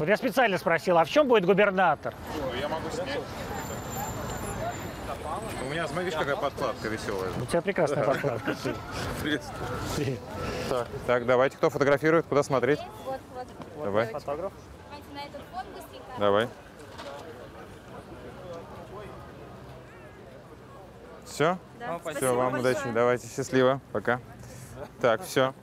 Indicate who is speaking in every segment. Speaker 1: Вот я специально спросил, а в чем будет губернатор?
Speaker 2: Я могу снять. У меня, смотри, видишь, какая подкладка веселая.
Speaker 1: У тебя прекрасная подкладка.
Speaker 2: Так, так, давайте, кто фотографирует, куда смотреть?
Speaker 3: Вот, вот.
Speaker 2: Давай,
Speaker 1: Фотограф.
Speaker 3: Давайте на этот фон быстренько.
Speaker 2: давай. Все? Все, вам удачи, давайте, счастливо, пока. Так, все,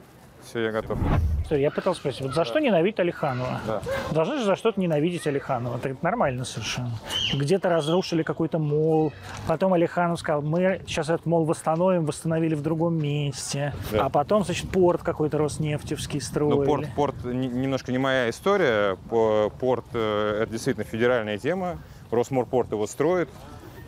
Speaker 2: все, я готов.
Speaker 1: Смотри, я пытался спросить, вот за что ненавидит Алиханова?
Speaker 2: Да.
Speaker 1: Должны же за что-то ненавидеть Алиханова. Это нормально совершенно. Где-то разрушили какой-то мол. Потом Алиханов сказал, мы сейчас этот мол восстановим, восстановили в другом месте.
Speaker 2: Да.
Speaker 1: А потом, значит, порт какой-то Роснефтевский строили.
Speaker 2: Ну, порт, порт не- немножко не моя история. По- Порт э, это действительно федеральная тема. Росморпорт его строит.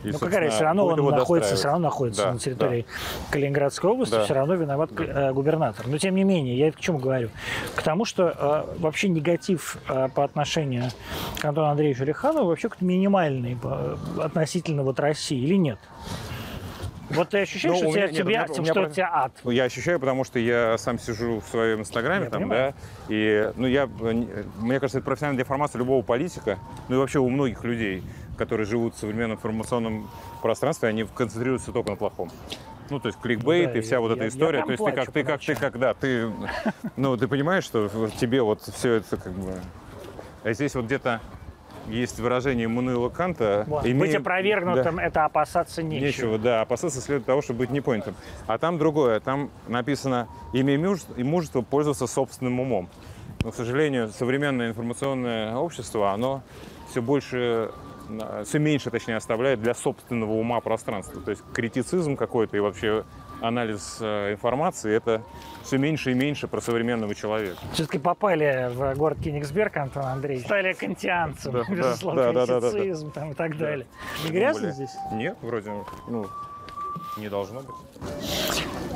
Speaker 2: И,
Speaker 1: Ну,
Speaker 2: собственно,
Speaker 1: какая разница, все равно
Speaker 2: будет
Speaker 1: он
Speaker 2: его
Speaker 1: находится,
Speaker 2: достраивать.
Speaker 1: все равно находится
Speaker 2: Да,
Speaker 1: на территории Калининградской области,
Speaker 2: Да.
Speaker 1: все равно виноват э, губернатор. Но тем не менее, я это к чему говорю? К тому, что э, вообще негатив э, по отношению к Антону Андреевичу Лиханову вообще как-то минимальный по- относительно вот России или нет? Вот ты ощущаешь,
Speaker 2: Ну,
Speaker 1: что,
Speaker 2: у меня-
Speaker 1: тебя,
Speaker 2: нет, у
Speaker 1: тебя-
Speaker 2: меня- у меня
Speaker 1: что
Speaker 2: про-
Speaker 1: тебя ад?
Speaker 2: Ну, Я ощущаю, потому что я сам сижу в своем инстаграме,
Speaker 1: Я
Speaker 2: там,
Speaker 1: понимаю.
Speaker 2: да, и, ну, я, э, не- мне кажется, это профессиональная деформация любого политика, ну, и вообще у многих людей, которые живут в современном информационном пространстве, они концентрируются только на плохом. Ну, то есть кликбейт
Speaker 1: Ну да,
Speaker 2: и вся
Speaker 1: я-
Speaker 2: вот
Speaker 1: я-
Speaker 2: эта
Speaker 1: я
Speaker 2: история.
Speaker 1: прям
Speaker 2: то есть ты как,
Speaker 1: плачу
Speaker 2: ты
Speaker 1: по
Speaker 2: как, ты как, да, ты, ну, ты понимаешь, что в- тебе вот все это как бы... А здесь вот где-то есть выражение Мануила Канта.
Speaker 1: Вот. Быть
Speaker 2: «Имеем-
Speaker 1: опровергнутым это опасаться нечего.
Speaker 2: Нечего, да, опасаться следует того, чтобы быть непонятым. А там другое, там написано «Имей мужество, и мужество пользоваться собственным умом». Но, к сожалению, современное информационное общество, оно все больше, э, все меньше, точнее, оставляет для собственного ума пространство. То есть критицизм какой-то и вообще анализ э, информации – это все меньше и меньше про современного человека.
Speaker 1: Все-таки попали в город Кенигсберг, Антон Андреевич. Стали кантианцем,
Speaker 2: Да, да,
Speaker 1: безусловно,
Speaker 2: да, да, да, да, да.
Speaker 1: критицизм там и так далее. Не грязно
Speaker 2: Более-
Speaker 1: здесь?
Speaker 2: Нет, вроде, ну, не должно быть.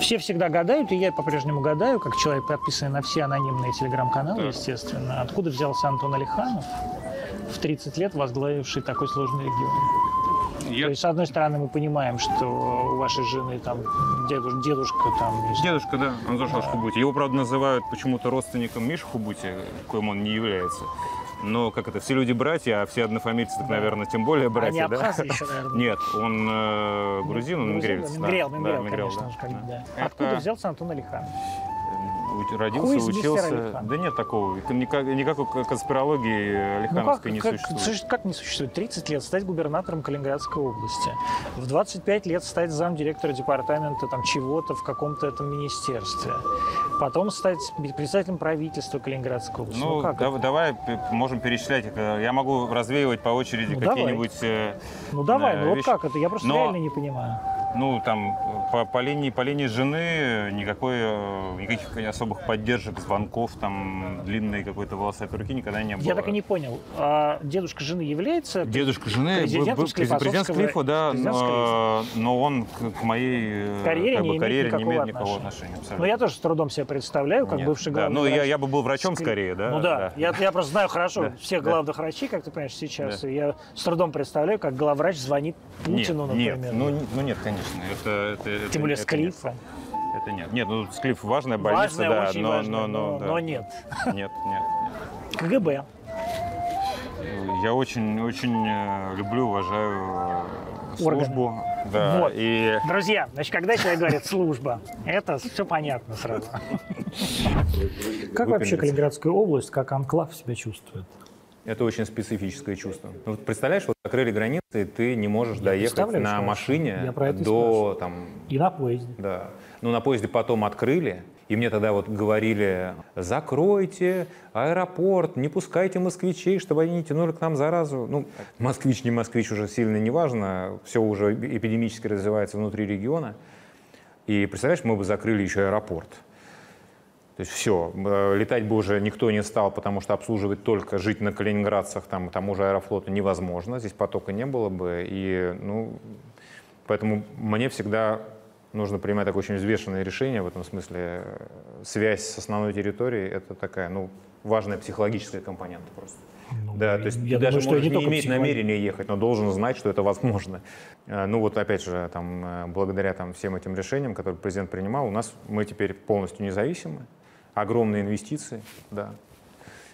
Speaker 1: Все всегда гадают, и я по-прежнему гадаю, как человек, подписанный на все анонимные телеграм-каналы,
Speaker 2: Так.
Speaker 1: естественно. Откуда взялся Антон Алиханов, в 30 лет возглавивший такой сложный регион?
Speaker 2: Я-
Speaker 1: То есть, с одной стороны, мы понимаем, что у вашей жены там дедушка, дедушка там... не знаю,
Speaker 2: Дедушка, да, Анзор Хубути. Его, правда, называют почему-то родственником Миши Хубути, коим он не является. Но как это, все люди братья, а все однофамильцы, так, наверное, тем более
Speaker 1: Они
Speaker 2: братья, да?
Speaker 1: абхазы еще, наверное. Ну,
Speaker 2: Нет, он э, грузин, он мингрелец. да.
Speaker 1: Мингрел,
Speaker 2: Да,
Speaker 1: Мингрел,
Speaker 2: мингрел,
Speaker 1: конечно
Speaker 2: да.
Speaker 1: же, конечно, да.
Speaker 2: Это-
Speaker 1: Откуда взялся Антон Алиханов?
Speaker 2: У-
Speaker 1: Who
Speaker 2: Родился,
Speaker 1: is Mr.
Speaker 2: учился.
Speaker 1: Алихан?
Speaker 2: Да нет такого. Никак- Никакой конспирологии э,
Speaker 1: Ну как,
Speaker 2: Алихановской не
Speaker 1: как,
Speaker 2: существует.
Speaker 1: слушай, как не существует? 30 лет стать губернатором Калининградской области, в 25 лет стать замдиректора департамента там чего-то в каком-то этом министерстве, потом стать председателем правительства Калининградской области. Ну,
Speaker 2: Ну,
Speaker 1: как?
Speaker 2: да-
Speaker 1: это?
Speaker 2: давай п- можем перечислять. их. Я могу развеивать по очереди
Speaker 1: Ну, давай.
Speaker 2: какие-нибудь э,
Speaker 1: Ну давай,
Speaker 2: э,
Speaker 1: ну вот
Speaker 2: вещь.
Speaker 1: как это? Я просто
Speaker 2: Но-
Speaker 1: реально не понимаю.
Speaker 2: Ну, там, по, по линии, по линии жены никакой, э, никаких особых поддержек, звонков, там, длинной какой-то волосатой руки никогда не было.
Speaker 1: Я так и не понял. А дедушка жены является?
Speaker 2: Дедушка жены
Speaker 1: Президентом
Speaker 2: был, был
Speaker 1: Склифосовского-
Speaker 2: президент Склифа, да,
Speaker 1: президент
Speaker 2: но, но он к, к моей э,
Speaker 1: Карьере
Speaker 2: как бы,
Speaker 1: не имеет
Speaker 2: карьере не
Speaker 1: никакого
Speaker 2: имеет никакого
Speaker 1: отношения.
Speaker 2: отношения.
Speaker 1: Ну
Speaker 2: абсолютно.
Speaker 1: я тоже с трудом себя представляю, как
Speaker 2: Нет,
Speaker 1: бывший
Speaker 2: да.
Speaker 1: главный
Speaker 2: Ну, я,
Speaker 1: врач.
Speaker 2: я бы был врачом скорее, да?
Speaker 1: Ну да, Я, я просто знаю хорошо
Speaker 2: Да,
Speaker 1: всех
Speaker 2: да.
Speaker 1: главных врачей, как ты понимаешь, сейчас.
Speaker 2: Да.
Speaker 1: И я с трудом представляю, как главврач звонит
Speaker 2: Нет,
Speaker 1: Путину,
Speaker 2: нет,
Speaker 1: например.
Speaker 2: ну, не- ну нет, конечно, это, это- это-
Speaker 1: Тем более
Speaker 2: это
Speaker 1: с Клиффом.
Speaker 2: Нет, это нет. Нет, ну Склиф важная больница,
Speaker 1: Важная,
Speaker 2: да,
Speaker 1: очень
Speaker 2: но,
Speaker 1: важная,
Speaker 2: но, но,
Speaker 1: но-
Speaker 2: да.
Speaker 1: но нет.
Speaker 2: Нет, нет.
Speaker 1: КГБ.
Speaker 2: Я очень-очень э, люблю, уважаю э,
Speaker 1: Органы.
Speaker 2: службу. Да,
Speaker 1: Вот.
Speaker 2: И
Speaker 1: Друзья, значит, когда человек говорит служба, это все понятно сразу. Как вообще
Speaker 2: Выпендриться.
Speaker 1: Калининградская область, как анклав себя чувствует?
Speaker 2: это очень специфическое чувство. Ну, вот представляешь, вот закрыли границы, и ты не можешь доехать
Speaker 1: представляю,
Speaker 2: на
Speaker 1: конечно.
Speaker 2: машине
Speaker 1: Я про это и
Speaker 2: до там.
Speaker 1: И на поезде.
Speaker 2: Да. Ну, на поезде потом открыли. И мне тогда вот говорили, закройте аэропорт, не пускайте москвичей, чтобы они не тянули к нам заразу. Ну, москвич, не москвич уже сильно не важно, все уже эпидемически развивается внутри региона. И представляешь, мы бы закрыли еще аэропорт. То есть все, летать бы уже никто не стал, потому что обслуживать только жить на Калининградцах, там, тому же аэрофлоту невозможно, здесь потока не было бы. И, ну, поэтому мне всегда нужно принимать такое очень взвешенное решение в этом смысле. Э, Связь с основной территорией — это такая, ну, важная психологическая компонента просто. да, то есть
Speaker 1: Ну, я
Speaker 2: ты даже
Speaker 1: думаю, что
Speaker 2: можешь
Speaker 1: не
Speaker 2: не,
Speaker 1: только
Speaker 2: иметь
Speaker 1: психолог-
Speaker 2: намерения ехать, но должен знать, что это возможно. Э, Ну вот опять же, там, э, благодаря там, всем этим решениям, которые президент принимал, у нас мы теперь полностью независимы, огромные инвестиции, да.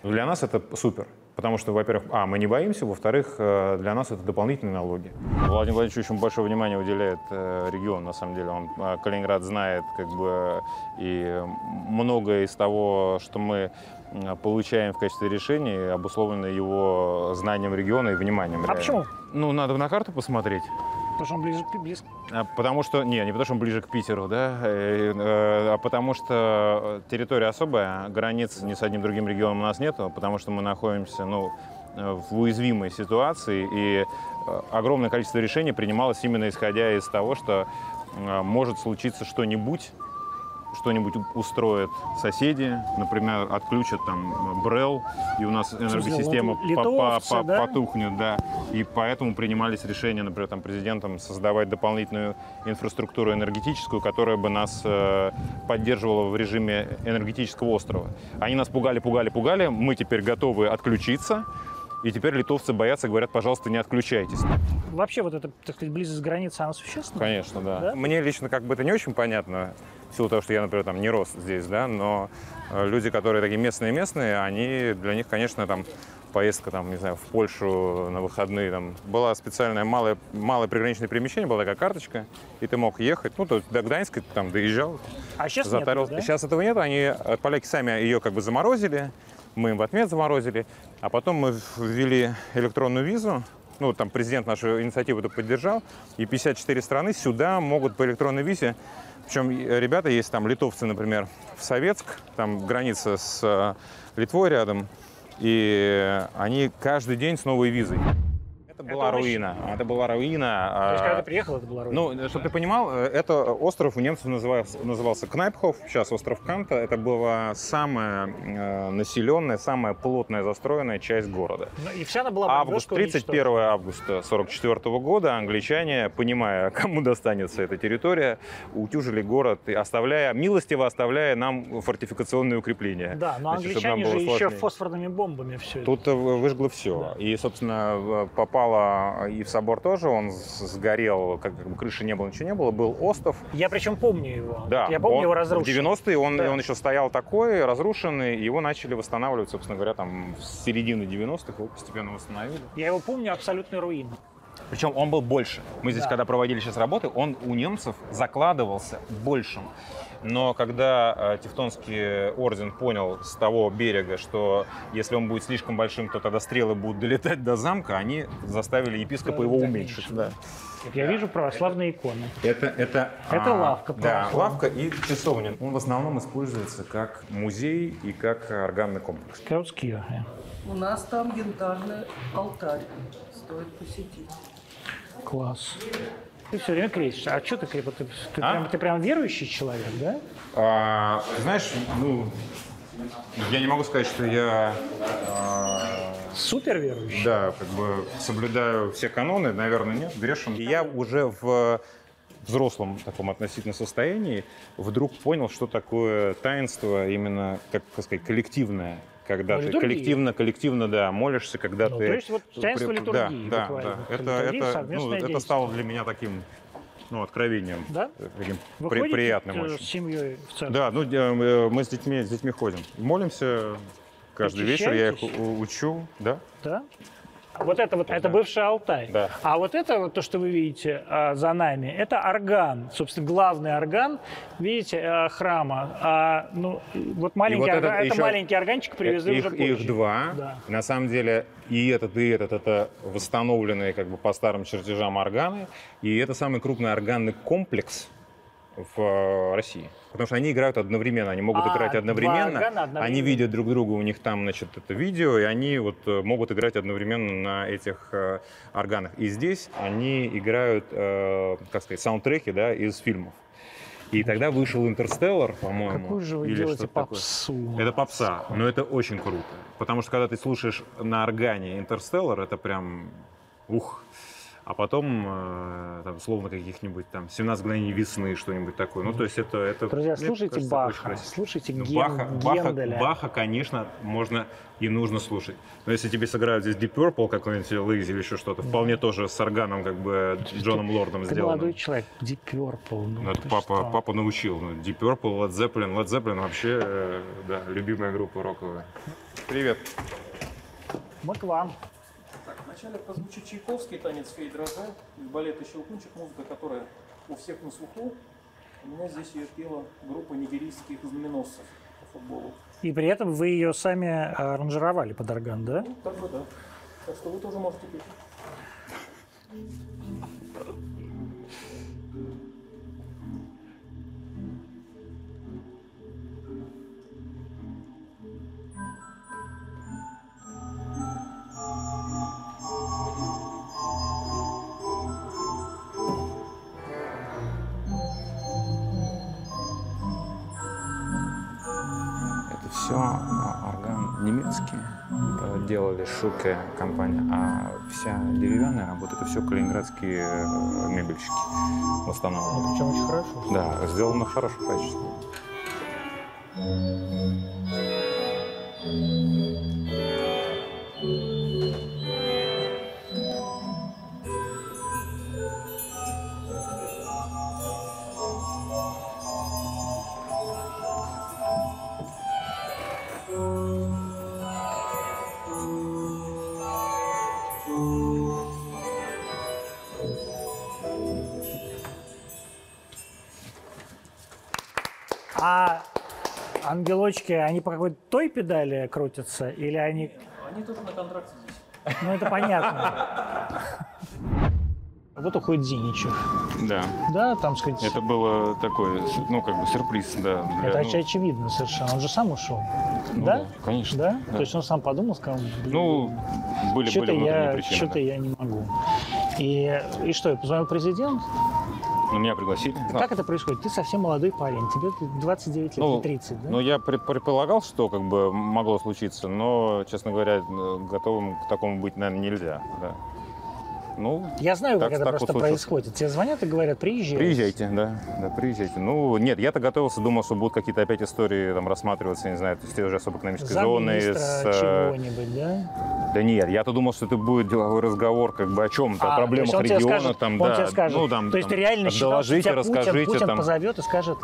Speaker 2: Для нас это супер, Потому что, во-первых, а, мы не боимся, во-вторых, э, для нас это дополнительные налоги.
Speaker 4: Владимир Владимирович очень большое внимание уделяет э, региону, на самом деле. Он э, Калининград знает, как бы, и многое из того, что мы э, получаем в качестве решений, обусловлено его знанием региона и вниманием.
Speaker 1: А
Speaker 4: реально.
Speaker 1: почему?
Speaker 4: Ну, надо на карту посмотреть.
Speaker 1: Потому что он ближе к близко.
Speaker 4: А Потому что, не, не потому что он ближе к Питеру, да, э, э, а потому что э, территория особая, границ ни с одним другим регионом у нас нету, потому что мы находимся, ну, э, в уязвимой ситуации, и э, огромное количество решений принималось именно исходя из того, что э, может случиться что-нибудь, что-нибудь у- устроят соседи, например, отключат там э, Брел, и у нас энергосистема по- по-
Speaker 1: литовцы,
Speaker 4: по-
Speaker 1: да?
Speaker 4: потухнет, да. И поэтому принимались решения, например, там президентом создавать дополнительную инфраструктуру энергетическую, которая бы нас э, поддерживала в режиме энергетического острова. Они нас пугали, пугали, пугали. Мы теперь готовы отключиться. И теперь литовцы боятся, говорят, пожалуйста, не отключайтесь.
Speaker 1: Вообще вот эта, так сказать, близость границы, она существенна?
Speaker 4: Конечно, да.
Speaker 1: Да?
Speaker 2: Мне лично как бы это не очень понятно, в силу того, что я, например, там не рос здесь, да, но э, люди, которые такие местные-местные, они, для них, конечно, там поездка, там, не знаю, в Польшу на выходные, там, была специальное малое, малое приграничное перемещение, была такая карточка, и ты мог ехать, ну, то есть до Гданьска ты там доезжал,
Speaker 1: А сейчас нет,
Speaker 2: затарил.
Speaker 1: да?
Speaker 2: Сейчас этого нет, они, э, поляки сами ее как бы заморозили, мы им в ответ заморозили, а потом мы ввели электронную визу, ну, вот там президент нашу инициативу это поддержал, и 54 страны сюда могут по электронной визе, причем э, ребята есть там литовцы, например, в Советск, там граница с э, Литвой рядом, и они каждый день с новой визой. Это была
Speaker 1: вообще-
Speaker 2: руина. Это была руина.
Speaker 1: То есть,
Speaker 2: а,
Speaker 1: когда ты приехал, это была руина?
Speaker 2: ну, чтобы ты понимал, э, это остров у немцев назывался, назывался Кнайпхоф, сейчас остров Канта. Это была самая э, населенная, самая плотная застроенная часть города.
Speaker 1: Ну, и вся она была
Speaker 2: Август,
Speaker 1: бомбёжка уничтожена.
Speaker 2: 31 августа 44 года англичане, понимая, кому достанется эта территория, утюжили город, и оставляя, милостиво оставляя нам фортификационные укрепления.
Speaker 1: Да, но
Speaker 2: Значит, чтобы
Speaker 1: англичане
Speaker 2: нам
Speaker 1: же
Speaker 2: было
Speaker 1: еще
Speaker 2: сложнее.
Speaker 1: фосфорными бомбами все
Speaker 2: Тут э, выжгло все. И, собственно, в- попало и в собор тоже, он с- сгорел, как бы крыши не было, ничего не было, был остов.
Speaker 1: Я причем помню его.
Speaker 2: Да,
Speaker 1: Я помню
Speaker 2: он-
Speaker 1: его
Speaker 2: В
Speaker 1: разрушенным.
Speaker 2: 90-е он,
Speaker 1: Да.
Speaker 2: он еще стоял такой, разрушенный, и его начали восстанавливать, собственно говоря, там с середины 90-х его постепенно восстановили.
Speaker 1: Я его помню абсолютной руиной.
Speaker 2: Причем он был больше. Мы здесь,
Speaker 1: Да.
Speaker 2: когда проводили сейчас работы, он у немцев закладывался большим. Но когда э, Тевтонский орден понял с того берега, что если он будет слишком большим, то тогда стрелы будут долетать до замка, они заставили епископа
Speaker 1: Да,
Speaker 2: его
Speaker 1: да,
Speaker 2: уменьшить. Да.
Speaker 1: Я вижу православные иконы.
Speaker 2: Это, это, а,
Speaker 1: Это лавка
Speaker 2: Да,
Speaker 1: православная.
Speaker 2: лавка и часовня. Он в основном используется как музей и как органный комплекс.
Speaker 1: Каутские.
Speaker 5: У нас там янтарный алтарь. Стоит посетить.
Speaker 1: Класс. Ты все время крестишься. А что ты крепко? Ты, ты
Speaker 2: А?
Speaker 1: прям, ты прям верующий человек, да?
Speaker 2: А, ты знаешь, ну, я не могу сказать, что я а,
Speaker 1: Супер верующий.
Speaker 2: Да, как бы соблюдаю все каноны, наверное, нет, грешен. И я уже в взрослом таком относительно состоянии вдруг понял, что такое таинство именно, как сказать, коллективное. Когда
Speaker 1: Ну,
Speaker 2: ты
Speaker 1: литургия.
Speaker 2: коллективно, коллективно, да, молишься, когда
Speaker 1: Ну,
Speaker 2: ты...
Speaker 1: то есть вот таинство
Speaker 2: при-
Speaker 1: литургии,
Speaker 2: Да, да,
Speaker 1: буквально.
Speaker 2: да. Это,
Speaker 1: Литургия,
Speaker 2: это,
Speaker 1: совместное
Speaker 2: ну, это
Speaker 1: действие.
Speaker 2: стало для меня таким, ну, откровением.
Speaker 1: Да?
Speaker 2: Таким при-
Speaker 1: Вы ходите,
Speaker 2: приятным
Speaker 1: э,
Speaker 2: очень.
Speaker 1: с семьей в церковь?
Speaker 2: Да, ну э, мы с детьми, с детьми ходим. Молимся каждый вечер, я их
Speaker 1: Причащаетесь?
Speaker 2: у- учу, да?
Speaker 1: Да? А Вот это вот, это
Speaker 2: Да.
Speaker 1: бывший Алтай.
Speaker 2: Да.
Speaker 1: А вот это вот, то, что вы видите а, за нами, это орган, собственно, главный орган, видите, а, храма. А, ну, вот маленький,
Speaker 2: вот
Speaker 1: орга-
Speaker 2: этот
Speaker 1: это,
Speaker 2: еще-
Speaker 1: маленький органчик привезли
Speaker 2: их,
Speaker 1: уже позже.
Speaker 2: их два.
Speaker 1: Да.
Speaker 2: На самом деле и этот, и этот это восстановленные как бы по старым чертежам органы. И это самый крупный органный комплекс в э, России. Потому что они играют одновременно, они могут
Speaker 1: А,
Speaker 2: играть
Speaker 1: два
Speaker 2: одновременно,
Speaker 1: органа одновременно.
Speaker 2: они видят друг друга, у них там, значит, это видео, и они вот э, могут играть одновременно на этих э, органах. И здесь они играют, э, как сказать, саундтреки, да, из фильмов. И тогда вышел «Интерстеллар», по-моему.
Speaker 1: Какую же вы
Speaker 2: или
Speaker 1: делаете
Speaker 2: что-то такое. Э,
Speaker 1: попсу?
Speaker 2: Это попса, но это очень круто. Потому что когда ты слушаешь на органе «Интерстеллар», это прям ух. А потом, э, там, словно каких-нибудь там 17 мгновений весны, что-нибудь такое. Ну, то есть это... это
Speaker 1: Друзья,
Speaker 2: мне
Speaker 1: слушайте
Speaker 2: кажется, очень
Speaker 1: Баха,
Speaker 2: красиво.
Speaker 1: слушайте
Speaker 2: Ну,
Speaker 1: Ген-
Speaker 2: Баха, Баха,
Speaker 1: Генделя.
Speaker 2: Баха, конечно, можно и нужно слушать. Но если тебе сыграют здесь Deep Purple какой-нибудь, Лейзи или еще что-то, вполне тоже с органом, как бы, Джоном Лордом
Speaker 1: Ты молодой
Speaker 2: сделано.
Speaker 1: человек, Deep Purple. Ну,
Speaker 2: Ну, это
Speaker 1: ты
Speaker 2: папа,
Speaker 1: что?
Speaker 2: папа научил. Ну, Deep Purple, Led Zeppelin. Led Zeppelin вообще, э, да, любимая группа роковая. Привет.
Speaker 1: Мы к вам.
Speaker 6: Так, вначале прозвучит Чайковский танец «Фей дрожа» из балета «Щелкунчик», музыка, которая у всех на слуху. У меня здесь ее пела группа нигерийских знаменосцев по футболу.
Speaker 1: И при этом вы ее сами а, аранжировали под орган, да?
Speaker 6: Ну, так бы да. Так что вы тоже можете петь.
Speaker 7: Это все орган немецкий. Это Э, делали Шуке компания, а вся деревянная работа это все калининградские э, мебельщики Ну, в основном.
Speaker 1: Причем очень хорошо.
Speaker 7: Да, сделано в хорошем качестве.
Speaker 1: А ангелочки, они по какой-то той педали крутятся? Или они...
Speaker 6: Они тоже на контракте здесь.
Speaker 1: Ну, это понятно. Вот уходит Зиничев.
Speaker 2: Да.
Speaker 1: Да, там, сказать,
Speaker 2: Это было такой, ну, как бы сюрприз, да. для-
Speaker 1: это
Speaker 2: ну,
Speaker 1: оч- очевидно совершенно. Он же сам ушел.
Speaker 2: ну,
Speaker 1: да?
Speaker 2: Конечно.
Speaker 1: Да? То есть он сам подумал, сказал, «Блин,
Speaker 2: Ну, были, были
Speaker 1: чё-то
Speaker 2: внутренние
Speaker 1: я,
Speaker 2: причины.
Speaker 1: чё-то
Speaker 2: да.
Speaker 1: я не могу. И, и что, позвонил президент?
Speaker 2: Но Ну, меня пригласили. Да.
Speaker 1: Как это происходит? Ты совсем молодой парень, тебе 29 лет,
Speaker 2: А. Ну,
Speaker 1: не 30, да?
Speaker 2: Ну, я пред- предполагал, что как бы могло случиться, но, честно говоря, э, готовым к такому быть, наверное, нельзя. да. Ну,
Speaker 1: Я знаю,
Speaker 2: так-
Speaker 1: как это
Speaker 2: так
Speaker 1: просто
Speaker 2: услышал.
Speaker 1: происходит. Тебе звонят и говорят, приезжай.
Speaker 2: приезжайте, да, да, приезжайте. Ну, нет, я-то готовился, думал, что будут какие-то опять истории там рассматриваться, не знаю, с той же особо экономической зоны,
Speaker 1: Замминистра
Speaker 2: ну, с... э,
Speaker 1: чего-нибудь, да?
Speaker 2: Да нет, я-то думал, что это будет деловой разговор, как бы о чем-то,
Speaker 1: А, то
Speaker 2: о проблемах
Speaker 1: есть он тебе
Speaker 2: региона,
Speaker 1: скажет-
Speaker 2: там,
Speaker 1: он
Speaker 2: да.
Speaker 1: тебе скажет,
Speaker 2: ну, там,
Speaker 1: то есть ты
Speaker 2: там,
Speaker 1: реально считал, что
Speaker 2: доложите,
Speaker 1: тебя Путин,
Speaker 2: расскажите,
Speaker 1: Путин
Speaker 2: там,
Speaker 1: позовет и скажет,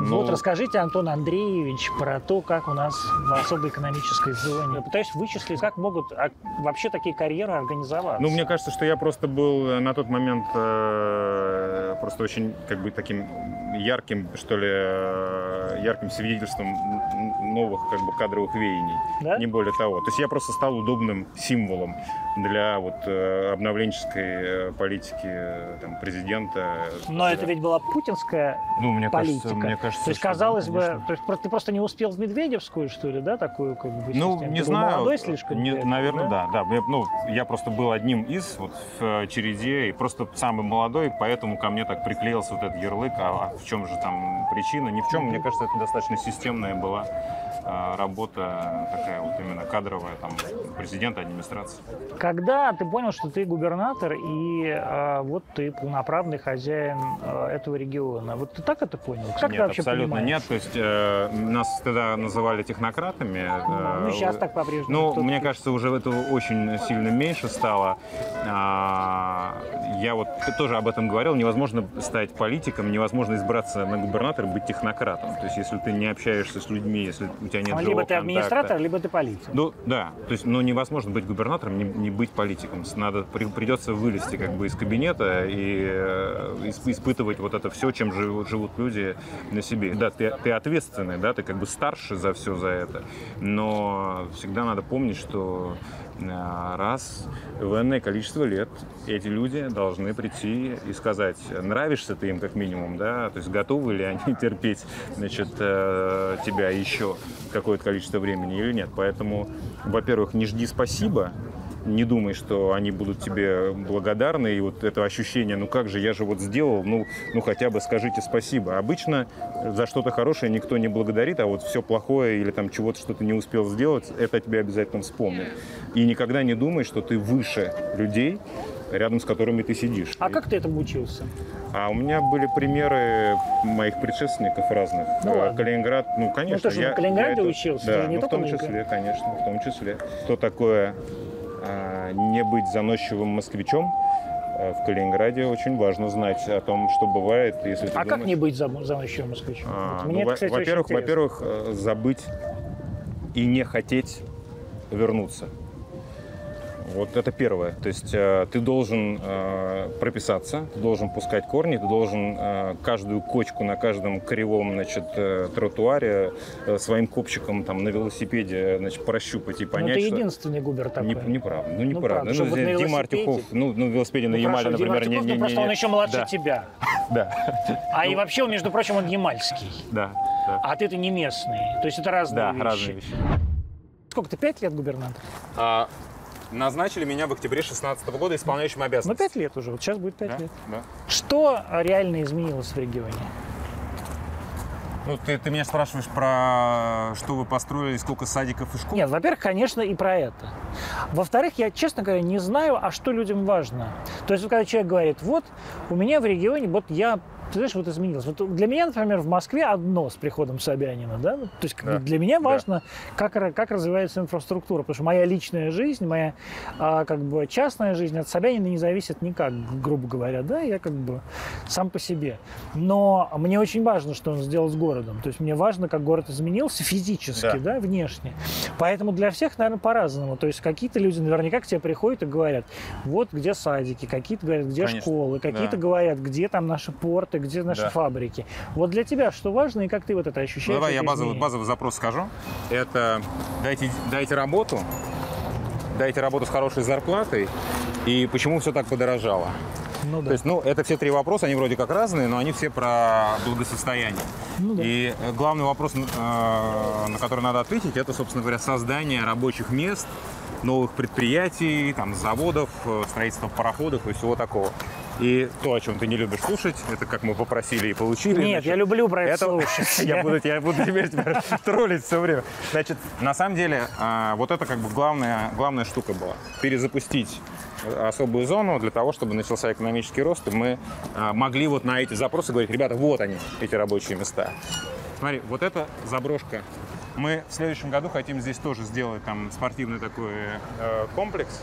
Speaker 1: вот
Speaker 2: Ну.
Speaker 1: расскажите, Антон Андреевич, про то, как у нас в особой экономической зоне. Я пытаюсь вычислить, как могут а, вообще такие карьеры организоваться.
Speaker 2: Ну, мне кажется, что я просто был э, на тот момент э, просто очень, как бы, таким ярким, что ли, э, ярким свидетельством н- н- новых, как бы, кадровых веяний.
Speaker 1: Да?
Speaker 2: Не более того. То есть я просто стал удобным символом для вот э, обновленческой э, политики э, там, президента.
Speaker 1: Но это ведь была путинская
Speaker 2: ну, мне
Speaker 1: политика.
Speaker 2: Кажется, мне кажется,
Speaker 1: то есть,
Speaker 2: что да,
Speaker 1: казалось бы,
Speaker 2: конечно.
Speaker 1: то есть, просто- ты просто не успел в Медведевскую, что ли, да, такую как бы
Speaker 2: Ну,
Speaker 1: систему?
Speaker 2: не
Speaker 1: Ты был
Speaker 2: знаю.
Speaker 1: молодой слишком.
Speaker 2: Не-
Speaker 1: для этого,
Speaker 2: наверное, да. да. Я, ну, я просто был одним из вот в э, череде и просто самый молодой, поэтому ко мне так приклеился вот этот ярлык. А, а в чем же там причина? Ни в чем. Мне кажется, это достаточно системная была э, работа такая вот именно кадровая там президента администрации.
Speaker 1: Когда ты понял, что ты губернатор и э, вот ты полноправный хозяин э, этого региона, вот ты так это понял? Как ты
Speaker 2: нет,
Speaker 1: вообще
Speaker 2: абсолютно
Speaker 1: понимаешь?
Speaker 2: нет. То есть э, нас тогда называли технократами. э,
Speaker 1: Ну, сейчас так по-прежнему.
Speaker 2: Ну,
Speaker 1: Кто-то-
Speaker 2: мне кажется, уже этого очень сильно меньше стало. А, Я вот тоже об этом говорил. Невозможно стать политиком, невозможно избраться на губернатора, быть технократом. То есть, если ты не общаешься с людьми, если у тебя нет
Speaker 1: Ну,
Speaker 2: живого
Speaker 1: либо ты
Speaker 2: контакта.
Speaker 1: администратор, либо ты политик.
Speaker 2: Ну, да. То есть, ну, невозможно быть губернатором, не, не быть политиком. С- Надо, при- придется вылезти как бы из кабинета и э, исп- испытывать вот это все, чем живут, живут люди на себе. Да, ты, ты ответственный, да, ты как бы старше за все за это. Но всегда надо помнить, что э, раз в энное количество лет эти люди должны прийти и сказать, нравишься ты им как минимум, да, то есть готовы ли они терпеть, значит, э, тебя еще какое-то количество времени или нет. Поэтому, во-первых, не жди спасибо, не думай, что они будут тебе благодарны, и вот это ощущение, ну как же, я же вот сделал, ну, ну хотя бы скажите спасибо. Обычно за что-то хорошее никто не благодарит, а вот все плохое или там чего-то, что ты не успел сделать, это тебе обязательно вспомнят. И никогда не думай, что ты выше людей, рядом с которыми ты сидишь.
Speaker 1: А как ты этому учился?
Speaker 2: А у меня были примеры моих предшественников разных.
Speaker 1: Ну
Speaker 2: Э,
Speaker 1: ладно.
Speaker 2: Калининград, ну
Speaker 1: Ну, ты
Speaker 2: конечно.
Speaker 1: же в Калининграде учился,
Speaker 2: да,
Speaker 1: ты не
Speaker 2: ну, в
Speaker 1: только
Speaker 2: том
Speaker 1: на
Speaker 2: числе, конечно, в том числе. Что такое а, не быть заносчивым москвичом? э, В Калининграде очень важно знать о том, что бывает, если ты
Speaker 1: А как
Speaker 2: думаешь-
Speaker 1: не быть зам- заносчивым москвичом?
Speaker 2: а,
Speaker 1: Вот
Speaker 2: ну,
Speaker 1: Мне это,
Speaker 2: во-
Speaker 1: кстати, очень
Speaker 2: во-первых,
Speaker 1: интересно.
Speaker 2: во-первых, э, забыть и не хотеть вернуться.
Speaker 4: Вот это первое. То есть э, ты должен э, прописаться, ты должен пускать корни, ты должен э, каждую кочку на каждом кривом значит, э, тротуаре э, своим копчиком там, на велосипеде значит, прощупать и
Speaker 1: Ну,
Speaker 4: понять,
Speaker 1: ты
Speaker 4: что-
Speaker 1: единственный губер такой.
Speaker 4: Не, неправда. Ну, неправда.
Speaker 1: правда,
Speaker 4: ну,
Speaker 1: чтобы вот на
Speaker 4: здесь Дима
Speaker 1: велосипеде.
Speaker 4: Артюхов, ну, ну, велосипеде на
Speaker 1: Ну,
Speaker 4: Ямале,
Speaker 1: хорошо, Дима
Speaker 4: например, не-
Speaker 1: Артюхов,
Speaker 4: не,
Speaker 1: ну,
Speaker 4: не,
Speaker 1: просто он
Speaker 4: не-
Speaker 1: еще младше
Speaker 4: да,
Speaker 1: тебя.
Speaker 4: Да,
Speaker 1: А
Speaker 2: Ну.
Speaker 1: и вообще, он, между прочим, он ямальский.
Speaker 4: да, да.
Speaker 1: А ты-то не местный. То есть это разные
Speaker 4: Да,
Speaker 1: вещи.
Speaker 4: разные вещи.
Speaker 1: Сколько ты, пять лет губернатор?
Speaker 2: А, назначили меня в октябре 2016 года исполняющим
Speaker 1: Ну,
Speaker 2: обязанности.
Speaker 1: пять лет уже. Вот сейчас будет Ну, пять
Speaker 4: Да,
Speaker 1: лет.
Speaker 4: да.
Speaker 1: Что реально изменилось в регионе?
Speaker 2: Ну, ты, ты меня спрашиваешь про что вы построили, сколько садиков и школ.
Speaker 1: Нет, во-первых, конечно, и про это. Во-вторых, я, честно говоря, не знаю, а что людям важно. То есть, вот когда человек говорит, вот, у меня в регионе, вот я ты знаешь, вот изменилось. Вот для меня, например, в Москве одно с приходом Собянина, да? Ну, То есть как бы,
Speaker 4: Да.
Speaker 1: для меня важно, как, ра- как развивается инфраструктура, потому что моя личная жизнь, моя а, как бы частная жизнь от Собянина не зависит никак, грубо говоря, да? Я как бы сам по себе. Но мне очень важно, что он сделал с городом. То есть мне важно, как город изменился физически, да, внешне. Поэтому для всех, наверное, по-разному. То есть какие-то люди наверняка к тебе приходят и говорят, вот где садики, какие-то говорят, где
Speaker 4: Конечно.
Speaker 1: школы, какие-то
Speaker 4: Да.
Speaker 1: говорят, где там наши порты, где наши
Speaker 4: Да.
Speaker 1: фабрики. Вот для тебя что важно и как ты вот это ощущаешь?
Speaker 2: Ну, давай я
Speaker 1: это
Speaker 2: базовый,
Speaker 1: изменение?
Speaker 2: базовый запрос скажу. Это дайте, дайте работу, дайте работу с хорошей зарплатой и почему все так подорожало.
Speaker 1: Ну да.
Speaker 2: То есть, ну, это все три вопроса, они вроде как разные, но они все про благосостояние.
Speaker 1: Ну да.
Speaker 2: И э, главный вопрос, э, на который надо ответить, это, собственно говоря, создание рабочих мест, новых предприятий, там, заводов, э, строительство пароходов и всего такого. И то, о чем ты не любишь слушать, это как мы попросили и получили.
Speaker 1: Нет,
Speaker 2: значит,
Speaker 1: я люблю про это,
Speaker 2: это-
Speaker 1: слушать.
Speaker 2: я, буду, я буду теперь тебя троллить все время. Значит, на самом деле, а, вот это как бы главная, главная штука была. Перезапустить особую зону для того, чтобы начался экономический рост, и мы а, могли вот на эти запросы говорить, ребята, вот они, эти рабочие места. Смотри, вот это заброшка. Мы в следующем году хотим здесь тоже сделать там спортивный такой э, комплекс.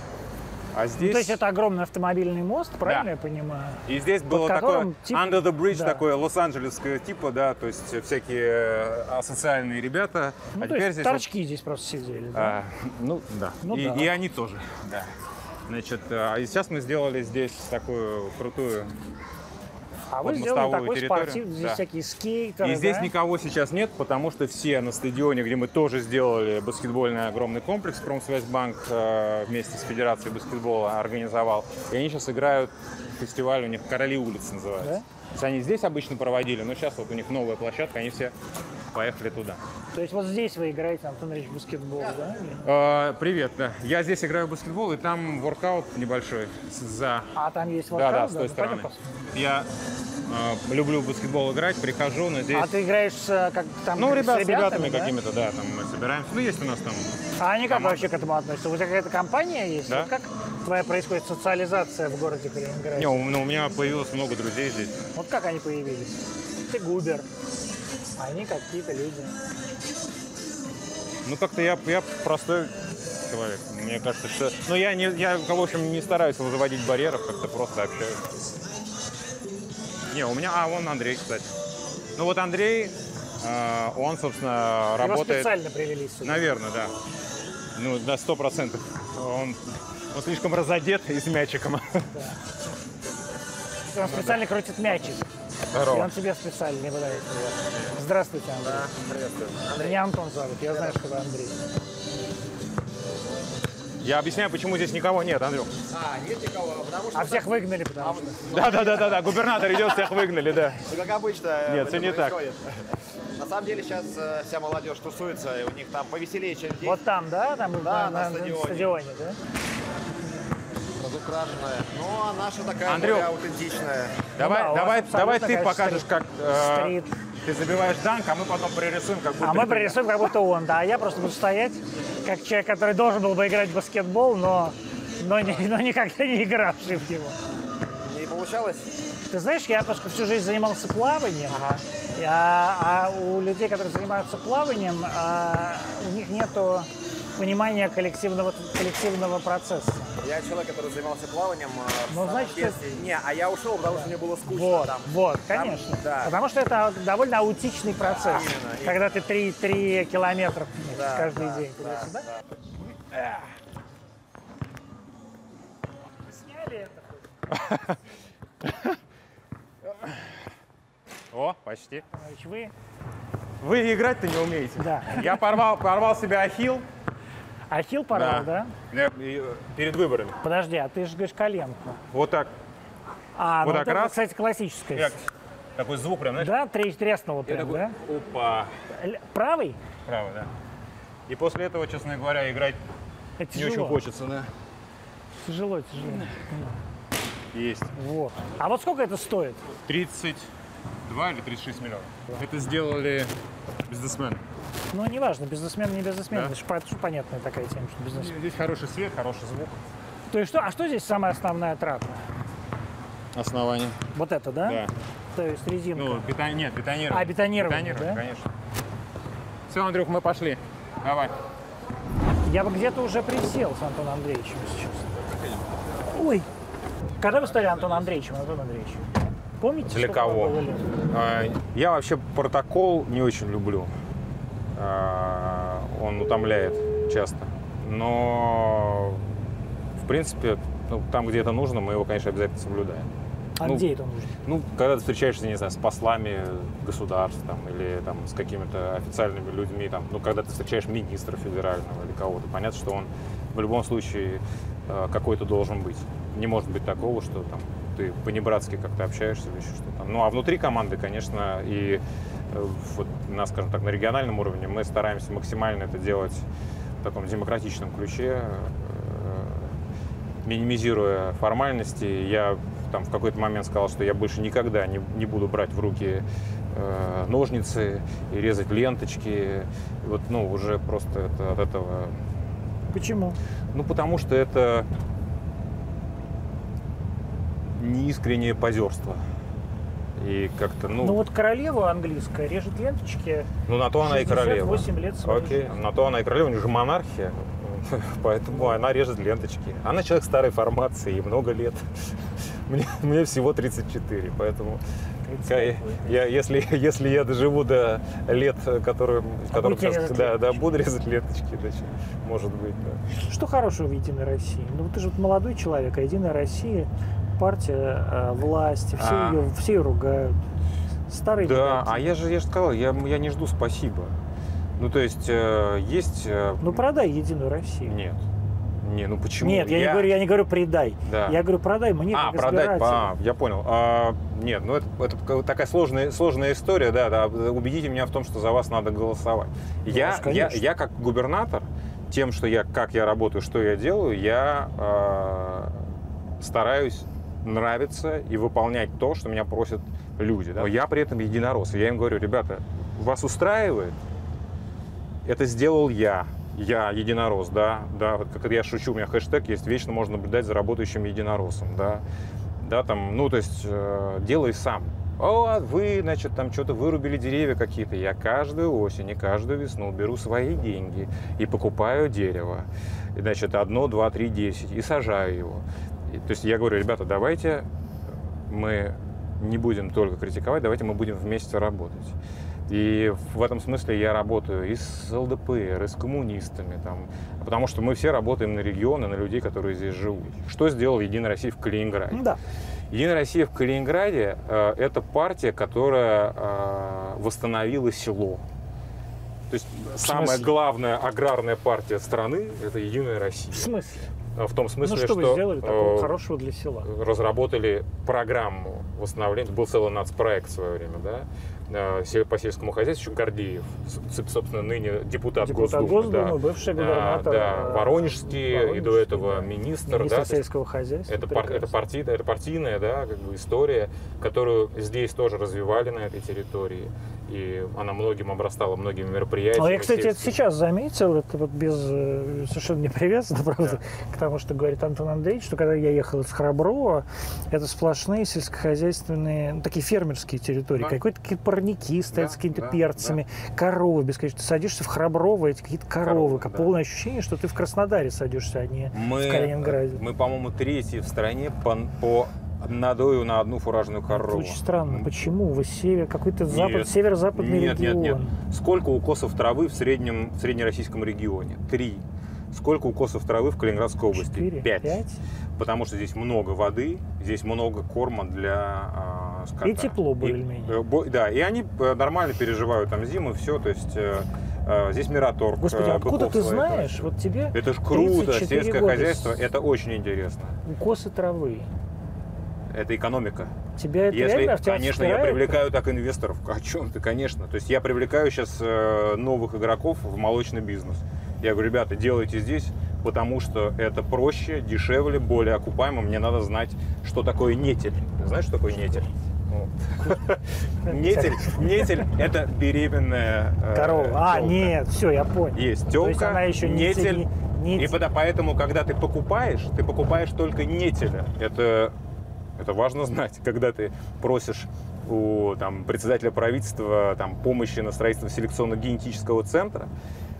Speaker 2: А здесь...
Speaker 1: Ну, То есть это огромный автомобильный мост, правильно
Speaker 2: Да.
Speaker 1: я понимаю?
Speaker 2: И здесь было
Speaker 1: которым
Speaker 2: такое
Speaker 1: тип-
Speaker 2: under the bridge,
Speaker 1: да.
Speaker 2: такое лос-анджелесское типа, да, то есть всякие э, асоциальные ребята.
Speaker 1: Ну, то
Speaker 2: а теперь
Speaker 1: есть
Speaker 2: здесь...
Speaker 1: торчки здесь просто сидели.
Speaker 2: вот,
Speaker 1: да?
Speaker 2: а, ну, да.
Speaker 1: Ну,
Speaker 2: и,
Speaker 1: да.
Speaker 2: и они тоже, да. Значит, а и сейчас мы сделали здесь такую крутую...
Speaker 1: А вы
Speaker 2: вот
Speaker 1: сделали
Speaker 2: мостовую
Speaker 1: такой
Speaker 2: территорию,
Speaker 1: спортивный, здесь
Speaker 2: да.
Speaker 1: всякие скейтеры.
Speaker 2: и здесь
Speaker 1: да?
Speaker 2: никого сейчас нет, потому что все на стадионе, где мы тоже сделали баскетбольный огромный комплекс, Промсвязьбанк э, вместе с Федерацией баскетбола организовал, и они сейчас играют фестиваль, у них «Короли улиц» называется.
Speaker 1: Да?
Speaker 2: То есть они здесь обычно проводили, но сейчас вот у них новая площадка, они все поехали туда.
Speaker 1: То есть вот здесь вы играете, Антон Ильич, в баскетбол, да? или?
Speaker 2: Э, привет, да. Я здесь играю в баскетбол, и там воркаут небольшой с- за
Speaker 1: А там Ну, есть вот
Speaker 2: да, да, с той стороны.
Speaker 1: стороны.
Speaker 2: Я э, люблю в баскетбол играть, прихожу, но здесь...
Speaker 1: А ты играешь с, э, как там
Speaker 2: Ну,
Speaker 1: с
Speaker 2: ребят, с ребятами
Speaker 1: да?
Speaker 2: какими-то, да, там мы собираемся. Ну, есть у нас там
Speaker 1: А они как вообще к этому относятся? У тебя какая-то компания есть?
Speaker 2: Да.
Speaker 1: Вот как твоя происходит социализация в городе Калининграде?
Speaker 2: Не, у, ну, у меня появилось много друзей здесь.
Speaker 1: Вот как они появились? Ты губер, а они какие-то люди.
Speaker 2: Ну, как-то я, я простой человек. Мне кажется, что... Ну, я, не, я, в общем, не стараюсь заводить барьеров, как-то просто общаюсь. Не, у меня... А, вон Андрей, кстати. Ну, вот Андрей, э, он, собственно,
Speaker 1: Его
Speaker 2: работает...
Speaker 1: специально привели сюда.
Speaker 2: Наверное, да. Ну, на сто процентов. Он, он слишком разодет и с мячиком.
Speaker 1: Он специально крутит мячик. И
Speaker 2: Здорово.
Speaker 1: он тебе специально не пытается. его. Здравствуйте, Андрей. Меня Антон зовут, я знаю, что вы Андрей.
Speaker 2: Я объясняю, почему здесь никого нет, Андрюх.
Speaker 8: А, нет никого, потому что...
Speaker 1: А всех выгнали, потому что...
Speaker 2: Да-да-да-да, губернатор идет, всех выгнали, да.
Speaker 8: Ну, как обычно, э,
Speaker 2: Нет,
Speaker 8: это
Speaker 2: всё не так.
Speaker 8: происходит. На самом деле сейчас э, вся молодежь тусуется, и у них там повеселее, чем здесь,
Speaker 1: Вот там, да? Там
Speaker 8: Да, на стадионе.
Speaker 1: стадионе, да?
Speaker 8: разукрашенная. Ну, а наша такая
Speaker 2: Андрюх.
Speaker 8: более аутентичная.
Speaker 2: Давай,
Speaker 1: да, у вас
Speaker 2: давай,
Speaker 1: абсолютно,
Speaker 2: давай ты
Speaker 1: конечно,
Speaker 2: покажешь,
Speaker 1: стрит.
Speaker 2: как э,
Speaker 1: Стрит.
Speaker 2: ты забиваешь данк, а мы потом пририсуем, как будто...
Speaker 1: А мы
Speaker 2: это я.
Speaker 1: прорисуем, как будто он, да. А я просто буду стоять, как человек, который должен был бы играть в баскетбол, но, но, ни- но никогда не игравший в него.
Speaker 8: Не получалось?
Speaker 1: Ты знаешь, я просто всю жизнь занимался плаванием, а, а у людей, которые занимаются плаванием, а, у них нету понимания коллективного, коллективного процесса.
Speaker 8: Я человек, который занимался плаванием э, в
Speaker 1: Ну,
Speaker 8: самом
Speaker 1: значит,
Speaker 8: детстве. Не, а я ушел, потому что мне было скучно
Speaker 1: Вот,
Speaker 8: там.
Speaker 1: вот,
Speaker 8: Там,
Speaker 1: конечно.
Speaker 8: да.
Speaker 1: Потому что это довольно аутичный процесс,
Speaker 8: Именно, именно.
Speaker 1: когда ты 3, километра ну, каждый день туда-сюда.
Speaker 2: О, почти.
Speaker 1: Значит, Вы,
Speaker 4: Вы играть-то не умеете.
Speaker 1: да.
Speaker 4: Я порвал, порвал себе ахилл
Speaker 1: Ахилл порвал, да.
Speaker 4: э, и, э, перед выборами.
Speaker 1: Подожди, а ты же говоришь коленку.
Speaker 4: Вот так.
Speaker 1: А,
Speaker 4: Вот
Speaker 1: ну
Speaker 4: так
Speaker 1: это,
Speaker 4: раз.
Speaker 1: кстати, классическая.
Speaker 4: Я- Такой звук прям, знаешь,
Speaker 1: Да, тресь треснула
Speaker 4: я
Speaker 1: прям,
Speaker 4: такой,
Speaker 1: да?
Speaker 4: опа,
Speaker 1: Л- Правый?
Speaker 4: право, да. И после этого, честно говоря, играть
Speaker 1: Это
Speaker 4: не очень
Speaker 1: тяжело.
Speaker 4: хочется, да.
Speaker 1: Тяжело, тяжело.
Speaker 4: Есть.
Speaker 1: Вот. А вот сколько это стоит?
Speaker 4: 32 или 36 миллионов. Это сделали бизнесмены.
Speaker 1: Ну, неважно, бизнесмен, не бизнесмен.
Speaker 4: Да.
Speaker 1: Это же по- это же понятная такая тема, что бизнесмен.
Speaker 4: Здесь хороший свет, хороший звук.
Speaker 1: То есть что, а что здесь самая основная трата?
Speaker 2: Основание.
Speaker 1: Вот это, да?
Speaker 2: Да.
Speaker 1: То есть резинка.
Speaker 4: Ну, бетон... нет, бетонирование.
Speaker 1: А, бетонирование, да?
Speaker 4: конечно. Все, Андрюх, мы пошли. Давай.
Speaker 1: Я бы где-то уже присел с Антоном Андреевичем, если честно. Ой! Когда вы стали Антон Андреевичем, Антон Андреевич? Помните,
Speaker 4: Для
Speaker 1: сколько вам
Speaker 4: кого?
Speaker 1: было лет?
Speaker 4: А, Я вообще протокол не очень люблю. А, Он утомляет часто. Но, в принципе, ну, там, где это нужно, мы его, конечно, обязательно соблюдаем.
Speaker 1: А
Speaker 4: Ну,
Speaker 1: где это нужно?
Speaker 4: Ну, когда ты встречаешься, не знаю, с послами государств там, или там, с какими-то официальными людьми, там, ну, когда ты встречаешь министра федерального или кого-то, понятно, что он в любом случае э, какой-то должен быть. Не может быть такого, что там ты по-небратски как-то общаешься или еще что-то. Ну, а внутри команды, конечно, и э, вот на, скажем так, на региональном уровне мы стараемся максимально это делать в таком демократичном ключе, э, минимизируя формальности. Я там в какой-то момент сказал, что я больше никогда не, не буду брать в руки э, ножницы и резать ленточки. И вот, ну, уже просто это, от этого...
Speaker 1: Почему?
Speaker 4: Ну, потому что это неискреннее позерство. И как-то, ну,
Speaker 1: Ну, вот королева английская режет ленточки.
Speaker 4: ну, на то она и королева.
Speaker 1: 68 лет своей
Speaker 4: Окей, на то она и королева, у нее же монархия, поэтому она режет ленточки. Она человек старой формации, ей много лет. Мне, мне всего 34, поэтому я, я- если, если я доживу до лет, которые, которым
Speaker 1: будете
Speaker 4: сейчас-
Speaker 1: А резать
Speaker 4: да, да, буду резать ленточки, да, чё, может быть, да.
Speaker 1: Что хорошего в Единой России? Ну, ты же вот молодой человек, а Единая Россия, партия э, власти, все,
Speaker 4: А.
Speaker 1: ее, все её ругают. Старые
Speaker 4: Да,
Speaker 1: гады.
Speaker 4: а я же, я же сказал, я, я не жду спасибо. Ну, то есть, э, есть... э,
Speaker 1: Ну, продай Единую Россию.
Speaker 4: Нет. Не, ну почему?
Speaker 1: Нет, я, не говорю, я не говорю предай.
Speaker 4: Да.
Speaker 1: Я говорю, продай мне
Speaker 4: А,
Speaker 1: как
Speaker 4: продать,
Speaker 1: избирателю.
Speaker 4: а, я понял. А, нет, ну это, это как- такая сложная, сложная история, да, да, убедите меня в том, что за вас надо голосовать. я,
Speaker 2: Ну,
Speaker 1: уж,
Speaker 4: я,
Speaker 1: конечно.
Speaker 4: я как губернатор, тем, что я, как я работаю, что я делаю, я а, стараюсь нравиться и выполнять то, что меня просят люди. да. Но я при этом единорос. И Я им говорю, ребята, вас устраивает? Это сделал я. Я единорос, да, да, вот как я шучу, у меня хэштег есть, вечно можно наблюдать за работающим единоросом, да, да, там, ну, то есть, э, делай сам. О, а вы, значит, там что-то вырубили деревья какие-то. Я каждую осень и каждую весну беру свои деньги и покупаю дерево. И, Значит, одно, два, три, десять. И сажаю его. И, то есть я говорю, ребята, давайте мы не будем только критиковать, давайте мы будем вместе работать. И в этом смысле я работаю и с ЛДПР, и с коммунистами, там, потому что мы все работаем на регионы, на людей, которые здесь живут. Что сделал Единая Россия в Калининграде?
Speaker 1: Ну Да.
Speaker 4: Единая Россия в Калининграде э, это партия, которая э, восстановила село. То есть самая
Speaker 1: смысле?
Speaker 4: главная аграрная партия страны это Единая Россия.
Speaker 1: В смысле?
Speaker 4: Э, В том смысле,
Speaker 1: ну, что, вы сделали такого
Speaker 4: э,
Speaker 1: хорошего для села?
Speaker 4: разработали программу восстановления. Это был целый нацпроект в свое время, да, э, се- по сельскому хозяйству, еще Гордеев, с- собственно, ныне депутат,
Speaker 1: Депутат
Speaker 4: Госдумы.
Speaker 1: Типа Госдумы,
Speaker 4: да.
Speaker 1: бывший
Speaker 4: А,
Speaker 1: губернатор.
Speaker 4: да,
Speaker 1: э,
Speaker 4: Воронежский, и до
Speaker 1: Воронежский,
Speaker 4: этого
Speaker 1: да.
Speaker 4: министр,
Speaker 1: Министр
Speaker 4: да, то есть
Speaker 1: сельского хозяйства.
Speaker 4: это, пар- это,
Speaker 1: Прекрасно.
Speaker 4: партийная, это партийная да, как бы история, которую здесь тоже развивали на этой территории. И она многим обрастала, многими мероприятиями.
Speaker 1: А я, кстати, это
Speaker 4: сельскими.
Speaker 1: сейчас заметил, это вот без э, совершенно не привязано, правда, к тому, что говорит Антон Андреевич, что когда я ехал из Храброва, это сплошные сельскохозяйственные, ну, такие фермерские территории,
Speaker 4: Да.
Speaker 1: какие-то какие парники стоят с
Speaker 4: Да,
Speaker 1: какими-то
Speaker 4: да,
Speaker 1: перцами, коровы, бесконечно. Ты садишься в Храброво, эти какие-то коровы,
Speaker 4: Коровы,
Speaker 1: как
Speaker 4: да.
Speaker 1: полное ощущение, что ты в Краснодаре садишься, а не
Speaker 4: мы,
Speaker 1: в Калининграде.
Speaker 4: Мы, по-моему, третьи в стране по, по надою на одну фуражную
Speaker 1: Это
Speaker 4: корову.
Speaker 1: очень странно.
Speaker 4: М.
Speaker 1: Почему? Вы север, какой-то запад,
Speaker 4: Нет.
Speaker 1: северо-западный
Speaker 4: Нет, нет,
Speaker 1: регион.
Speaker 4: нет. Сколько укосов травы в среднем в среднероссийском регионе? Три. Сколько укосов травы в Калининградской области?
Speaker 1: Четыре,
Speaker 4: Пять.
Speaker 1: пять.
Speaker 4: Потому что здесь много воды, здесь много корма для а, скота.
Speaker 1: И тепло более-менее.
Speaker 4: э, бо- Да, и они э, нормально переживают там зиму, все. То есть э, э, здесь Мираторг.
Speaker 1: Господи,
Speaker 4: э,
Speaker 1: откуда
Speaker 4: быков
Speaker 1: ты
Speaker 4: ловит.
Speaker 1: знаешь? Вот тебе
Speaker 4: Это ж круто,
Speaker 1: 34
Speaker 4: сельское
Speaker 1: года.
Speaker 4: хозяйство, это очень интересно.
Speaker 1: укосы травы.
Speaker 4: Это экономика.
Speaker 1: Тебя это
Speaker 4: Если,
Speaker 1: реально в тебя
Speaker 4: конечно, я
Speaker 1: втирают?
Speaker 4: привлекаю так инвесторов. О чем ты, конечно. То есть я привлекаю сейчас новых игроков в молочный бизнес. Я говорю, ребята, делайте здесь, потому что это проще, дешевле, более окупаемо. Мне надо знать, что такое нетель. Ты знаешь, что такое нетель? Вот. Нетель, нетель – это беременная э,
Speaker 1: Корова. А,
Speaker 4: тёлка.
Speaker 1: нет, все, я понял.
Speaker 4: Есть
Speaker 1: То есть
Speaker 4: телка,
Speaker 1: она еще не
Speaker 4: нетель,
Speaker 1: те- не- не
Speaker 4: и
Speaker 1: те-
Speaker 4: пода- поэтому, когда ты покупаешь, ты покупаешь только нетеля. Это, это важно знать, когда ты просишь у там, председателя правительства там, помощи на строительство селекционно-генетического центра,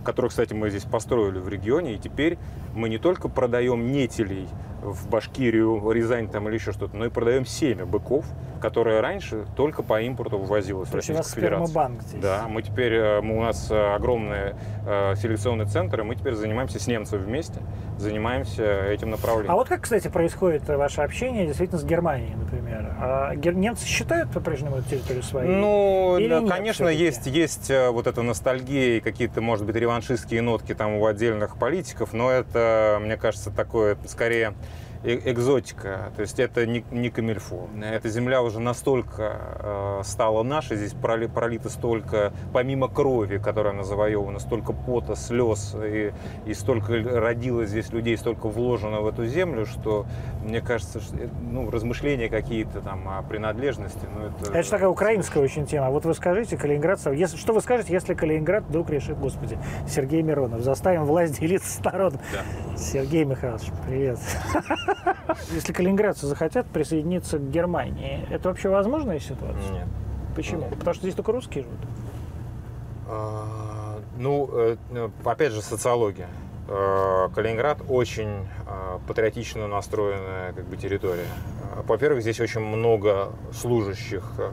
Speaker 4: который, кстати, мы здесь построили в регионе, и теперь мы не только продаем нетелей в Башкирию, Рязань там или еще что-то, но и продаем семя быков, которое раньше только по импорту вывозилось в
Speaker 1: То есть у
Speaker 4: Российскую
Speaker 1: вас
Speaker 4: Федерацию.
Speaker 1: спермобанк здесь.
Speaker 4: Да, мы теперь, э, мы- у нас э, огромный э, селекционный центр, и мы теперь занимаемся с немцами вместе, занимаемся этим направлением.
Speaker 1: А вот как, кстати, происходит э, ваше общение действительно с Германией, например? А гер- немцы считают по-прежнему эту территорию своей?
Speaker 4: Ну,
Speaker 1: Или
Speaker 4: да,
Speaker 1: нет
Speaker 4: конечно,
Speaker 1: всё-таки?
Speaker 4: есть, есть э, вот эта ностальгия и какие-то, может быть, реваншистские нотки там у отдельных политиков, но это, мне кажется, такое скорее э- экзотика, то есть это не, не камильфо. Эта земля уже настолько э, стала нашей, здесь проли- пролито столько, помимо крови, которая она завоевана, столько пота, слез, и, и столько родилось здесь людей, столько вложено в эту землю, что, мне кажется, что, э, ну, размышления какие-то там о принадлежности, ну, это...
Speaker 1: А Это же такая украинская очень тема. Вот вы скажите, Калининград... сам- Если, что вы скажете, если Калининград вдруг решит, господи, Сергей Миронов, заставим власть делиться с народом? Сергей Михайлович, привет. Если калининградцы захотят присоединиться к Германии, это вообще возможная ситуация?
Speaker 4: Нет.
Speaker 1: Почему? Потому что здесь только русские живут.
Speaker 4: А, Ну, э, э, опять же, социология. Э, Калининград очень э, патриотично настроенная как бы, территория. Э, Во-первых, здесь очень много служащих э,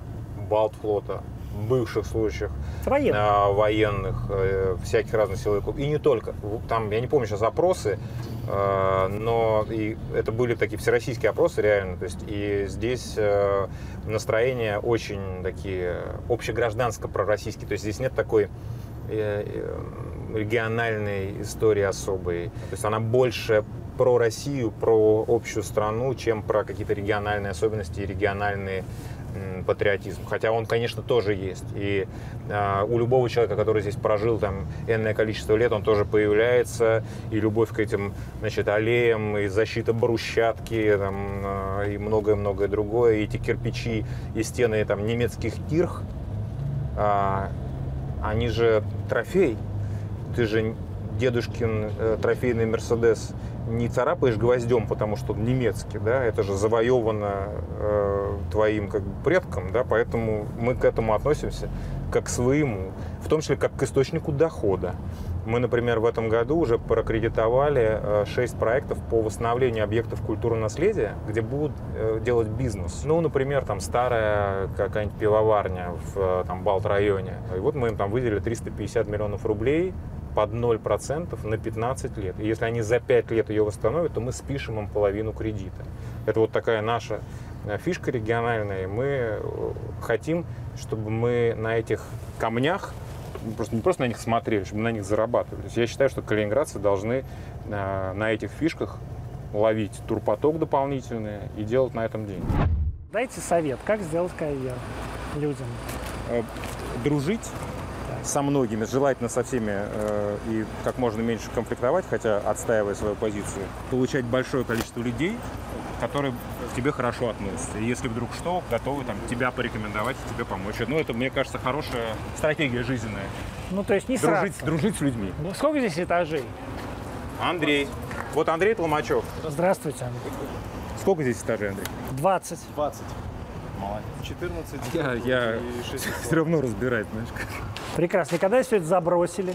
Speaker 4: Балтфлота, бывших служащих,
Speaker 1: Это военные.
Speaker 4: а, военных, э, всяких разных силовиков. И не только. В- Там, я не помню сейчас опросы, э, но и это были такие всероссийские опросы реально. То есть и здесь э, настроения очень такие общегражданско-пророссийские. То есть здесь нет такой э, э, региональной истории особой. То есть она больше про Россию, про общую страну, чем про какие-то региональные особенности и региональные м, патриотизм. Хотя он, конечно, тоже есть. И а, у любого человека, который здесь прожил там энное количество лет, он тоже появляется. И любовь к этим, значит, аллеям, и защита брусчатки, там, а, и многое-многое другое. И эти кирпичи, и стены там немецких кирх, а, они же трофей. Ты же дедушкин э, трофейный Мерседес не царапаешь гвоздем, потому что он немецкий, да, это же завоевано э, твоим как бы, предком, да, поэтому мы к этому относимся как к своему, в том числе как к источнику дохода. Мы, например, в этом году уже прокредитовали э, шесть проектов по восстановлению объектов культурного наследия, где будут э, делать бизнес. Ну, например, там старая какая-нибудь пивоварня в э, там, Балт-районе. И вот мы им там выделили 350 миллионов рублей под 0% на 15 лет. И если они за 5 лет ее восстановят, то мы спишем им половину кредита. Это вот такая наша э, фишка региональная. И Мы э, хотим, чтобы мы на этих камнях ну, просто не просто на них
Speaker 2: а
Speaker 4: смотрели, чтобы на них зарабатывали. То есть я считаю, что калининградцы должны
Speaker 2: а,
Speaker 4: э, на этих фишках ловить турпоток дополнительный и делать на этом деньги.
Speaker 1: Дайте совет, как сделать карьеру людям.
Speaker 4: Дружить со многими, желательно со всеми э, и как можно меньше конфликтовать, хотя отстаивая свою позицию, получать большое количество людей, которые к тебе хорошо относятся. И если вдруг что, готовы там, тебя порекомендовать и тебе помочь. Ну, это, мне кажется, хорошая стратегия жизненная.
Speaker 1: Ну, то есть не
Speaker 4: Дружить,
Speaker 1: сраться.
Speaker 4: дружить с людьми.
Speaker 1: Ну, Сколько здесь этажей?
Speaker 4: Андрей. Вот Андрей Толмачев.
Speaker 1: Здравствуйте. Андрей.
Speaker 4: Сколько здесь этажей, Андрей?
Speaker 1: 20.
Speaker 8: 20. Молодец. 14.
Speaker 4: Я, я все равно разбирать, знаешь.
Speaker 1: Прекрасно. И когда все это забросили?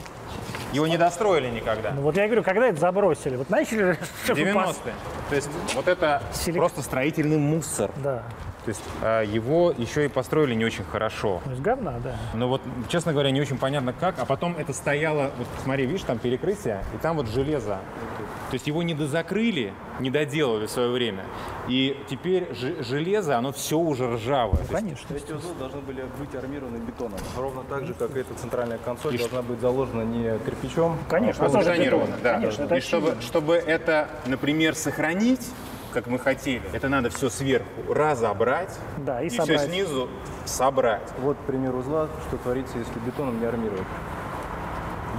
Speaker 4: Его не достроили никогда.
Speaker 1: Ну, вот я говорю, когда это забросили? Вот начали... чтобы пос-
Speaker 4: 90-е. То есть вот это
Speaker 1: Силик-
Speaker 4: просто строительный мусор.
Speaker 1: Да.
Speaker 2: То есть э, его еще и построили не очень хорошо.
Speaker 1: Ну, из говна, да.
Speaker 2: Но вот, честно говоря, не очень понятно как. А потом это стояло, вот смотри, видишь, там перекрытие, и там вот железо. То есть его не дозакрыли, не доделали в свое время. И теперь же- железо, оно все уже ржавое. То есть
Speaker 1: Конечно.
Speaker 9: Эти узлы должны были быть армированы бетоном. Ровно так же, как и эта центральная консоль должна быть заложена не кирпичом,
Speaker 1: Конечно.
Speaker 9: а
Speaker 1: это же
Speaker 2: Забетонировано,
Speaker 1: бетон.
Speaker 2: да.
Speaker 1: Конечно, это
Speaker 2: и чтобы,
Speaker 1: очевидно.
Speaker 2: чтобы это, например, сохранить, как мы хотели, это надо все сверху разобрать
Speaker 1: Да, и
Speaker 2: и все
Speaker 1: собрать.
Speaker 2: снизу собрать.
Speaker 9: Вот пример узла, что творится, если бетоном не армировать.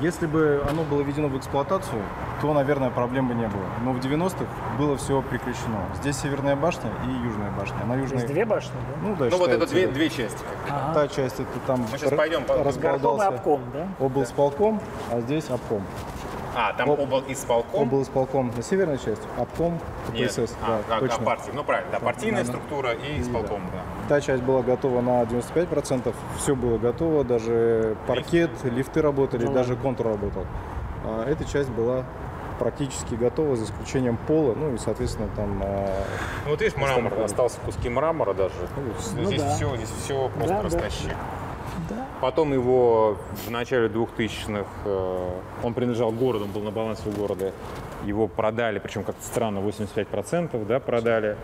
Speaker 9: Если бы оно было введено в эксплуатацию, то, наверное, проблем бы не было. Но в 90-х было все прекращено. Здесь северная башня и южная башня. На южной...
Speaker 1: Из две башни, да?
Speaker 9: Ну, да,
Speaker 2: ну вот это
Speaker 9: считается,
Speaker 2: две,
Speaker 9: да.
Speaker 2: две части.
Speaker 9: Та часть, это там
Speaker 2: Мы сейчас
Speaker 9: р-
Speaker 2: пойдем по-
Speaker 1: Горком и
Speaker 9: разболтался
Speaker 1: обком, да?
Speaker 9: облсполком, а здесь обком.
Speaker 2: А, там
Speaker 9: Об-
Speaker 2: обл исполком.
Speaker 9: Облсполком на северной части, обком
Speaker 2: Нет,
Speaker 9: КПСС.
Speaker 2: а,
Speaker 9: да,
Speaker 2: а,
Speaker 9: точно.
Speaker 2: а, партия. Ну правильно, да, партийная
Speaker 9: да, да.
Speaker 2: структура и исполком, да.
Speaker 9: Та часть была готова на 95%, все было готово, даже паркет, лифты работали,
Speaker 1: Ну
Speaker 9: даже контур работал. А эта часть была практически готова, за исключением пола, ну и, соответственно, там... а,
Speaker 2: Ну вот видишь, мрамор, остался куски мрамора даже.
Speaker 1: Ну
Speaker 2: здесь
Speaker 1: да.
Speaker 2: все, здесь все просто
Speaker 1: да.
Speaker 2: растащили.
Speaker 1: Да.
Speaker 2: Потом его в начале 2000-х, э, он принадлежал городу, он был на балансе у города. Его продали, причем как-то странно, 85% да, продали.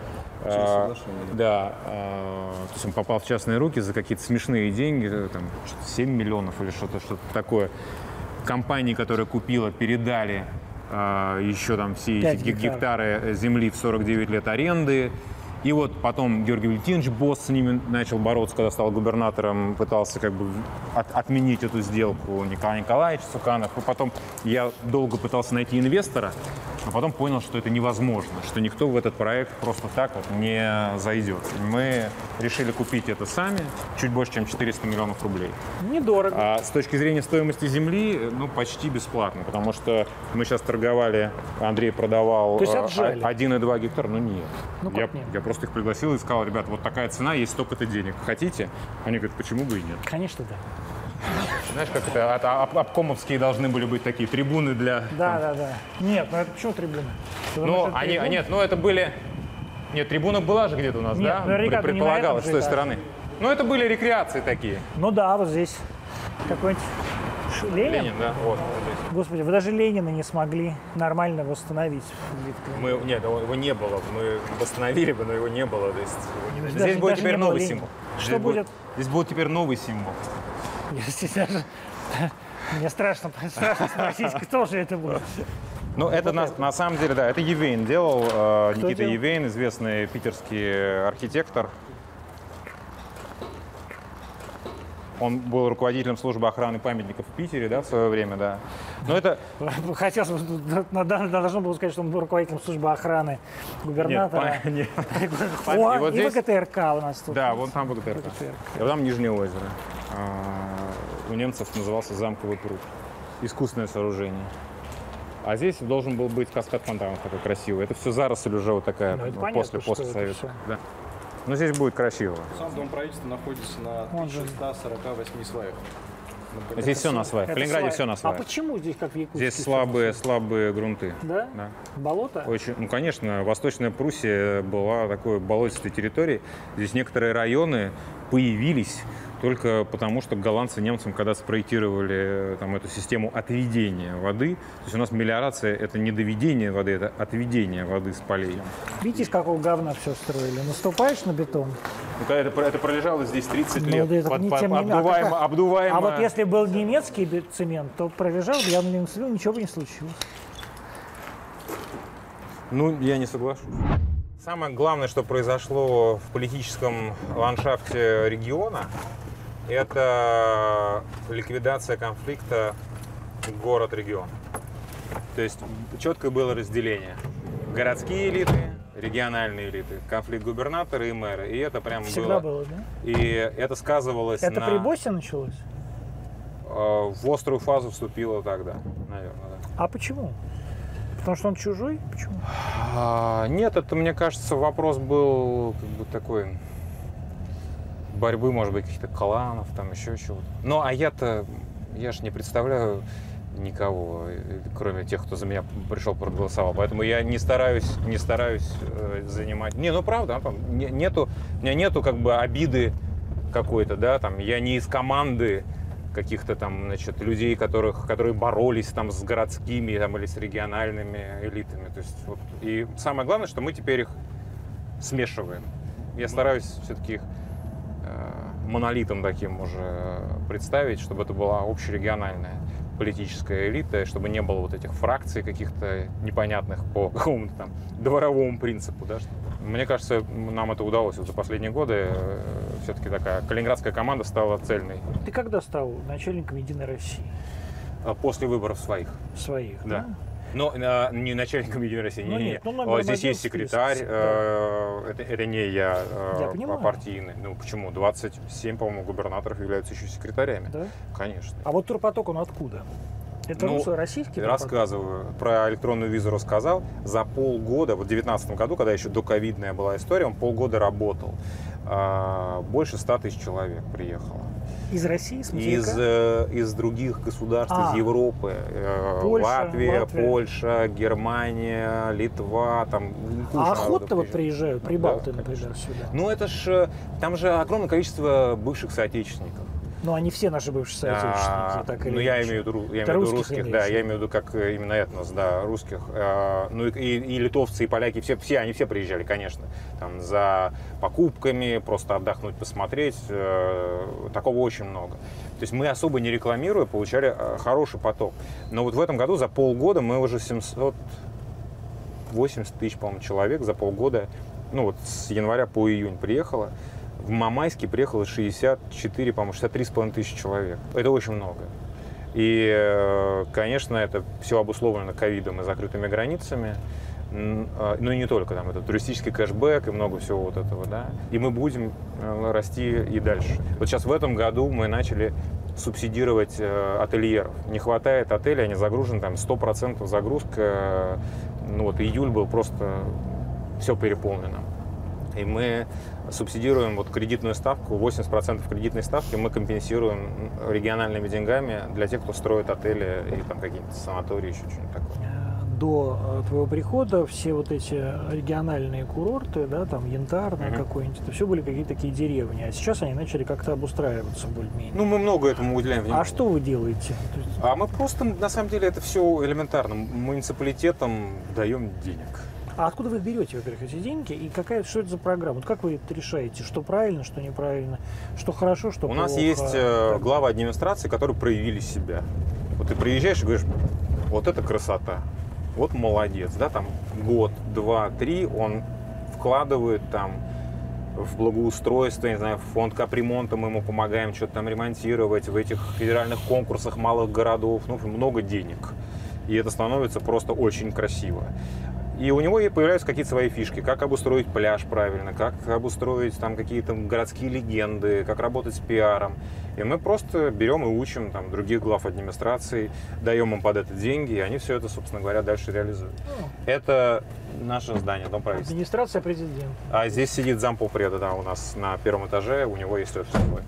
Speaker 9: Через
Speaker 2: А,
Speaker 9: соглашение, да.
Speaker 2: Да. а, то есть он попал в частные руки за какие-то смешные деньги, э, там, что-то 7 миллионов или что-то что такое. Компании, которая купила, передали а, еще там все эти
Speaker 1: Пять
Speaker 2: гек-
Speaker 1: гектаров.
Speaker 2: гектары э, земли в 49 лет аренды. И вот потом Георгий Валентинович Босс с ними начал бороться, когда стал губернатором, пытался как бы от- отменить эту сделку Николай Николаевич Суканов. И потом я долго пытался найти инвестора, но потом понял, что это невозможно, что никто в этот проект просто так вот не зайдет. Мы решили купить это сами, чуть больше, чем 400 миллионов рублей.
Speaker 1: Недорого.
Speaker 2: А с точки зрения стоимости земли, ну, почти бесплатно, потому что мы сейчас торговали, Андрей продавал
Speaker 1: То есть
Speaker 2: э,
Speaker 1: отжали?
Speaker 2: а- 1,2 гектара, ну нет.
Speaker 1: Ну,
Speaker 2: я,
Speaker 1: как нет?
Speaker 2: я просто их пригласил и сказал, ребят, вот такая цена, есть столько-то денег, хотите? Они говорят, почему бы и нет.
Speaker 1: Конечно, да.
Speaker 2: Знаешь, как это, от- об- обкомовские должны были быть такие трибуны для...
Speaker 1: Да, да, да. Нет, ну это почему трибуна? Потому
Speaker 2: Ну,
Speaker 1: что
Speaker 2: они,
Speaker 1: трибуна-
Speaker 2: а, нет, ну это были... Нет, трибуна была же где-то у нас,
Speaker 1: Нет,
Speaker 2: да?
Speaker 1: ну, Рикардо не на этом
Speaker 2: Предполагалось, с
Speaker 1: же
Speaker 2: той
Speaker 1: этаже.
Speaker 2: стороны. Ну, это были рекреации такие.
Speaker 1: Ну да, вот здесь какой-нибудь Ш- Ленин?
Speaker 2: Ленин, да? Вот. вот здесь.
Speaker 1: Господи, вы даже Ленина не смогли нормально восстановить.
Speaker 2: Мы, нет, его его не было. Мы восстановили бы, но его не было. То есть его не
Speaker 1: Даже-
Speaker 2: дали. Здесь будет
Speaker 1: даже
Speaker 2: теперь
Speaker 1: не было
Speaker 2: новый
Speaker 1: линии.
Speaker 2: символ.
Speaker 1: Что
Speaker 2: Здесь
Speaker 1: будет?
Speaker 2: Здесь будет теперь новый символ.
Speaker 1: Если даже... Мне страшно, страшно спросить, кто же это был.
Speaker 2: Ну, это на, на самом деле, да, это Евейн делал, э,
Speaker 1: Кто
Speaker 2: Никита
Speaker 1: делал?
Speaker 2: Евейн, известный питерский архитектор. Он был руководителем службы охраны памятников в Питере, да, в свое время, да. Но это,
Speaker 1: Хотелось бы, на- на- должно было сказать, что он был руководителем службы охраны губернатора.
Speaker 2: пон- нет.
Speaker 1: О,
Speaker 2: И вот
Speaker 1: и
Speaker 2: здесь-
Speaker 1: ВКТРК у нас тут.
Speaker 2: Да, вон там ВГТРК. И вот там Нижнее озеро. А, У немцев назывался замковый пруд. Искусственное сооружение. А здесь должен был быть каскад фонтанов такой красивый. Это все заросль уже вот такая,
Speaker 1: Ну, это
Speaker 2: ну,
Speaker 1: понятно,
Speaker 2: после,
Speaker 1: что
Speaker 2: после
Speaker 1: это
Speaker 2: Совета.
Speaker 1: всё.
Speaker 2: Да. Но здесь будет красиво.
Speaker 9: Сам дом правительства находится на
Speaker 1: Он же-
Speaker 9: 1148 сваях.
Speaker 2: Здесь все на сваях. В
Speaker 1: Это
Speaker 2: Калининграде
Speaker 1: слаб-
Speaker 2: все на
Speaker 1: А
Speaker 2: сваях.
Speaker 1: почему здесь, как в Якутске?
Speaker 2: Здесь слабые, слабые грунты.
Speaker 1: Да?
Speaker 2: Да.
Speaker 1: Болото?
Speaker 2: Очень, ну, конечно, Восточная Пруссия была такой болотистой территорией. Здесь некоторые районы появились только потому, что голландцы немцам, когда спроектировали э, там, эту систему отведения воды, то есть у нас мелиорация – это не доведение воды, это отведение воды с полей.
Speaker 1: Видите, из какого говна все строили? Наступаешь на бетон,
Speaker 2: Ну, это, это пролежало здесь 30
Speaker 1: Ну, лет. да это не- тем не менее. А как-
Speaker 2: обдуваемо.
Speaker 1: А вот если был немецкий бе- цемент, то пролежал бы я на нем слил, ничего бы не случилось.
Speaker 2: Ну, я не соглашусь. Самое главное, что произошло в политическом ландшафте региона, это ликвидация конфликта город-регион. То есть четкое было разделение. Городские элиты, региональные элиты, конфликт губернатора и мэра. И это прям
Speaker 1: Всегда было,
Speaker 2: было.
Speaker 1: да?
Speaker 2: И это сказывалось
Speaker 1: Это
Speaker 2: на...
Speaker 1: при Босе началось?
Speaker 2: э, в острую фазу вступило тогда, наверное, да.
Speaker 1: А почему? Потому что он чужой? Почему?
Speaker 2: А, нет, это, мне кажется, вопрос был как бы такой борьбы, может быть, каких-то кланов, там еще чего-то. Ну, а я-то, я же не представляю
Speaker 4: никого, э, кроме тех, кто за меня пришел, проголосовал. Поэтому я не стараюсь, не стараюсь э, занимать. Не, ну правда, Антон, не- нету, у меня нету как бы обиды какой-то, да, там, я не из команды каких-то там, значит, людей, которых, которые боролись там с городскими там, или с региональными элитами. То есть, вот, и самое главное, что мы теперь их смешиваем. Я стараюсь все-таки их э, монолитом таким уже э, представить, чтобы это была общерегиональная политическая элита, и чтобы не было вот этих фракций каких-то непонятных по какому-то там дворовому принципу. Да? что- Мне кажется, нам это удалось вот за последние годы. все-таки такая калининградская команда стала цельной
Speaker 1: Ну, Ты когда стал начальником Единой России?
Speaker 4: э, после выборов своих.
Speaker 1: Своих,
Speaker 4: Да.
Speaker 1: да?
Speaker 4: Но
Speaker 2: а,
Speaker 4: э, не начальником Единой России,
Speaker 1: Ну
Speaker 4: не, не,
Speaker 1: нет,
Speaker 4: не.
Speaker 1: ну, номер
Speaker 4: О, Здесь
Speaker 1: один
Speaker 4: есть
Speaker 1: в списке,
Speaker 4: секретарь,
Speaker 1: да.
Speaker 4: э, это, это не я, э,
Speaker 1: Я понимаю.
Speaker 4: а партийный. Ну почему? 27, по-моему, губернаторов являются еще секретарями.
Speaker 1: Да?
Speaker 4: Конечно.
Speaker 1: А вот турпоток, он откуда? Это
Speaker 4: Ну,
Speaker 1: русско- российский турпоток?
Speaker 4: Рассказываю. Про электронную визу рассказал. За полгода, вот в 2019 году, когда еще доковидная была история, он полгода работал. А, Больше 100 тысяч человек приехало.
Speaker 1: Из России, с
Speaker 4: Из,
Speaker 1: материка?
Speaker 4: э, из других государств,
Speaker 1: А.
Speaker 4: из Европы. Э,
Speaker 1: Польша,
Speaker 4: Латвия,
Speaker 1: Латвия.
Speaker 4: Польша, Германия, Литва, там куча
Speaker 1: А
Speaker 4: народу
Speaker 1: охотно вот приезжают,
Speaker 4: приезжает. Да,
Speaker 1: прибалты,
Speaker 4: конечно.
Speaker 1: например, сюда.
Speaker 4: Ну это ж, э, там же огромное количество бывших соотечественников.
Speaker 1: Но Ну, они все наши бывшие соотечественники,
Speaker 4: А,
Speaker 1: так или
Speaker 4: Ну, я
Speaker 1: иначе.
Speaker 4: имею в виду, я
Speaker 1: Ты
Speaker 4: имею в виду
Speaker 1: русских
Speaker 4: русских,
Speaker 1: имеешь
Speaker 4: да,
Speaker 1: в
Speaker 4: я имею в виду как э, именно этнос, да, русских. Э, Ну, и, и- и литовцы, и поляки, все, все, они все приезжали, конечно, там, за покупками, просто отдохнуть, посмотреть, э, такого очень много. То есть мы особо не рекламируя, получали э, хороший поток. Но вот в этом году за полгода мы уже 780 тысяч, по-моему, человек за полгода, ну, вот с января по июнь приехало. В Мамайске приехало 64, по-моему, 63,5 тысячи человек. Это очень много. И, э, конечно, это все обусловлено ковидом и закрытыми границами. М, а, Ну и не только, там это туристический кэшбэк и много всего вот этого, да. И мы будем э, расти и дальше. Вот сейчас в этом году мы начали субсидировать э, ательеров. Не хватает отелей, они загружены, там 100% загрузка. Ну вот июль был просто все переполнено. И мы субсидируем вот кредитную ставку, 80% кредитной ставки мы компенсируем региональными деньгами для тех, кто строит отели или там какие-то санатории, еще что-нибудь такое.
Speaker 1: Э, До э, твоего прихода все вот эти региональные курорты, да, там янтарный
Speaker 4: Мгм.
Speaker 1: какой-нибудь, это все были какие-то такие деревни. А сейчас они начали как-то обустраиваться более-менее.
Speaker 4: Ну, мы много этому уделяем внимания.
Speaker 1: а что вы делаете? То есть
Speaker 4: А мы просто, на самом деле, это все элементарно. Муниципалитетам даем денег.
Speaker 1: А откуда вы берете, во-первых, эти деньги? И какая, что это за программа? Вот как вы это решаете? Что правильно, что неправильно? Что хорошо, что
Speaker 4: У нас
Speaker 1: плохо?
Speaker 4: есть э,
Speaker 1: Так.
Speaker 4: главы администрации, которые проявили себя. Вот ты приезжаешь и говоришь, вот это красота, вот молодец, да, там год, два, три он вкладывает там в благоустройство, я не знаю, в фонд капремонта мы ему помогаем что-то там ремонтировать, в этих федеральных конкурсах малых городов, ну, много денег. И это становится просто очень красиво. И у него и появляются какие-то свои фишки, как обустроить пляж правильно, как обустроить там какие-то городские легенды, как работать с пиаром. И мы просто берем и учим там других глав администрации, даем им под это деньги, и они все это, собственно говоря, дальше реализуют. Это наше здание, дом правительства.
Speaker 1: Администрация президента.
Speaker 4: А здесь сидит зам попреда, да, у нас на первом этаже, у него есть офис свой.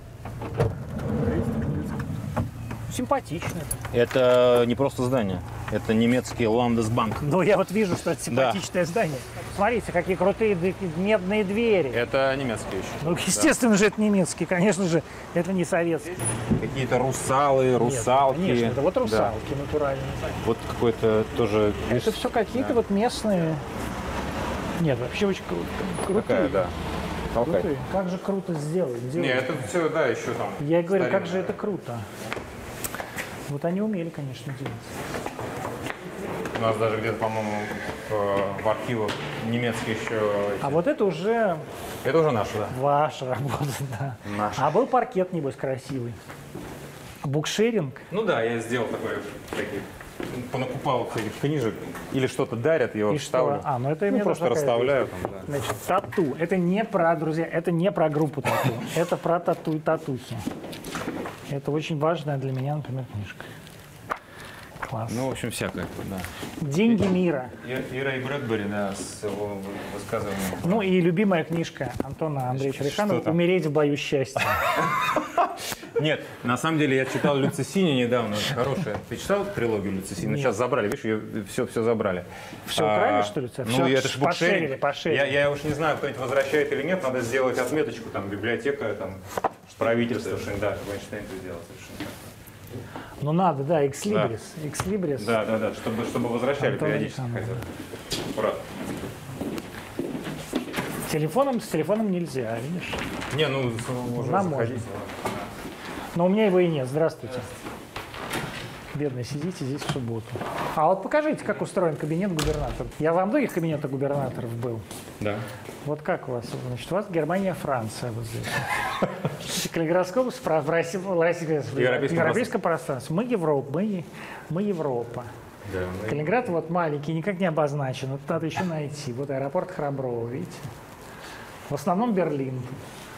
Speaker 1: Симпатично. это.
Speaker 2: Это не просто здание, это немецкий Ландесбанк.
Speaker 1: Ну, я вот вижу, что это
Speaker 2: Да.
Speaker 1: симпатичное здание. Смотрите, какие крутые д- медные двери.
Speaker 4: Это немецкий еще.
Speaker 1: Ну, естественно же, это немецкий, конечно же, это не советский.
Speaker 4: Какие-то русалы,
Speaker 1: Нет,
Speaker 4: русалки.
Speaker 1: конечно, это вот
Speaker 4: Да.
Speaker 1: русалки натуральные.
Speaker 2: Вот какой-то тоже...
Speaker 1: Это все какие-то вот местные... Нет, вообще очень кру- крутые.
Speaker 4: Такая, да. Толкай.
Speaker 1: крутые. Как же круто сделано.
Speaker 4: Не, это все, да, еще там.
Speaker 1: Я и говорю,
Speaker 4: старинное.
Speaker 1: как же это круто. Вот они умели, конечно, делать. А
Speaker 4: У нас даже где-то, по-моему,
Speaker 2: э,
Speaker 4: в, в архивах немецкий еще.
Speaker 1: А вот это уже
Speaker 4: Это уже наше, да.
Speaker 1: ваша работа, да.
Speaker 4: Наша.
Speaker 1: А был паркет, небось, красивый. Букшеринг.
Speaker 4: Ну да, я сделал такое, такие, понакупал всяких книжек. Или что-то дарят, я вот
Speaker 1: И
Speaker 4: ставлю.
Speaker 1: что? А, ну это
Speaker 4: Ну,
Speaker 1: именно
Speaker 4: просто
Speaker 1: такая
Speaker 4: расставляю там, да.
Speaker 1: Значит, тату. Это не про, друзья, это не про группу тату. Это про тату и татухи. Это очень важная для меня, например, книжка. Класс.
Speaker 2: Ну, в общем, всякое. Да.
Speaker 1: Деньги мира.
Speaker 2: Ира и Брэдбери, да, с его высказыванием.
Speaker 1: Ну и любимая книжка Антона Андреевича
Speaker 2: что
Speaker 1: Риханова
Speaker 2: там?
Speaker 1: «Умереть в бою счастья».
Speaker 2: Нет, на самом деле я читал Люцисини недавно, очень хорошая. Ты читал трилогию Люцисини?
Speaker 1: Нет.
Speaker 2: Сейчас забрали, видишь, ее все, все забрали.
Speaker 1: Всё украли, что ли, тебя?
Speaker 2: Ну,
Speaker 1: Всё
Speaker 2: и это же
Speaker 1: пошерили,
Speaker 2: букшеринг.
Speaker 1: пошерили.
Speaker 2: Я, я уж не знаю, кто-нибудь возвращает или нет, надо сделать отметочку, там, библиотека, там, правительство, что-нибудь, да, чтобы Эйнштейн сделал совершенно.
Speaker 1: Ну надо, да, экслибрис. Экслибрис.
Speaker 2: Да, да, да, чтобы, чтобы возвращали
Speaker 1: Антон
Speaker 2: периодически хотя
Speaker 1: Александров.
Speaker 2: бы. Ура.
Speaker 1: С телефоном, с телефоном нельзя, видишь.
Speaker 2: Не, ну, с- можно
Speaker 1: Нам
Speaker 2: заходить.
Speaker 1: Но у меня его и нет. Здравствуйте. Бедный, сидите здесь в субботу. А вот покажите, как устроен кабинет губернатора. Я во многих кабинетах губернаторов был.
Speaker 2: Да.
Speaker 1: Вот как у вас? Значит, у вас Германия, Франция вот здесь. Каллиграфского с про- в России- в России- в
Speaker 2: Европейском
Speaker 1: европейском пространстве. Мы Европа, мы, мы Европа. Калининград вот маленький, никак не обозначен. Вот надо еще найти. Вот аэропорт Храброва, видите? В основном Берлин,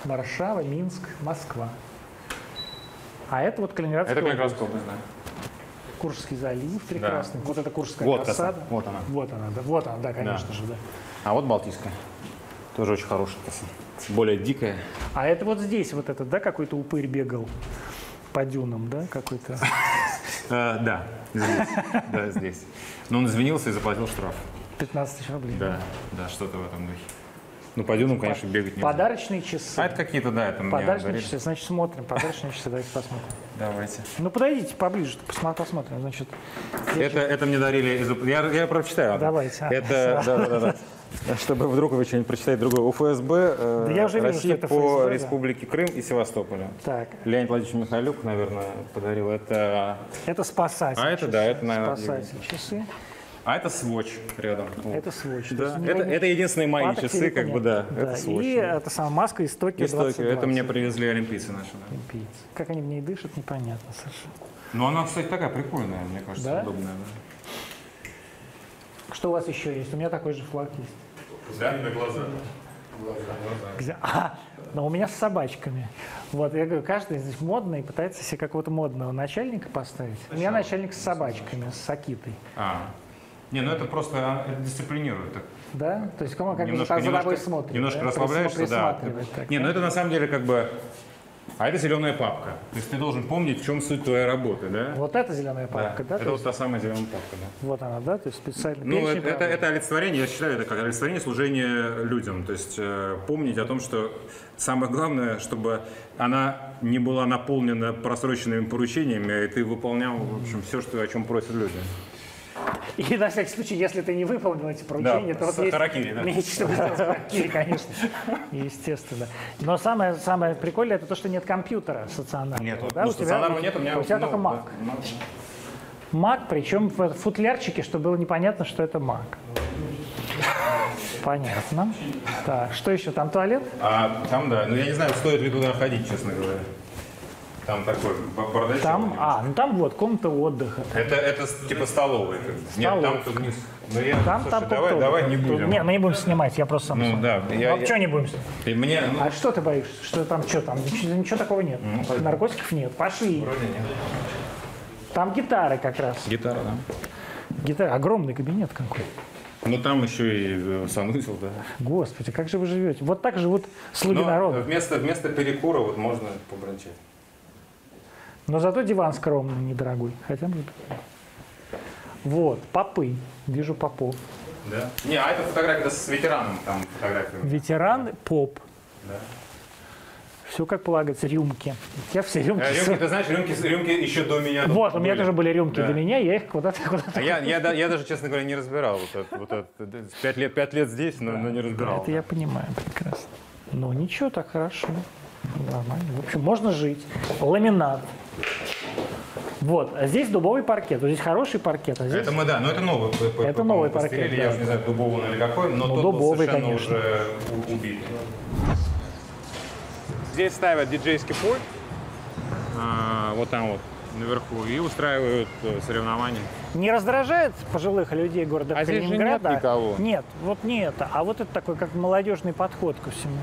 Speaker 1: Варшава, Минск, Москва. А это вот Калининградский
Speaker 2: Это
Speaker 1: область.
Speaker 2: Калининградская область, да.
Speaker 1: Куршский залив прекрасный. Вот это Куршская
Speaker 2: Вот
Speaker 1: осада.
Speaker 2: коса, вот она.
Speaker 1: Вот она, да. Вот она, да, конечно же, да.
Speaker 2: А вот Балтийская. Тоже очень хорошая. коса. Более дикая.
Speaker 1: А это вот здесь вот этот, да, какой-то упырь бегал по дюнам, да, какой-то.
Speaker 2: Э, да, здесь. Да, здесь. Но он извинился и заплатил штраф.
Speaker 1: 15 тысяч рублей.
Speaker 2: Да, да, что-то в этом духе. Ну, по дюнам, конечно, бегать нельзя.
Speaker 1: Подарочные часы.
Speaker 2: А это какие-то, да, это мне
Speaker 1: Подарочные
Speaker 2: говорили.
Speaker 1: часы, значит, смотрим. Подарочные часы, давайте посмотрим.
Speaker 2: Давайте.
Speaker 1: Ну, подойдите поближе, посма- посмотрим. Значит, я
Speaker 2: Это, это мне дарили из... Я, я прочитаю. ладно?
Speaker 1: Давайте, а.
Speaker 2: Это, да, да, да, да. Чтобы вдруг вы что-нибудь прочитать другое. У ФСБ э,
Speaker 1: Да я уже вижу, что
Speaker 2: Россия
Speaker 1: это
Speaker 2: по
Speaker 1: ФСБ, да.
Speaker 2: Республике Крым и Севастополю.
Speaker 1: Так,
Speaker 2: Леонид Владимирович Михайлюк, наверное, подарил это.
Speaker 1: это спасатель.
Speaker 2: А это, да, это, наверное,
Speaker 1: Спасатель часы.
Speaker 2: А это сводч рядом.
Speaker 1: Это сводч. То есть
Speaker 2: Да,
Speaker 1: не
Speaker 2: это,
Speaker 1: возьмешь
Speaker 2: это единственные мои
Speaker 1: палаток,
Speaker 2: А, часы,
Speaker 1: телефон
Speaker 2: как бы,
Speaker 1: нет.
Speaker 2: да. Это сводч.
Speaker 1: И
Speaker 2: да.
Speaker 1: это самая маска из Токио
Speaker 2: И Токио.
Speaker 1: 2020.
Speaker 2: Это мне привезли олимпийцы наши. да.
Speaker 1: Пицца. Как они в ней дышат, непонятно совершенно.
Speaker 2: Ну, она, кстати, такая прикольная, мне кажется,
Speaker 1: Да?
Speaker 2: удобная.
Speaker 1: Что у вас еще есть? У меня такой же флаг есть.
Speaker 2: на глаза.
Speaker 1: Где- А, но у меня с собачками. Вот, я говорю, каждый здесь модный, пытается себе какого-то модного начальника поставить. У меня начальник с собачками, с Акитой.
Speaker 2: А. Не, ну это просто а, это дисциплинирует. Так,
Speaker 1: Да? То есть кому как бы за
Speaker 2: немножко
Speaker 1: тобой
Speaker 2: немножко,
Speaker 1: смотрит.
Speaker 2: немножко
Speaker 1: да?
Speaker 2: расслабляешься, да.
Speaker 1: Присматривает так.
Speaker 2: Не, ну это на самом деле как бы... А это зеленая папка. То есть ты должен помнить, в чем суть твоей работы, да?
Speaker 1: Вот это зеленая
Speaker 2: Да.
Speaker 1: папка, да?
Speaker 2: это
Speaker 1: то
Speaker 2: вот
Speaker 1: есть
Speaker 2: та самая зеленая папка, да.
Speaker 1: Вот она, да? То есть специально.
Speaker 2: Ну, это, это, это олицетворение, я считаю, это как олицетворение служения людям. То есть э, помнить о том, что самое главное, чтобы она не была наполнена просроченными поручениями, и ты выполнял, в общем, все, что, о чем просят люди.
Speaker 1: И на всякий случай, если ты не выполнил эти поручения, то
Speaker 2: с
Speaker 1: вот есть
Speaker 2: харакири, да.
Speaker 1: меч, чтобы сделать харакири, конечно. Естественно. Но самое, самое прикольное, это то, что нет компьютера стационарного.
Speaker 2: Нет, ну,
Speaker 1: да? у тебя,
Speaker 2: стационарного нет, у меня...
Speaker 1: у тебя
Speaker 2: ну,
Speaker 1: только Mac.
Speaker 2: ну,
Speaker 1: Мак, причем в футлярчике, чтобы было непонятно, что это мак. Понятно. Так, что еще? Там туалет?
Speaker 2: А там, да, ну я не знаю, стоит ли туда ходить, честно говоря. Там такой б- бардачок.
Speaker 1: Там, а, ну там вот, комната отдыха.
Speaker 2: Это, это с- типа столовая. как бы. Нет, там тут не... с- Ну я,
Speaker 1: Там,
Speaker 2: слушай,
Speaker 1: там
Speaker 2: давай,
Speaker 1: тут-
Speaker 2: давай не
Speaker 1: тут-
Speaker 2: будем.
Speaker 1: Не, мы не будем снимать, я просто сам
Speaker 2: Ну
Speaker 1: сниму.
Speaker 2: да, я,
Speaker 1: а
Speaker 2: я-
Speaker 1: что не будем снимать?
Speaker 2: и мне, ну,
Speaker 1: А что ты боишься? Что там, что там? Ничего, ничего такого нет. Наркотиков нет. Пошли. Там гитары как раз.
Speaker 2: Гитара, да.
Speaker 1: Гитара. Огромный кабинет какой.
Speaker 2: Ну там еще и э, санузел, да.
Speaker 1: Господи, как же вы живете? Вот так живут слуги
Speaker 2: Но
Speaker 1: народа.
Speaker 2: вместо, вместо перекура вот можно побранчать.
Speaker 1: Но зато диван скромный, недорогой. Хотя бы. Вот, попы. Вижу попов.
Speaker 2: Да? Не, а это фотография это с ветераном там фотография.
Speaker 1: Ветеран, поп.
Speaker 2: Да.
Speaker 1: Все как полагается, рюмки. Я все рюмки...
Speaker 2: Э, Рюмки, ты знаешь, рюмки, рюмки еще до меня. тут
Speaker 1: Вот, у меня
Speaker 2: были.
Speaker 1: тоже были рюмки
Speaker 2: Да.
Speaker 1: для меня, я их куда-то... куда-то-
Speaker 2: А я, я, да- я даже, честно говоря, не разбирал. Вот это, вот это. Да, Пять лет, пять лет здесь, но, но не разбирал.
Speaker 1: Это я понимаю прекрасно. Ну, ничего, так хорошо. Нормально. В общем, можно жить. Ламинат. Вот, а здесь дубовый паркет. Вот здесь хороший паркет, а здесь...
Speaker 2: Это мы, да, но это новый. п- п-
Speaker 1: Это
Speaker 2: по-
Speaker 1: новый
Speaker 2: по- постелили,
Speaker 1: паркет,
Speaker 2: Я
Speaker 1: да.
Speaker 2: уже не знаю, дубовый он или какой, но
Speaker 1: Ну,
Speaker 2: тот был
Speaker 1: дубовый,
Speaker 2: совершенно
Speaker 1: конечно.
Speaker 2: уже у- убитый.
Speaker 4: Здесь ставят диджейский пульт, а, вот там вот наверху, и устраивают э, соревнования.
Speaker 1: Не раздражает пожилых людей города
Speaker 4: А здесь же нет
Speaker 1: Калининграда?
Speaker 4: никого.
Speaker 1: Нет, вот не это. А вот это такой, как молодежный подход ко всему.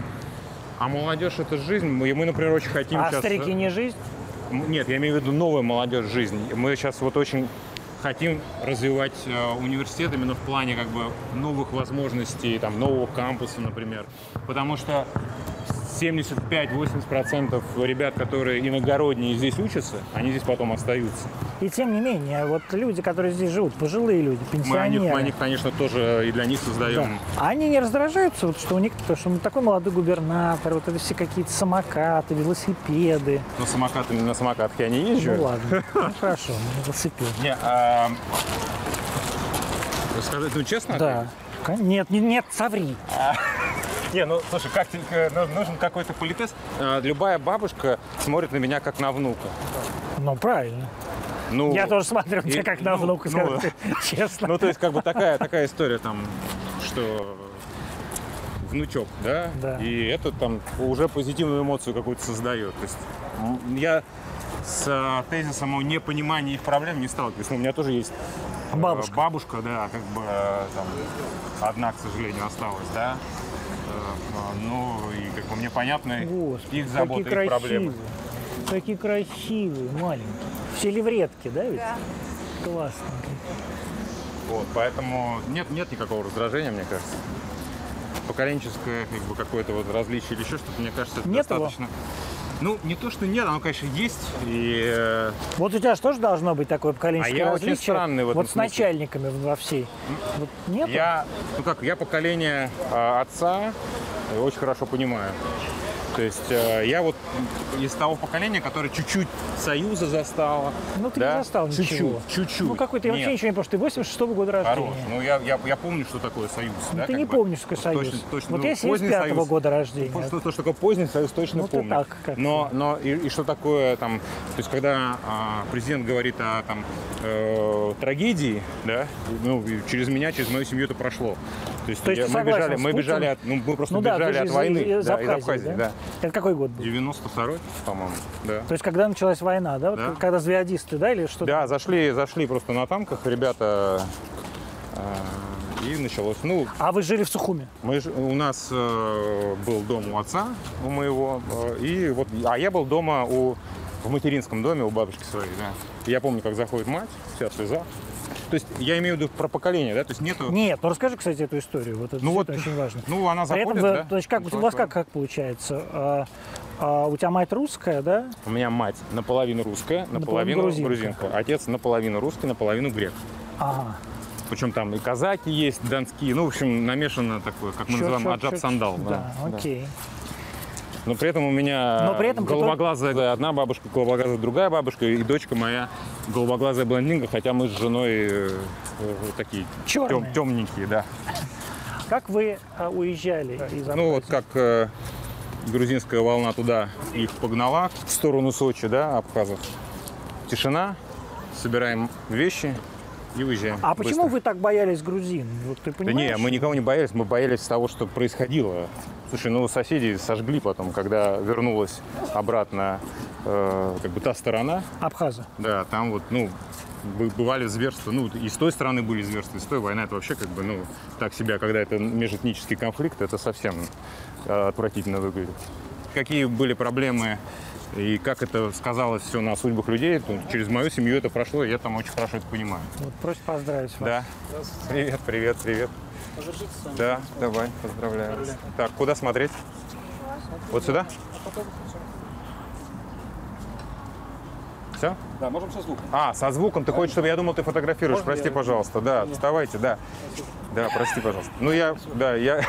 Speaker 4: А молодежь это жизнь, мы- и мы, например, очень хотим
Speaker 1: а
Speaker 2: э,
Speaker 4: сейчас...
Speaker 1: старики не жизнь?
Speaker 4: М, Нет, я имею в виду новая молодежь жизнь. Мы сейчас вот очень
Speaker 2: хотим развивать э, университет именно в плане как бы новых возможностей, там, нового кампуса, например. Потому что 75-80% ребят, которые иногородние здесь учатся, они здесь потом остаются.
Speaker 1: И тем не менее, вот люди, которые здесь живут, пожилые люди,
Speaker 2: Мы о них,
Speaker 1: пенсионеры,
Speaker 2: мы о них, конечно, тоже и для них
Speaker 1: да,
Speaker 2: создаем.
Speaker 1: а они не раздражаются, вот, что у них, то, что ну, такой молодой губернатор, вот это все какие-то самокаты, велосипеды.
Speaker 2: Но самокаты, на самокатах я не езжу.
Speaker 1: Ну ладно, ну, хорошо, велосипед.
Speaker 2: Не, а, Сказать, ну честно?
Speaker 1: Да. Кон- Нет, не- нет, соври.
Speaker 2: Не, ну слушай, как только ну, нужен какой-то политез, э, любая бабушка смотрит на меня как на внука.
Speaker 1: Ну, правильно.
Speaker 2: Ну,
Speaker 1: Я тоже смотрю на тебя
Speaker 2: и-
Speaker 1: как на
Speaker 2: ну,
Speaker 1: внука,
Speaker 2: ну,
Speaker 1: скажу тебе честно.
Speaker 2: Ну, то есть, как бы такая, такая история там, что внучок, да?
Speaker 1: Да.
Speaker 2: И это там уже позитивную эмоцию какую-то создает. То есть м, я с э, тезисом о непонимании их проблем не сталкиваюсь. Ну, у меня тоже есть э,
Speaker 1: Бабушка.
Speaker 2: бабушка, да, как бы э, там одна, к сожалению, осталась, да. Э, Ну, и как бы мне понятно
Speaker 1: Господи,
Speaker 2: их заботы, их
Speaker 1: какие
Speaker 2: проблемы.
Speaker 1: красивые. Какие красивые, маленькие. Все левретки, да, ведь? Классно.
Speaker 2: Вот, поэтому нет, нет никакого раздражения, мне кажется. Поколенческое как бы, какое-то вот различие или еще что-то, мне кажется, это
Speaker 1: Нет его?
Speaker 2: достаточно. Ну, не то, что нет, оно, конечно, есть. И э,
Speaker 1: Вот у тебя же тоже должно быть такое поколенческое
Speaker 2: А я очень
Speaker 1: различие.
Speaker 2: странный в этом
Speaker 1: вот с
Speaker 2: смысле.
Speaker 1: начальниками во всей. Вот нет?
Speaker 2: я, ну как, я поколение э, отца э, очень хорошо понимаю. То есть э, я вот из того поколения, которое чуть-чуть Союза застало.
Speaker 1: Ну, ты
Speaker 2: да?
Speaker 1: не застал
Speaker 2: чуть-чуть,
Speaker 1: ничего.
Speaker 2: Чуть-чуть.
Speaker 1: Ну, какой ты
Speaker 2: Нет.
Speaker 1: вообще ничего не помнишь. Ты 86 -го года рождения.
Speaker 2: Хорош. Ну, я, я, я помню, что такое Союз.
Speaker 1: Ну,
Speaker 2: да,
Speaker 1: ты
Speaker 2: как
Speaker 1: не
Speaker 2: бы.
Speaker 1: помнишь, какой
Speaker 2: Вот
Speaker 1: союз.
Speaker 2: Точно, точно.
Speaker 1: вот
Speaker 2: ну,
Speaker 1: я 75
Speaker 2: поздний
Speaker 1: -го
Speaker 2: Союз.
Speaker 1: года рождения.
Speaker 2: Ну, Что, что такое поздний союз, точно
Speaker 1: Ну, это
Speaker 2: помню.
Speaker 1: так, как-то.
Speaker 2: но но и, и что такое там, то есть когда а, президент говорит о там, э, трагедии, да, ну и через меня, через мою семью это прошло. То есть,
Speaker 1: То есть
Speaker 2: я-
Speaker 1: ты
Speaker 2: мы
Speaker 1: согласен
Speaker 2: бежали,
Speaker 1: с
Speaker 2: мы
Speaker 1: Путиным?
Speaker 2: бежали от, ну мы просто
Speaker 1: Ну да, ты
Speaker 2: бежали
Speaker 1: же
Speaker 2: от
Speaker 1: из-
Speaker 2: войны,
Speaker 1: из
Speaker 2: да, из Абхазии, да.
Speaker 1: Это какой год был?
Speaker 2: 92-й, по-моему, да.
Speaker 1: То есть, когда началась война, да? Вот
Speaker 2: Да.
Speaker 1: Когда звездисты, да, или что-то?
Speaker 2: Да, зашли, зашли просто на танках, ребята, э, и началось. Ну,
Speaker 1: А вы жили в Сухуме?
Speaker 2: Мы, ж- у нас э, был дом у отца, у моего, э, и вот, а я был дома у, в материнском доме у бабушки своей, да. Я помню, как заходит мать, вся в слезах. То есть я имею в виду про поколение, да, то есть нету...
Speaker 1: Нет, ну расскажи, кстати, эту историю. Вот это
Speaker 2: Ну вот,
Speaker 1: действительно очень важно.
Speaker 2: Ну, она
Speaker 1: При
Speaker 2: заходит,
Speaker 1: этом,
Speaker 2: да?
Speaker 1: вы- то есть, как, у вас как, как получается? А, а, у тебя мать русская, да?
Speaker 2: У меня мать наполовину русская,
Speaker 1: Наполовину
Speaker 2: наполовину грузинка.
Speaker 1: грузинка.
Speaker 2: Отец наполовину русский, наполовину грек.
Speaker 1: Ага.
Speaker 2: Причем там и казаки есть, донские, ну, в общем, намешано такое, как мы
Speaker 1: Чё-
Speaker 2: называем,
Speaker 1: чё-
Speaker 2: аджап
Speaker 1: чё-
Speaker 2: сандал.
Speaker 1: Да,
Speaker 2: да.
Speaker 1: окей.
Speaker 2: Но при этом у меня
Speaker 1: Но при этом ты
Speaker 2: голубоглазая одна бабушка, голубоглазая другая бабушка, и дочка моя голубоглазая блондинка, хотя мы с женой э, э, такие
Speaker 1: Чёрные.
Speaker 2: темненькие, да.
Speaker 1: Как вы а, уезжали из
Speaker 2: Ну вот как э, грузинская волна туда их погнала, в сторону Сочи, да, Абхазов. Тишина, собираем вещи и уезжаем.
Speaker 1: А почему
Speaker 2: быстро.
Speaker 1: вы так боялись грузин? Вот ты
Speaker 2: Да
Speaker 1: понимаешь?
Speaker 2: не, мы никого не боялись, мы боялись того, что происходило. Слушай, ну соседи сожгли потом, когда вернулась обратно э, как бы та сторона.
Speaker 1: Абхазы.
Speaker 2: Да, там вот, ну, бы- бывали зверства, ну, и с той стороны были зверства, и с той война, это вообще как бы, ну, так себя, когда это межэтнический конфликт, это совсем э, отвратительно выглядит. Какие были проблемы и как это сказалось все на судьбах людей, то через мою семью это прошло, и я там очень хорошо это понимаю.
Speaker 1: Вот просьба поздравить вас.
Speaker 2: Да. Привет, привет, привет. Да, давай, поздравляю. А вас. Так, куда смотреть? Вот сюда? Все?
Speaker 6: Да, можем со звуком.
Speaker 2: А, со звуком. Ты хочешь, чтобы я думал, ты фотографируешь? Прости, пожалуйста. Да, вставайте, да. Да, прости, пожалуйста. Ну я, да, я.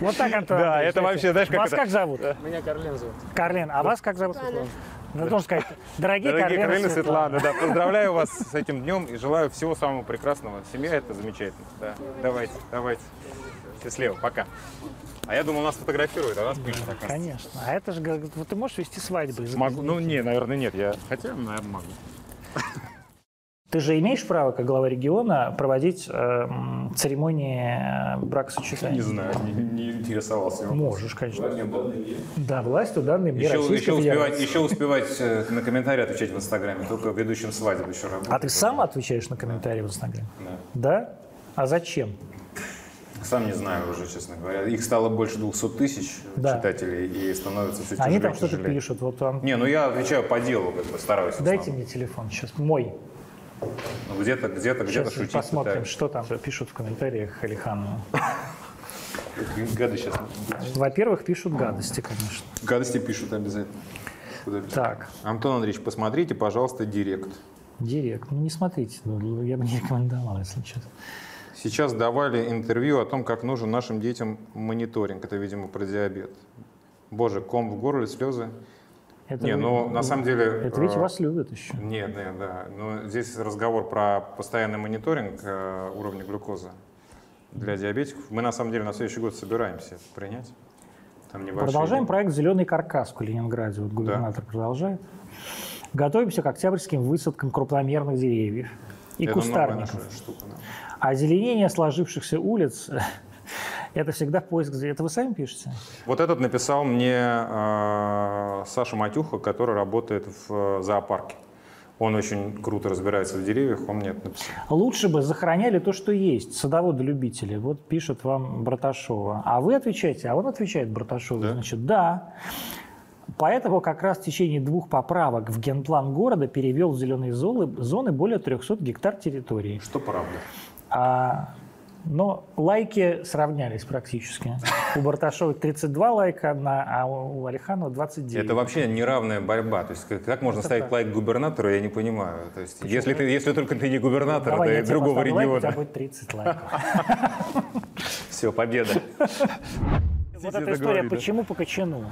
Speaker 1: Вот так, Антон.
Speaker 2: Да,
Speaker 1: Андреевич, знаете.
Speaker 2: это вообще, знаешь, как
Speaker 1: Вас
Speaker 2: это-
Speaker 1: как зовут?
Speaker 6: Меня Карлен зовут.
Speaker 1: Карлен. А вас как зовут? Ну, Надо должен сказать. Дорогие,
Speaker 2: Дорогие
Speaker 1: Карлен и
Speaker 2: Каролина и
Speaker 1: Светлана.
Speaker 2: Светлана, да, поздравляю вас с этим днем и желаю всего самого прекрасного. Семья это замечательно. Да. Давайте, давайте. Счастливо, пока. А я думал, нас фотографируют, а нас пишут. оказывается.
Speaker 1: Конечно. А это же, говорит, вот ты можешь вести свадьбы. из-
Speaker 2: Могу, ну не, наверное, нет. Я хотя, наверное, могу.
Speaker 1: Ты же имеешь право, как глава региона, проводить эм, церемонии э, бракосочетания?
Speaker 2: знаю, не, интересовался.
Speaker 1: Можешь, конечно. Да, власть данные мне
Speaker 7: Еще,
Speaker 1: Российской
Speaker 7: еще успевать,
Speaker 1: Федерации.
Speaker 7: еще успевать э, на комментарии отвечать в Инстаграме, только ведущим свадьбы еще работаю.
Speaker 1: А ты сам отвечаешь на комментарии в Инстаграме?
Speaker 7: Да.
Speaker 1: Да? А зачем?
Speaker 7: Сам не знаю уже, честно говоря. Их стало больше 200 тысяч
Speaker 1: Да.
Speaker 7: читателей и становится все тяжелее
Speaker 1: Они там
Speaker 7: и
Speaker 1: что-то
Speaker 7: тяжелее.
Speaker 1: пишут. Вот он.
Speaker 7: Не, ну я отвечаю по делу, как бы стараюсь. в
Speaker 1: Дайте
Speaker 7: основном.
Speaker 1: мне телефон сейчас. Мой.
Speaker 2: Ну, где-то, где-то, где-то
Speaker 1: Сейчас
Speaker 2: шутить.
Speaker 1: посмотрим, что там пишут в комментариях Алихану.
Speaker 2: Гады сейчас.
Speaker 1: Во-первых, пишут гадости, конечно.
Speaker 2: Гадости пишут обязательно. Куда пишут?
Speaker 1: Так,
Speaker 2: Антон Андреевич, посмотрите, пожалуйста, директ.
Speaker 1: директ. Ну, не смотрите, ну, я бы не рекомендовал, если честно.
Speaker 2: Сейчас давали интервью о том, как нужен нашим детям мониторинг. Это, видимо, про диабет. Боже, ком в горле, слезы.
Speaker 1: Это
Speaker 2: Не,
Speaker 1: вы-
Speaker 2: ну, на самом деле...
Speaker 1: Это ведь
Speaker 2: э,
Speaker 1: вас любят еще.
Speaker 2: Нет, нет, да. Но здесь разговор про постоянный мониторинг э, уровня глюкозы для диабетиков. Мы на самом деле на следующий год собираемся это принять. Там небольшие-
Speaker 1: Продолжаем проект «Зеленый каркас» в Калининграде. Вот губернатор продолжает. Готовимся к октябрьским высадкам крупномерных деревьев и
Speaker 2: Это нормальная
Speaker 1: кустарников.
Speaker 2: штука, да.
Speaker 1: А Озеленение сложившихся улиц – это всегда поиск... за- Это вы сами пишете?
Speaker 2: Вот этот написал мне э, Саша Матюха, который работает в э, зоопарке. Он очень круто разбирается в деревьях, он мне это написал.
Speaker 1: Лучше бы захороняли то, что есть, садоводы-любители. Вот пишет вам Браташова. А вы отвечаете, а он отвечает Браташова, значит, да. Поэтому как раз в течение двух поправок в генплан города перевел в зеленые золы- зоны более 300 гектар территории.
Speaker 2: Что правда?
Speaker 1: А, но лайки сравнялись практически. У Барташова 32 лайка, на, а у у Алиханова 29.
Speaker 10: Это вообще неравная борьба. То есть как, как можно ставить лайк губернатору, я не понимаю. То есть, если, ты, если только ты не губернатор,
Speaker 1: Давай я
Speaker 10: ты
Speaker 1: тебе
Speaker 10: другого
Speaker 1: поставлю лайк, у тебя
Speaker 10: региона.
Speaker 1: будет 30 лайков.
Speaker 10: Все, победа.
Speaker 1: Вот эта история, почему по качану?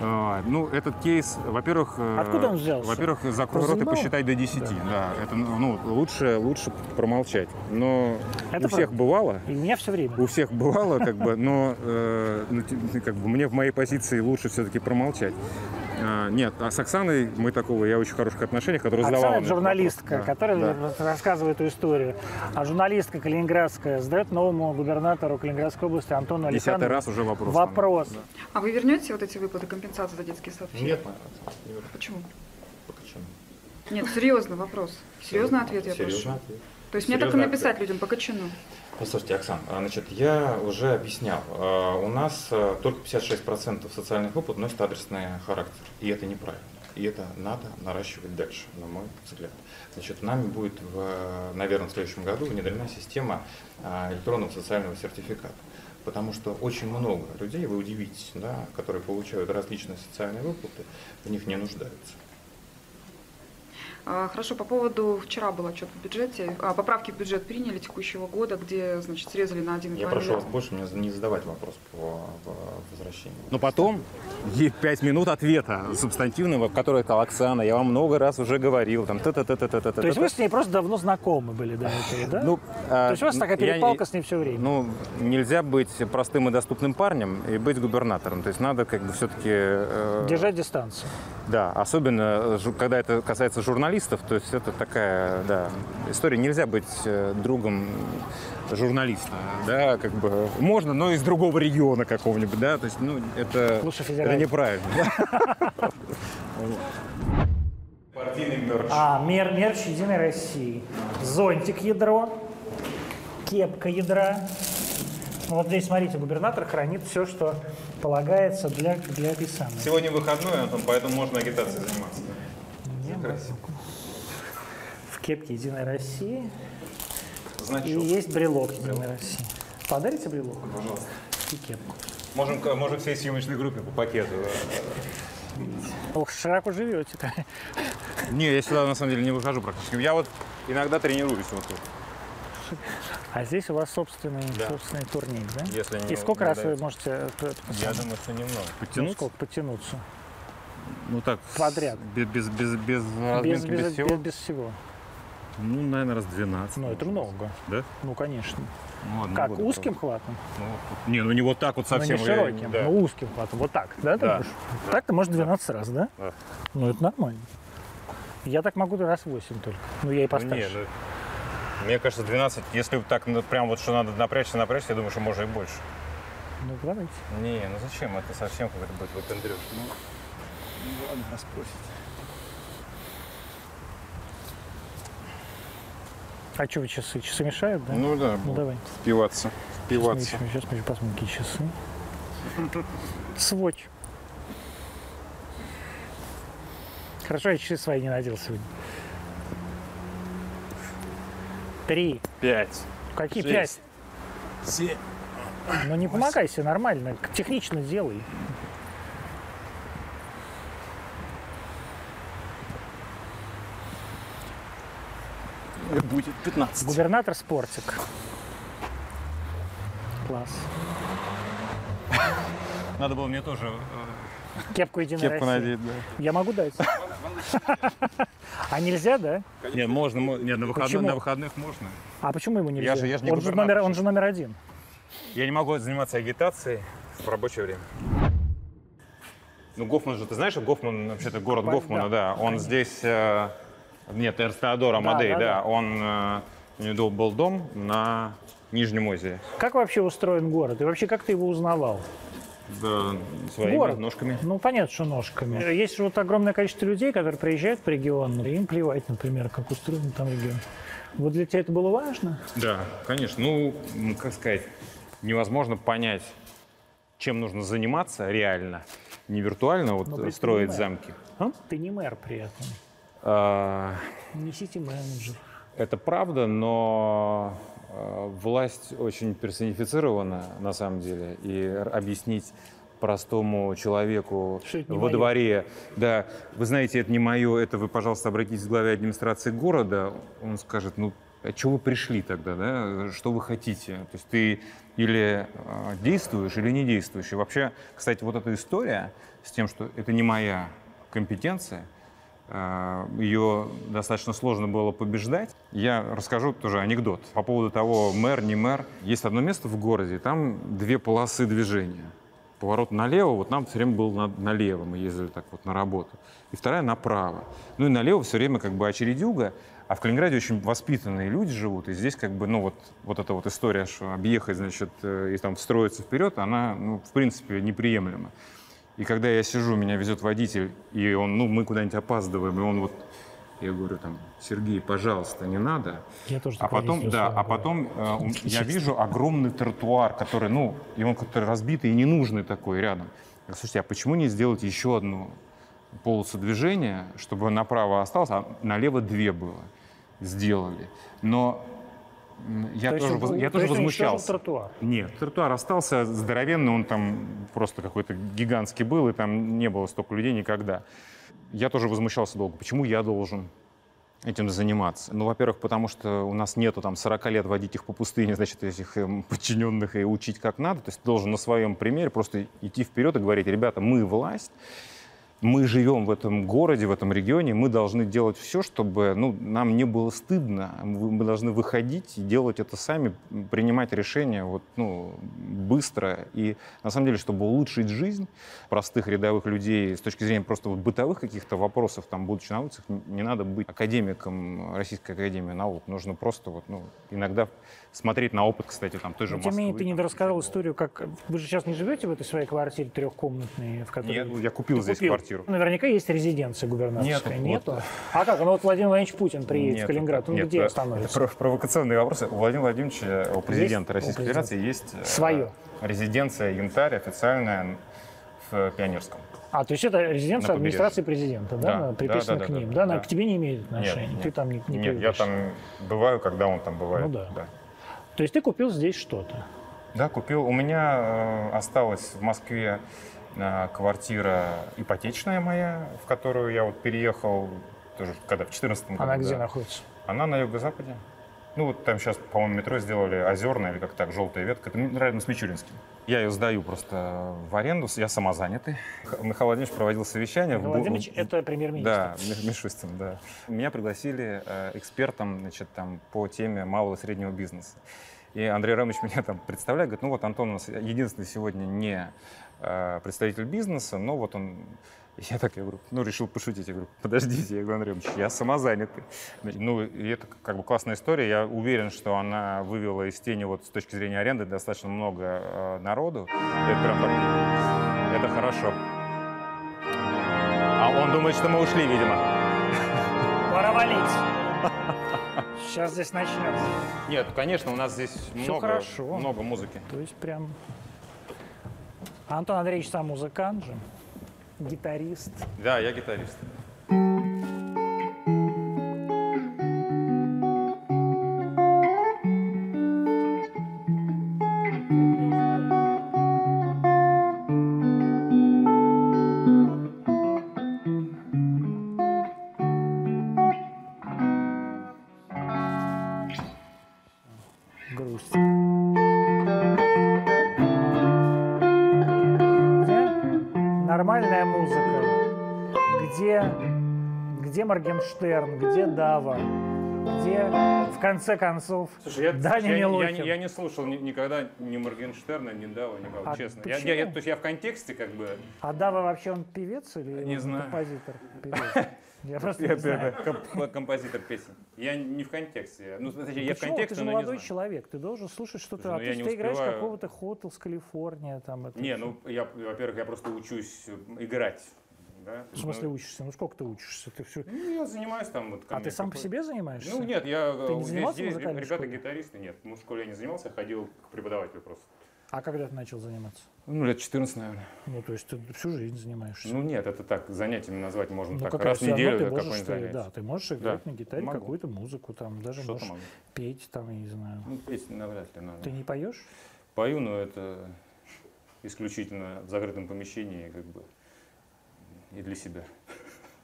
Speaker 2: А, ну, этот кейс, во-первых... э,
Speaker 1: Откуда он взялся?
Speaker 2: Во-первых, закрой рот и
Speaker 1: Розенбаум?
Speaker 2: посчитай до 10. Да, это ну, лучше, лучше промолчать. Но
Speaker 1: Это
Speaker 2: у всех
Speaker 1: правда.
Speaker 2: бывало.
Speaker 1: И у меня все время.
Speaker 2: У всех бывало, как бы, но э, ну, ти- ну, как бы, мне в моей позиции лучше все-таки промолчать. А, нет, а с Оксаной мы такого, я в очень хороших отношениях, которая задавала...
Speaker 1: Оксана
Speaker 2: мне этот
Speaker 1: журналистка,
Speaker 2: вопрос. Да,
Speaker 1: которая
Speaker 2: да.
Speaker 1: вот рассказывает эту историю. А журналистка калининградская задает новому губернатору Калининградской области Антону
Speaker 2: Десятый
Speaker 1: Александрову
Speaker 2: раз уже вопрос.
Speaker 1: вопрос.
Speaker 11: А вы вернете вот эти выплаты компенсации за детский сад? всем?
Speaker 2: Нет,
Speaker 11: Почему? Нет, серьезно вопрос. Серьезный ответ я прошу. То есть мне так и
Speaker 4: Серьезный
Speaker 11: написать людям по кочану.
Speaker 4: Послушайте, Оксан, а, значит, я уже объяснял. А, У нас а, только 56% социальных выплат носит адресный характер. И это неправильно. И это надо наращивать дальше, на мой взгляд. Значит, нами будет, в, наверное, в следующем году внедрена система а, электронного социального сертификата. Потому что очень много людей, вы удивитесь, да, которые получают различные социальные выплаты, в них не нуждаются.
Speaker 11: А, Хорошо, по поводу вчера был отчет по бюджете. А, Поправки в бюджет приняли текущего года, где, значит, срезали на 1,2
Speaker 4: Я прошу вас
Speaker 11: миллиарда.
Speaker 4: больше мне не задавать вопрос по, по возвращению.
Speaker 2: Но потом есть пять минут ответа субстантивного, который сказал Оксана, я вам много раз уже говорил, там, та та та та та та
Speaker 1: То есть вы с ней просто давно знакомы были до этого, да?
Speaker 2: а
Speaker 1: То есть у вас такая перепалка с ней все время?
Speaker 2: Ну, нельзя быть простым и доступным парнем и быть губернатором. То есть надо как бы э, все-таки...
Speaker 1: Держать дистанцию.
Speaker 2: Да, особенно э, жу- когда это касается журналистов, то есть это такая, да, история. Нельзя быть э, другом журналиста, да, как бы можно, но из другого региона какого-нибудь, да, то есть, ну, это,
Speaker 1: Лучше
Speaker 2: это
Speaker 1: федеральный.
Speaker 2: неправильно.
Speaker 1: А, мер, мерч Единой России. Зонтик ядро, кепка ядра. Ну, Вот здесь, смотрите, губернатор хранит все, что полагается для, для описания.
Speaker 2: Сегодня выходной, Антон, поэтому можно агитацией заниматься.
Speaker 1: В кепке Единой России. И
Speaker 2: Значит,
Speaker 1: есть брелок Единой России. Подарите брелок?
Speaker 2: пожалуйста.
Speaker 1: И кепку.
Speaker 2: Можем, к- можем всей съемочной группе по пакету.
Speaker 1: Ох, широко живете.
Speaker 2: Не, я сюда на самом деле не выхожу практически. Я вот иногда тренируюсь вот тут.
Speaker 1: А здесь у вас собственный, собственный турник, да?
Speaker 2: Если не-
Speaker 1: И сколько
Speaker 2: не
Speaker 1: раз вы
Speaker 2: нравится.
Speaker 1: можете э,
Speaker 2: Я думаю, что немного.
Speaker 1: ну, сколько, подтянуться?
Speaker 2: Ну так.
Speaker 1: Подряд.
Speaker 2: Без, без, без, без
Speaker 1: Без,
Speaker 2: разминки, без
Speaker 1: без,
Speaker 2: всего?
Speaker 1: без- без всего.
Speaker 2: Ну, наверное, раз 12.
Speaker 1: Ну, это много.
Speaker 2: Да?
Speaker 1: Ну, конечно.
Speaker 2: Ну, ладно,
Speaker 1: Как,
Speaker 2: не буду
Speaker 1: узким хватом?
Speaker 2: пробовать. Ну, вот тут- не, ну не вот так вот
Speaker 1: Ну, не
Speaker 2: совсем. я-
Speaker 1: широким,
Speaker 2: да.
Speaker 1: но узким хватом. Вот так, да? ты
Speaker 2: Да.
Speaker 1: будешь? Так-то можно 12 раз, да?
Speaker 2: Да.
Speaker 1: Ну, это нормально. Я так могу раз 8 только. Ну, я и
Speaker 2: Ну, не,
Speaker 1: постарше.
Speaker 2: ну, Мне кажется, 12, если вот так ну, прям вот что надо напрячься, напрячься, я думаю, что можно и больше.
Speaker 1: Ну, давайте.
Speaker 2: Не, ну зачем? Это совсем как-то будет вот ну.
Speaker 1: А что вы часы? Часы мешают, да?
Speaker 2: Ну да,
Speaker 1: Ну, давай.
Speaker 2: впиваться. Впиваться.
Speaker 1: Сейчас мы еще посмотрим, какие часы. Сводч. Хорошо, я часы свои не надел сегодня. Три.
Speaker 12: Пять.
Speaker 1: Какие
Speaker 12: Шесть.
Speaker 1: пять? Ну не помогай себе нормально, технично делай.
Speaker 12: Будет 15.
Speaker 1: Губернатор Спортик. Класс.
Speaker 12: Надо было мне тоже...
Speaker 2: э,
Speaker 1: Кепку Единой
Speaker 12: Кепку
Speaker 1: России.
Speaker 12: надеть, да.
Speaker 1: Я могу дать. А нельзя, да?
Speaker 12: э, Нет, можно, мо- нет, на, выходных,
Speaker 1: Почему?
Speaker 12: на выходных можно.
Speaker 1: А почему ему нельзя?
Speaker 12: же- я же не
Speaker 1: он, же
Speaker 12: губернатор
Speaker 1: номер, он же номер один.
Speaker 2: Я не могу заниматься агитацией в рабочее время. Ну, Гофман же, ты знаешь, Гофман, вообще-то город
Speaker 4: По-
Speaker 2: Гофмана, да,
Speaker 4: да,
Speaker 2: он здесь, э, нет, Эрстеодор Амадей, да,
Speaker 1: да, да.
Speaker 2: он, э, у него был дом на Нижнем озере.
Speaker 1: Как вообще устроен город? И вообще, как ты его узнавал?
Speaker 2: Да, своими
Speaker 1: Город.
Speaker 2: ножками.
Speaker 1: Ну, понятно, что ножками. Э, Есть же вот огромное количество людей, которые приезжают в регион, и им плевать, например, как устроен там регион. Вот для тебя это было важно?
Speaker 2: Да, конечно. Ну, м, как сказать, невозможно понять, чем нужно заниматься реально, не виртуально вот
Speaker 1: Но
Speaker 2: э,
Speaker 1: при этом
Speaker 2: строить
Speaker 1: мэр.
Speaker 2: замки.
Speaker 1: А? Ты не мэр при этом,
Speaker 2: А,
Speaker 1: не сити-менеджер.
Speaker 2: Это правда, но э, власть очень персонифицирована на самом деле. И р- объяснить простому человеку
Speaker 1: Что это не
Speaker 2: во
Speaker 1: моё.
Speaker 2: дворе, да, вы знаете, это не мое, это вы, пожалуйста, обратитесь к главе администрации города, он скажет, ну, а чего вы пришли тогда, да, что вы хотите? То есть ты или э, действуешь, или не действуешь. И вообще, кстати, вот эта история с тем, что это не моя компетенция, а, ее достаточно сложно было побеждать. Я расскажу тоже анекдот по поводу того, мэр, не мэр. Есть одно место в городе, там две полосы движения. Поворот налево, вот нам все время был на- налево, мы ездили так вот на работу. И вторая направо. Ну и налево все время как бы очередюга, а в Калининграде очень воспитанные люди живут, и здесь как бы, ну вот, вот эта вот история, что объехать, значит, э, и там встроиться вперед, она, ну, в принципе, неприемлема. И когда я сижу, меня везет водитель, и он, ну, мы куда-нибудь опаздываем, и он вот, я говорю там, Сергей, пожалуйста, не надо.
Speaker 1: Я тоже
Speaker 2: А
Speaker 1: такой
Speaker 2: потом,
Speaker 1: водитель,
Speaker 2: да,
Speaker 1: условно
Speaker 2: а потом э, у- я
Speaker 1: Честно.
Speaker 2: вижу огромный тротуар, который, ну, и он как-то разбитый и ненужный такой рядом. Я говорю, слушайте, а почему не сделать еще одну полосу движения, чтобы направо осталось, а налево две было? Сделали. Но м, я
Speaker 1: То есть
Speaker 2: тоже,
Speaker 1: он-
Speaker 2: воз- я
Speaker 1: то
Speaker 2: тоже
Speaker 1: есть он уничтожил
Speaker 2: возмущался.
Speaker 1: тротуар?
Speaker 2: Нет, тротуар остался здоровенный, он там просто какой-то гигантский был, и там не было столько людей никогда. Я тоже возмущался долго, почему я должен этим заниматься? Ну, во-первых, потому что у нас нету там 40 лет водить их по пустыне, значит, этих эм, подчиненных и учить как надо. То есть ты должен на своем примере просто идти вперед и говорить, ребята, мы власть, мы живем в этом городе, в этом регионе, мы должны делать все, чтобы ну, нам не было стыдно. Мы мы должны выходить и делать это сами, м, принимать решения вот, ну, быстро. И на самом деле, чтобы улучшить жизнь простых рядовых людей с точки зрения просто вот бытовых каких-то вопросов, там, будучи на улицах, н- не надо быть академиком Российской Академии Наук. Нужно просто вот, ну, иногда смотреть на опыт, кстати, там, той же
Speaker 1: Но, тем не менее,
Speaker 2: Москвы.
Speaker 1: ты не рассказал историю, как... Вы же сейчас не живете в этой своей квартире трехкомнатной, в которой...
Speaker 2: Нет, я купил
Speaker 1: Ты
Speaker 2: здесь
Speaker 1: купил. Ну,
Speaker 2: квартиру.
Speaker 1: Наверняка есть резиденция губернаторская.
Speaker 2: Нету.
Speaker 1: Нету? А как? Ну вот Владимир Владимирович Путин приедет
Speaker 2: Нет,
Speaker 1: в Калининград. Он
Speaker 2: нет,
Speaker 1: где
Speaker 2: да,
Speaker 1: остановится?
Speaker 2: это пров- провокационные вопросы. У Владимира Владимировича, э, у президента
Speaker 1: у
Speaker 2: Российской
Speaker 1: президента.
Speaker 2: Федерации, есть э,
Speaker 1: Своё.
Speaker 2: резиденция «Янтарь» официальная в Пионерском.
Speaker 1: А, то есть это резиденция
Speaker 2: На побережье.
Speaker 1: администрации президента, да?
Speaker 2: Да,
Speaker 1: она приписана
Speaker 2: да, да,
Speaker 1: к
Speaker 2: да,
Speaker 1: ним,
Speaker 2: да,
Speaker 1: да? Она
Speaker 2: да.
Speaker 1: к тебе не имеет отношения.
Speaker 2: Нет,
Speaker 1: Ты
Speaker 2: нет.
Speaker 1: там не, не
Speaker 2: Нет, я
Speaker 1: приводишь.
Speaker 2: там бываю, когда он там бывает.
Speaker 1: Ну да.
Speaker 2: да.
Speaker 1: То есть ты купил здесь что-то.
Speaker 2: Да, купил. У меня э, осталась в Москве э, квартира ипотечная моя, в которую я вот переехал тоже когда, в 2014 году.
Speaker 1: Она где
Speaker 2: да.
Speaker 1: находится?
Speaker 2: Она на юго-западе. Ну, вот там сейчас, по-моему, метро сделали озерное или как так, желтая ветка. Это рядом с Мичуринским. Я ее сдаю просто в аренду. Я самозанятый. Х- Михаил Владимирович проводил совещание. в Бу-
Speaker 1: Владимирович,
Speaker 2: в-
Speaker 1: это премьер-министр.
Speaker 2: да, Ми- Мишустин, да. Меня пригласили э, экспертом значит, там, по теме малого и среднего бизнеса. И Андрей Рамович меня там представляет, говорит, ну вот Антон у нас единственный сегодня не э, представитель бизнеса, но вот он... Я так, я говорю, ну, решил пошутить. Я говорю, подождите, я говорю, Андрей Рамович, я самозанятый. Ну, и это как бы классная история. Я уверен, что она вывела из тени вот с точки зрения аренды достаточно много э, народу. Это прям так, это хорошо. А он думает, что мы ушли, видимо.
Speaker 1: Пора валить. Сейчас здесь начнется.
Speaker 2: Нет, ну, конечно, у нас здесь много,
Speaker 1: хорошо.
Speaker 2: много музыки.
Speaker 1: То есть прям... Антон Андреевич сам музыкант же, гитарист.
Speaker 2: Да, я гитарист.
Speaker 13: Thank
Speaker 1: нормальная музыка? Где, где Моргенштерн? Где Дава? Где, в конце концов,
Speaker 14: Слушай, я,
Speaker 1: Даня
Speaker 14: я- я-
Speaker 1: Милохин?
Speaker 14: я- я не слушал ни- никогда ни Моргенштерна, ни Дава, никого,
Speaker 1: А
Speaker 14: честно. Я,
Speaker 1: почему?
Speaker 14: я- я- то есть я в контексте как бы...
Speaker 1: А Дава вообще он певец или
Speaker 14: Не
Speaker 1: он
Speaker 14: знаю.
Speaker 1: композитор? Певец. Я просто не
Speaker 14: Я-
Speaker 1: знаю.
Speaker 14: комп- композитор песен. Я не в контексте. Ну, точнее, я в
Speaker 1: Почему?
Speaker 14: контексте,
Speaker 1: ты же
Speaker 14: но не
Speaker 1: молодой
Speaker 14: знаю.
Speaker 1: человек, ты должен слушать что-то.
Speaker 14: Слушай, ну
Speaker 1: а ты,
Speaker 14: я
Speaker 1: ж-
Speaker 14: не
Speaker 1: ты играешь
Speaker 14: успеваю.
Speaker 1: какого-то Хотл с Калифорния. Там, это
Speaker 14: Не,
Speaker 1: всё.
Speaker 14: ну, я, во-первых, я просто учусь э, играть. да. То
Speaker 1: В
Speaker 14: есть,
Speaker 1: смысле
Speaker 14: ну,
Speaker 1: учишься? Ну сколько ты учишься? Ты все...
Speaker 14: Ну, я занимаюсь там вот. ко
Speaker 1: А
Speaker 14: мне
Speaker 1: ты сам по
Speaker 14: приходит-
Speaker 1: себе занимаешься?
Speaker 14: Ну нет, я
Speaker 1: Ты не
Speaker 14: здесь-
Speaker 1: занимался
Speaker 14: здесь
Speaker 1: музыкальной
Speaker 14: ребята
Speaker 1: школе?
Speaker 14: гитаристы, нет, в школе я не занимался, я ходил к преподавателю просто.
Speaker 1: А когда ты начал заниматься?
Speaker 14: Ну лет 14, наверное.
Speaker 1: Ну то есть ты всю жизнь занимаешься.
Speaker 14: Ну нет, это так занятиями назвать можно
Speaker 1: Ну,
Speaker 14: так
Speaker 1: какая
Speaker 14: раз в
Speaker 1: всё равно
Speaker 14: неделю
Speaker 1: ты
Speaker 14: да,
Speaker 1: можешь
Speaker 14: какое-нибудь
Speaker 1: ты-
Speaker 14: занятие.
Speaker 1: Да, ты можешь
Speaker 14: Да.
Speaker 1: играть на гитаре
Speaker 14: Могу.
Speaker 1: какую-то музыку, там даже
Speaker 14: Что-то
Speaker 1: можешь
Speaker 14: могу.
Speaker 1: петь, там, я не знаю.
Speaker 14: Ну, петь навряд ли надо.
Speaker 1: Ты не поешь?
Speaker 14: Пою, но это исключительно в закрытом помещении, как бы и для себя.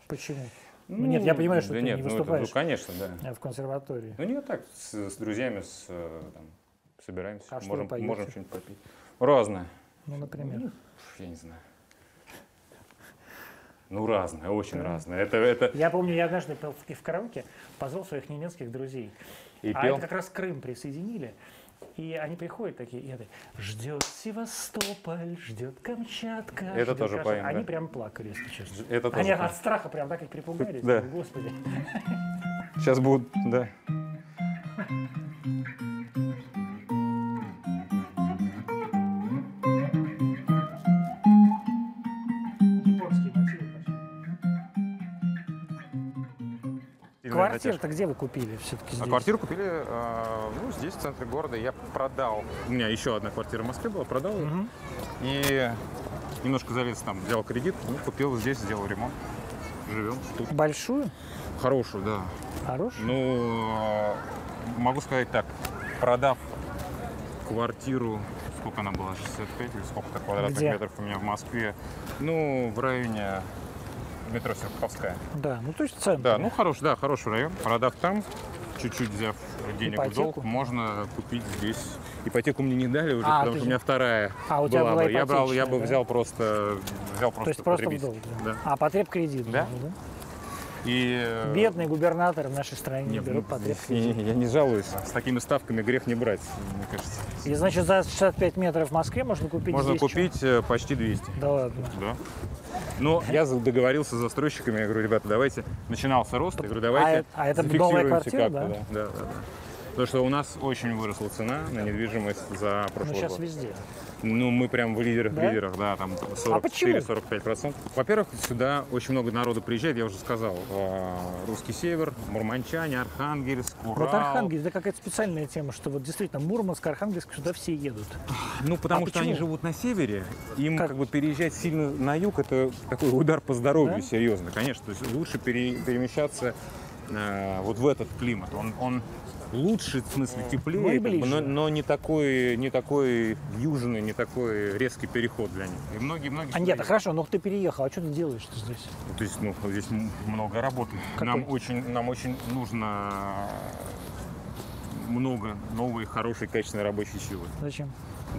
Speaker 1: Почему? Ну, нет, я понимаю, что
Speaker 14: да
Speaker 1: ты
Speaker 14: нет,
Speaker 1: не
Speaker 14: ну, это,
Speaker 1: выступаешь.
Speaker 14: ну, конечно, да.
Speaker 1: э, В консерватории.
Speaker 14: Ну, не так, с, с друзьями с, э, там, собираемся,
Speaker 1: А что вы
Speaker 14: можем,
Speaker 1: поете?
Speaker 14: можем что-нибудь попить. Разное.
Speaker 1: Ну, например.
Speaker 14: Пф, Я не знаю. Ну, разное, очень разное. Это, это...
Speaker 1: Я помню, я однажды пел в, в караоке, позвал своих немецких друзей.
Speaker 14: И
Speaker 1: а
Speaker 14: пел?
Speaker 1: это как раз Крым присоединили. И они приходят такие, и я так, ждет Севастополь, ждет Камчатка.
Speaker 14: Это
Speaker 1: ждет
Speaker 14: тоже
Speaker 1: Краснодар».
Speaker 14: поем, да?
Speaker 1: Они прям плакали, если честно.
Speaker 14: Это тоже
Speaker 1: они
Speaker 14: поем.
Speaker 1: от страха прям так и припугались.
Speaker 14: Да.
Speaker 1: Господи.
Speaker 14: Сейчас будут, да.
Speaker 1: Японские мотивы пошли. Квартиру-то где вы купили все-таки
Speaker 2: А
Speaker 1: здесь?
Speaker 2: квартиру купили э, ну, здесь, в центре города. Я продал. У меня еще одна квартира в Москве была, продал ее. И немножко залез там, взял кредит, ну, купил здесь, сделал ремонт. Живем тут.
Speaker 1: Большую?
Speaker 2: Хорошую, да.
Speaker 1: Хорошую?
Speaker 2: Ну, э, могу сказать так, продав квартиру, сколько она была, 65 или сколько-то квадратных
Speaker 1: Где?
Speaker 2: метров у меня в Москве, ну, в районе метро Серпуховская.
Speaker 1: Да, ну то есть центр.
Speaker 2: Да, ну хороший, да, хороший район. Продав там, чуть-чуть взяв денег в
Speaker 1: Ипотеку?
Speaker 2: долг, можно купить здесь. Ипотеку мне не дали уже,
Speaker 1: А,
Speaker 2: потому
Speaker 1: ты
Speaker 2: что у
Speaker 1: же-
Speaker 2: меня вторая
Speaker 1: А, у тебя
Speaker 2: была,
Speaker 1: была
Speaker 2: бы. Я брал, я
Speaker 1: ипотечная,
Speaker 2: бы
Speaker 1: да?
Speaker 2: взял просто, взял просто
Speaker 1: То есть просто в
Speaker 2: потребитель.
Speaker 1: долг. да.
Speaker 2: Да.
Speaker 1: А потреб кредит.
Speaker 2: Да. И э,
Speaker 1: Бедный губернатор в нашей стране
Speaker 2: нет,
Speaker 1: берет
Speaker 2: ну,
Speaker 1: потреб
Speaker 2: я, я не жалуюсь. С такими ставками грех не брать, мне кажется.
Speaker 1: И значит за 65 метров в Москве можно купить
Speaker 2: Можно
Speaker 1: здесь
Speaker 2: купить э, почти 200.
Speaker 1: чё? Да ладно.
Speaker 2: Да. Но я за- договорился с застройщиками, я говорю, ребята, давайте, начинался рост, я говорю, давайте
Speaker 1: а это новая
Speaker 2: зафиксируемся
Speaker 1: квартира,
Speaker 2: как-то,
Speaker 1: да?
Speaker 2: Да, да, да. Потому что у нас очень выросла цена на недвижимость за
Speaker 1: Ну
Speaker 2: прошлый
Speaker 1: сейчас
Speaker 2: год.
Speaker 1: везде.
Speaker 2: Ну, мы прям в лидерах,
Speaker 1: Да? А
Speaker 2: лидерах, да, там
Speaker 1: почему?
Speaker 2: 44-45%. Во-первых, сюда очень много народу приезжает, я уже сказал, э, русский север, мурманчане, Архангельск, Урал.
Speaker 1: Вот Архангельск, да какая-то специальная тема, что вот действительно Мурманск, Архангельск, сюда все едут.
Speaker 2: Ну, потому
Speaker 1: А
Speaker 2: что они
Speaker 1: почему?
Speaker 2: живут на севере, им как? бы переезжать сильно на юг это такой удар по здоровью,
Speaker 1: Да?
Speaker 2: серьезно, конечно. То есть лучше пере- перемещаться э, вот в этот климат. Он, он лучше, в смысле,
Speaker 1: Ну и
Speaker 2: теплее, как бы,
Speaker 1: ближе.
Speaker 2: но, но не такой, не такой южный, не такой резкий переход для них. И многие-многие.
Speaker 1: А нет, а хорошо, но ты переехал, а что ты делаешь -то здесь?
Speaker 2: То есть, ну, здесь м- много работы.
Speaker 1: Какой?
Speaker 2: Нам очень, нам очень нужно много новой, хорошей, качественной рабочей силы
Speaker 1: Зачем?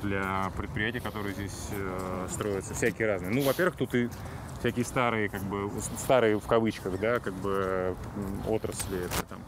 Speaker 2: для предприятий, которые здесь э, строятся, всякие разные. Ну, во-первых, тут и всякие старые, как бы, ус- старые в кавычках, да, как бы м, отрасли, это там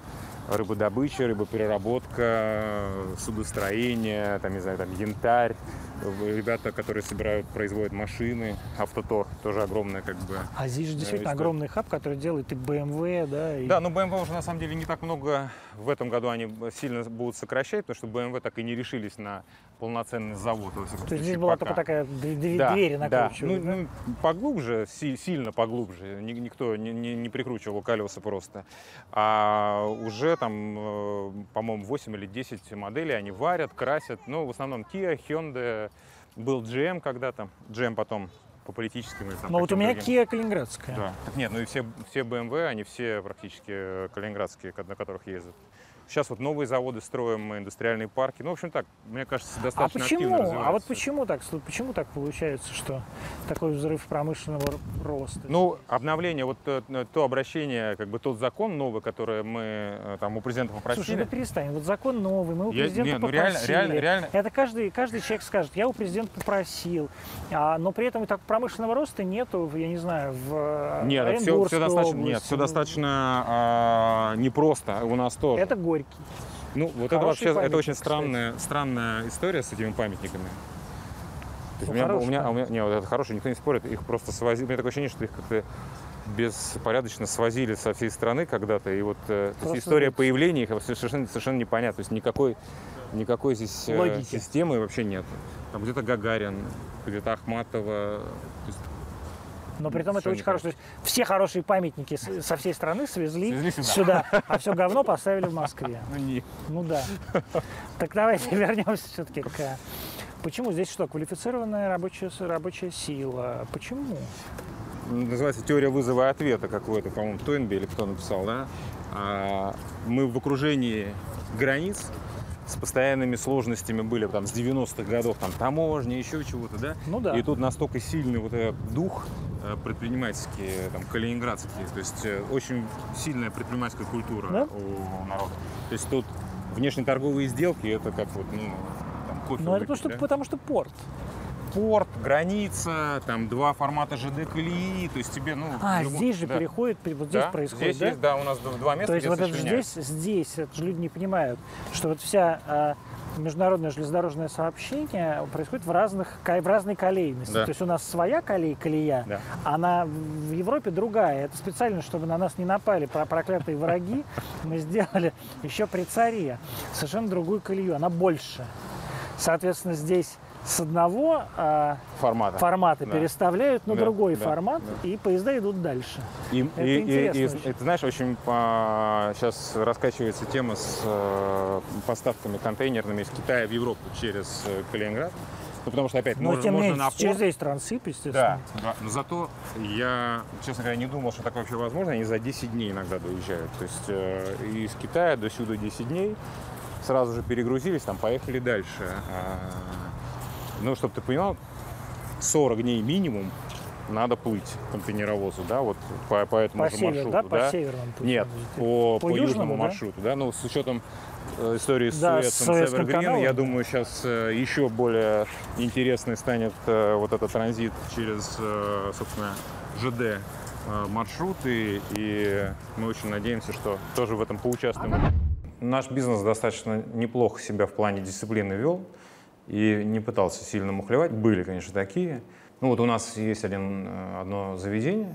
Speaker 2: рыбодобыча, рыбопереработка, судостроение, там, не знаю, там, янтарь, э, ребята, которые собирают, производят машины, автотор, тоже огромная, как бы,
Speaker 1: А здесь же
Speaker 2: э,
Speaker 1: действительно
Speaker 2: история.
Speaker 1: огромный хаб, который делает и BMW, да, и...
Speaker 2: Да, но BMW уже на самом деле не так много в этом году они сильно будут сокращать, потому что BMW так и не решились на полноценный завод. во всяком
Speaker 1: То есть здесь
Speaker 2: случае,
Speaker 1: была
Speaker 2: пока.
Speaker 1: только такая дв- дв-
Speaker 2: Да,
Speaker 1: двери
Speaker 2: да.
Speaker 1: накручивают, да?
Speaker 2: Ну, ну, поглубже, си- сильно поглубже. Ни- никто не, не- не прикручивал колеса просто. А уже там, э, по-моему, 8 или 10 моделей они варят, красят. Ну, в основном Kia, Hyundai, был GM когда-то, GM потом по политическим или там
Speaker 1: Ну вот у
Speaker 2: каким-то
Speaker 1: меня
Speaker 2: другим.
Speaker 1: Kia Калининградская.
Speaker 2: Да. Так нет, ну и все, все BMW, они все практически э, калининградские, ко- на которых ездят. Сейчас вот новые заводы строим, мы индустриальные парки. Ну, в общем так, мне кажется,
Speaker 1: А
Speaker 2: достаточно
Speaker 1: почему?
Speaker 2: активно
Speaker 1: А вот
Speaker 2: развивается.
Speaker 1: почему так, сл- почему так получается, что такой взрыв промышленного р- роста?
Speaker 2: Ну, обновление, вот э, то обращение, как бы тот закон новый, который мы э, там у президента попросили.
Speaker 1: Слушай, ну перестань, вот закон новый, мы у
Speaker 2: Я-
Speaker 1: президента
Speaker 2: не, ну
Speaker 1: попросили.
Speaker 2: реально- реально- реально.
Speaker 1: Это каждый, каждый человек скажет, я у президента попросил, А, но при этом и так промышленного роста нету, в, я не знаю, в э,
Speaker 2: Нет, все,
Speaker 1: Оренбургской
Speaker 2: достаточно, нет,
Speaker 1: области.
Speaker 2: все достаточно а, непросто у нас тоже.
Speaker 1: Это горький.
Speaker 2: ну, вот это
Speaker 1: хороший
Speaker 2: вообще
Speaker 1: памятник,
Speaker 2: это очень
Speaker 1: кстати.
Speaker 2: странная, странная история с этими памятниками. То есть
Speaker 1: Ну,
Speaker 2: у меня, у
Speaker 1: хороший
Speaker 2: меня, у меня- не, вот это хороший, никто не спорит, их просто свозили. У меня такое ощущение, что их как-то беспорядочно свозили со всей страны когда-то. И вот э, то есть
Speaker 1: Просто
Speaker 2: история
Speaker 1: вот.
Speaker 2: появления их совершенно, совершенно непонятна. То есть никакой, никакой здесь э,
Speaker 1: Логики.
Speaker 2: системы вообще нет. Там где-то Гагарин, где-то Ахматова. То есть
Speaker 1: Но при этом это
Speaker 2: Всё
Speaker 1: очень
Speaker 2: не
Speaker 1: хорошо. То есть все хорошие памятники с- со всей страны свезли,
Speaker 2: Свезли сюда.
Speaker 1: сюда, а все говно поставили в Москве.
Speaker 2: Ну, не.
Speaker 1: Ну да. Так давайте вернемся все-таки к... Почему здесь что? Квалифицированная рабочая, с- рабочая сила. Почему?
Speaker 2: Называется теория вызова и ответа, как вы это, по-моему, Тойнби или кто написал, да? А, мы в окружении границ с постоянными сложностями были там с 90-х годов, там таможни, еще чего-то, да?
Speaker 1: Ну да.
Speaker 2: И тут настолько сильный вот этот дух э, предпринимательский, там, калининградский, то есть э, очень сильная предпринимательская культура
Speaker 1: Да?
Speaker 2: у народа. То есть тут внешнеторговые сделки, это как вот, ну, там, кофе
Speaker 1: Ну это
Speaker 2: выпить,
Speaker 1: потому что,
Speaker 2: да?
Speaker 1: потому что порт.
Speaker 2: порт, граница, там два формата ЖД колеи, то есть тебе, ну...
Speaker 1: А,
Speaker 2: в любом-
Speaker 1: здесь же
Speaker 2: да.
Speaker 1: переходит, при- вот здесь
Speaker 2: Да,
Speaker 1: происходит,
Speaker 2: здесь
Speaker 1: да?
Speaker 2: есть, да, у нас д- два места,
Speaker 1: То есть
Speaker 2: где
Speaker 1: вот это
Speaker 2: сочиняют.
Speaker 1: здесь, здесь, это же люди не понимают, что вот вся а, международное железнодорожное сообщение происходит в, разных, ка- в разной колейности.
Speaker 2: Да.
Speaker 1: То есть у нас своя колей, колея,
Speaker 2: Да.
Speaker 1: а на, в Европе другая. Это специально, чтобы на нас не напали про- проклятые враги. Мы сделали еще при царе совершенно другую колею, она больше. Соответственно, здесь с одного а,
Speaker 2: Формата.
Speaker 1: формата
Speaker 2: Да.
Speaker 1: переставляют на
Speaker 2: Да,
Speaker 1: другой
Speaker 2: да,
Speaker 1: формат, и поезда идут дальше.
Speaker 2: И,
Speaker 1: Это
Speaker 2: и- и-
Speaker 1: интересно
Speaker 2: и-
Speaker 1: очень.
Speaker 2: это, знаешь, очень сейчас раскачивается тема с э, поставками контейнерными из Китая в Европу через э, Калининград. Ну, потому что, опять,
Speaker 1: Но
Speaker 2: можно,
Speaker 1: тем не
Speaker 2: можно
Speaker 1: менее,
Speaker 2: на порт.
Speaker 1: через здесь трансип, естественно.
Speaker 2: Да, да. Но зато я, честно говоря, не думал, что такое вообще возможно. Они за 10 дней иногда доезжают. То есть э, из Китая до сюда 10 дней. Сразу же перегрузились, там поехали дальше. А, Ну, чтобы ты понимал, 40 дней минимум надо плыть контейнеровозу, да, вот по, по этому
Speaker 1: По
Speaker 2: же
Speaker 1: северу,
Speaker 2: маршруту,
Speaker 1: да, по северному пути
Speaker 2: Нет,
Speaker 1: он будет идти.
Speaker 2: по,
Speaker 1: По
Speaker 2: по южному,
Speaker 1: южному, да?
Speaker 2: маршруту, да? ну, с учетом э, истории с
Speaker 1: Да, с
Speaker 2: Суэцем,
Speaker 1: Суэцким
Speaker 2: Севергрином,
Speaker 1: каналом,
Speaker 2: я
Speaker 1: да.
Speaker 2: думаю, сейчас еще более интересный станет э, вот этот транзит через, э, собственно, ЖД э, маршруты, и мы очень надеемся, что тоже в этом поучаствуем.
Speaker 4: Наш бизнес достаточно неплохо себя в плане дисциплины вел и не пытался сильно мухлевать. Были, конечно, такие. Ну вот у нас есть один, э, одно заведение,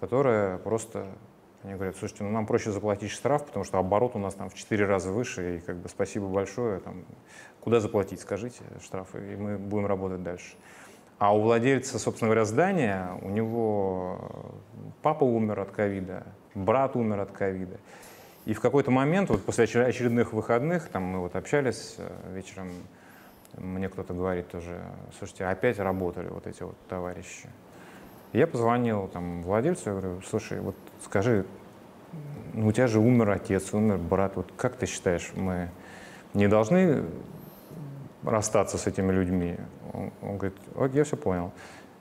Speaker 4: которое просто... Они говорят, слушайте, ну нам проще заплатить штраф, потому что оборот у нас там в 4 раза выше, и как бы спасибо большое, там, куда заплатить, скажите, штрафы, и мы будем работать дальше. А у владельца, собственно говоря, здания, у него э, папа умер от ковида, брат умер от ковида. И в какой-то момент, вот после очер- очередных выходных, там мы вот общались э, вечером, мне кто-то говорит тоже, слушайте, опять работали вот эти вот товарищи. И я позвонил там владельцу, я говорю, слушай, вот скажи, ну у тебя же умер отец, умер брат, вот как ты считаешь, мы не должны расстаться с этими людьми? Он, он говорит, «Ок, я все понял.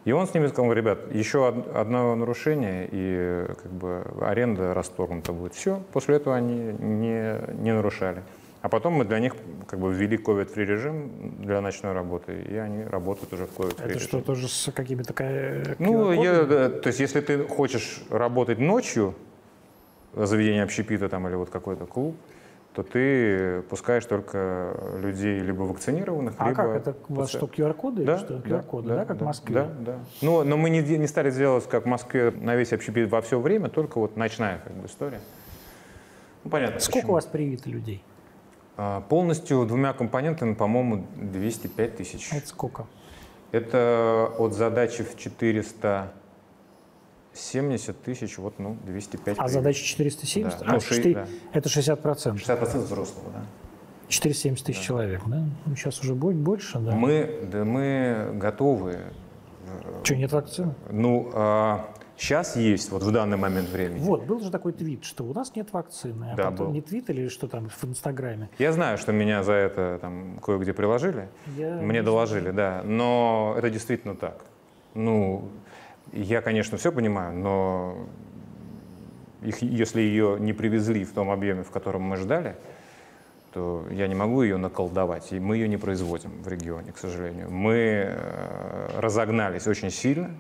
Speaker 4: И он с ними сказал, ребят, еще од- одно нарушение, и э, как бы аренда расторгнута будет. Все, после этого они не, не нарушали. А потом мы для них как бы ввели COVID-free режим для ночной работы, и они работают уже в COVID-free
Speaker 1: Это
Speaker 4: режиме.
Speaker 1: что, тоже с какими-то... ка-
Speaker 4: Ну,
Speaker 1: QR-кодами?
Speaker 4: я, да, то есть, если ты хочешь работать ночью, заведение общепита там или вот какой-то клуб, то ты пускаешь только людей либо вакцинированных,
Speaker 1: А
Speaker 4: либо...
Speaker 1: как это у вас
Speaker 4: пациент-
Speaker 1: что, QR-коды
Speaker 4: Да,
Speaker 1: или что?
Speaker 4: да,
Speaker 1: QR-коды,
Speaker 4: да,
Speaker 1: да, как
Speaker 4: да,
Speaker 1: в Москве?
Speaker 4: да, да. Ну, но мы не, де- не стали делать, как в Москве, на весь общепит во все время, только вот ночная как бы история. Ну, понятно.
Speaker 1: Сколько
Speaker 4: почему.
Speaker 1: у вас привито людей?
Speaker 4: А, Полностью двумя компонентами, по-моему, 205 тысяч.
Speaker 1: Это сколько?
Speaker 4: Это от задачи в 470 тысяч, вот, ну, 205.
Speaker 1: А задача 470?
Speaker 4: Да.
Speaker 1: А,
Speaker 4: Ну, ши-
Speaker 1: четы-
Speaker 4: да.
Speaker 1: Это 60%.
Speaker 4: 60% взрослого, да.
Speaker 1: 470 тысяч человек, да? Сейчас уже будет больше, да?
Speaker 4: Мы, да мы готовы.
Speaker 1: Что, нет вакцины?
Speaker 4: Ну, а,
Speaker 2: Сейчас есть, вот в данный момент времени.
Speaker 1: Вот, был же такой твит, что у нас нет вакцины, а
Speaker 2: Да,
Speaker 1: потом
Speaker 2: был.
Speaker 1: не твит или что там в Инстаграме.
Speaker 2: Я знаю, что меня за это там кое-где приложили.
Speaker 1: Я
Speaker 2: Мне
Speaker 1: не
Speaker 2: доложили, да. Но это действительно так. Ну, я, конечно, все понимаю, но их, если ее не привезли в том объеме, в котором мы ждали, то я не могу ее наколдовать, и мы ее не производим в регионе, к сожалению. Мы э, разогнались очень сильно,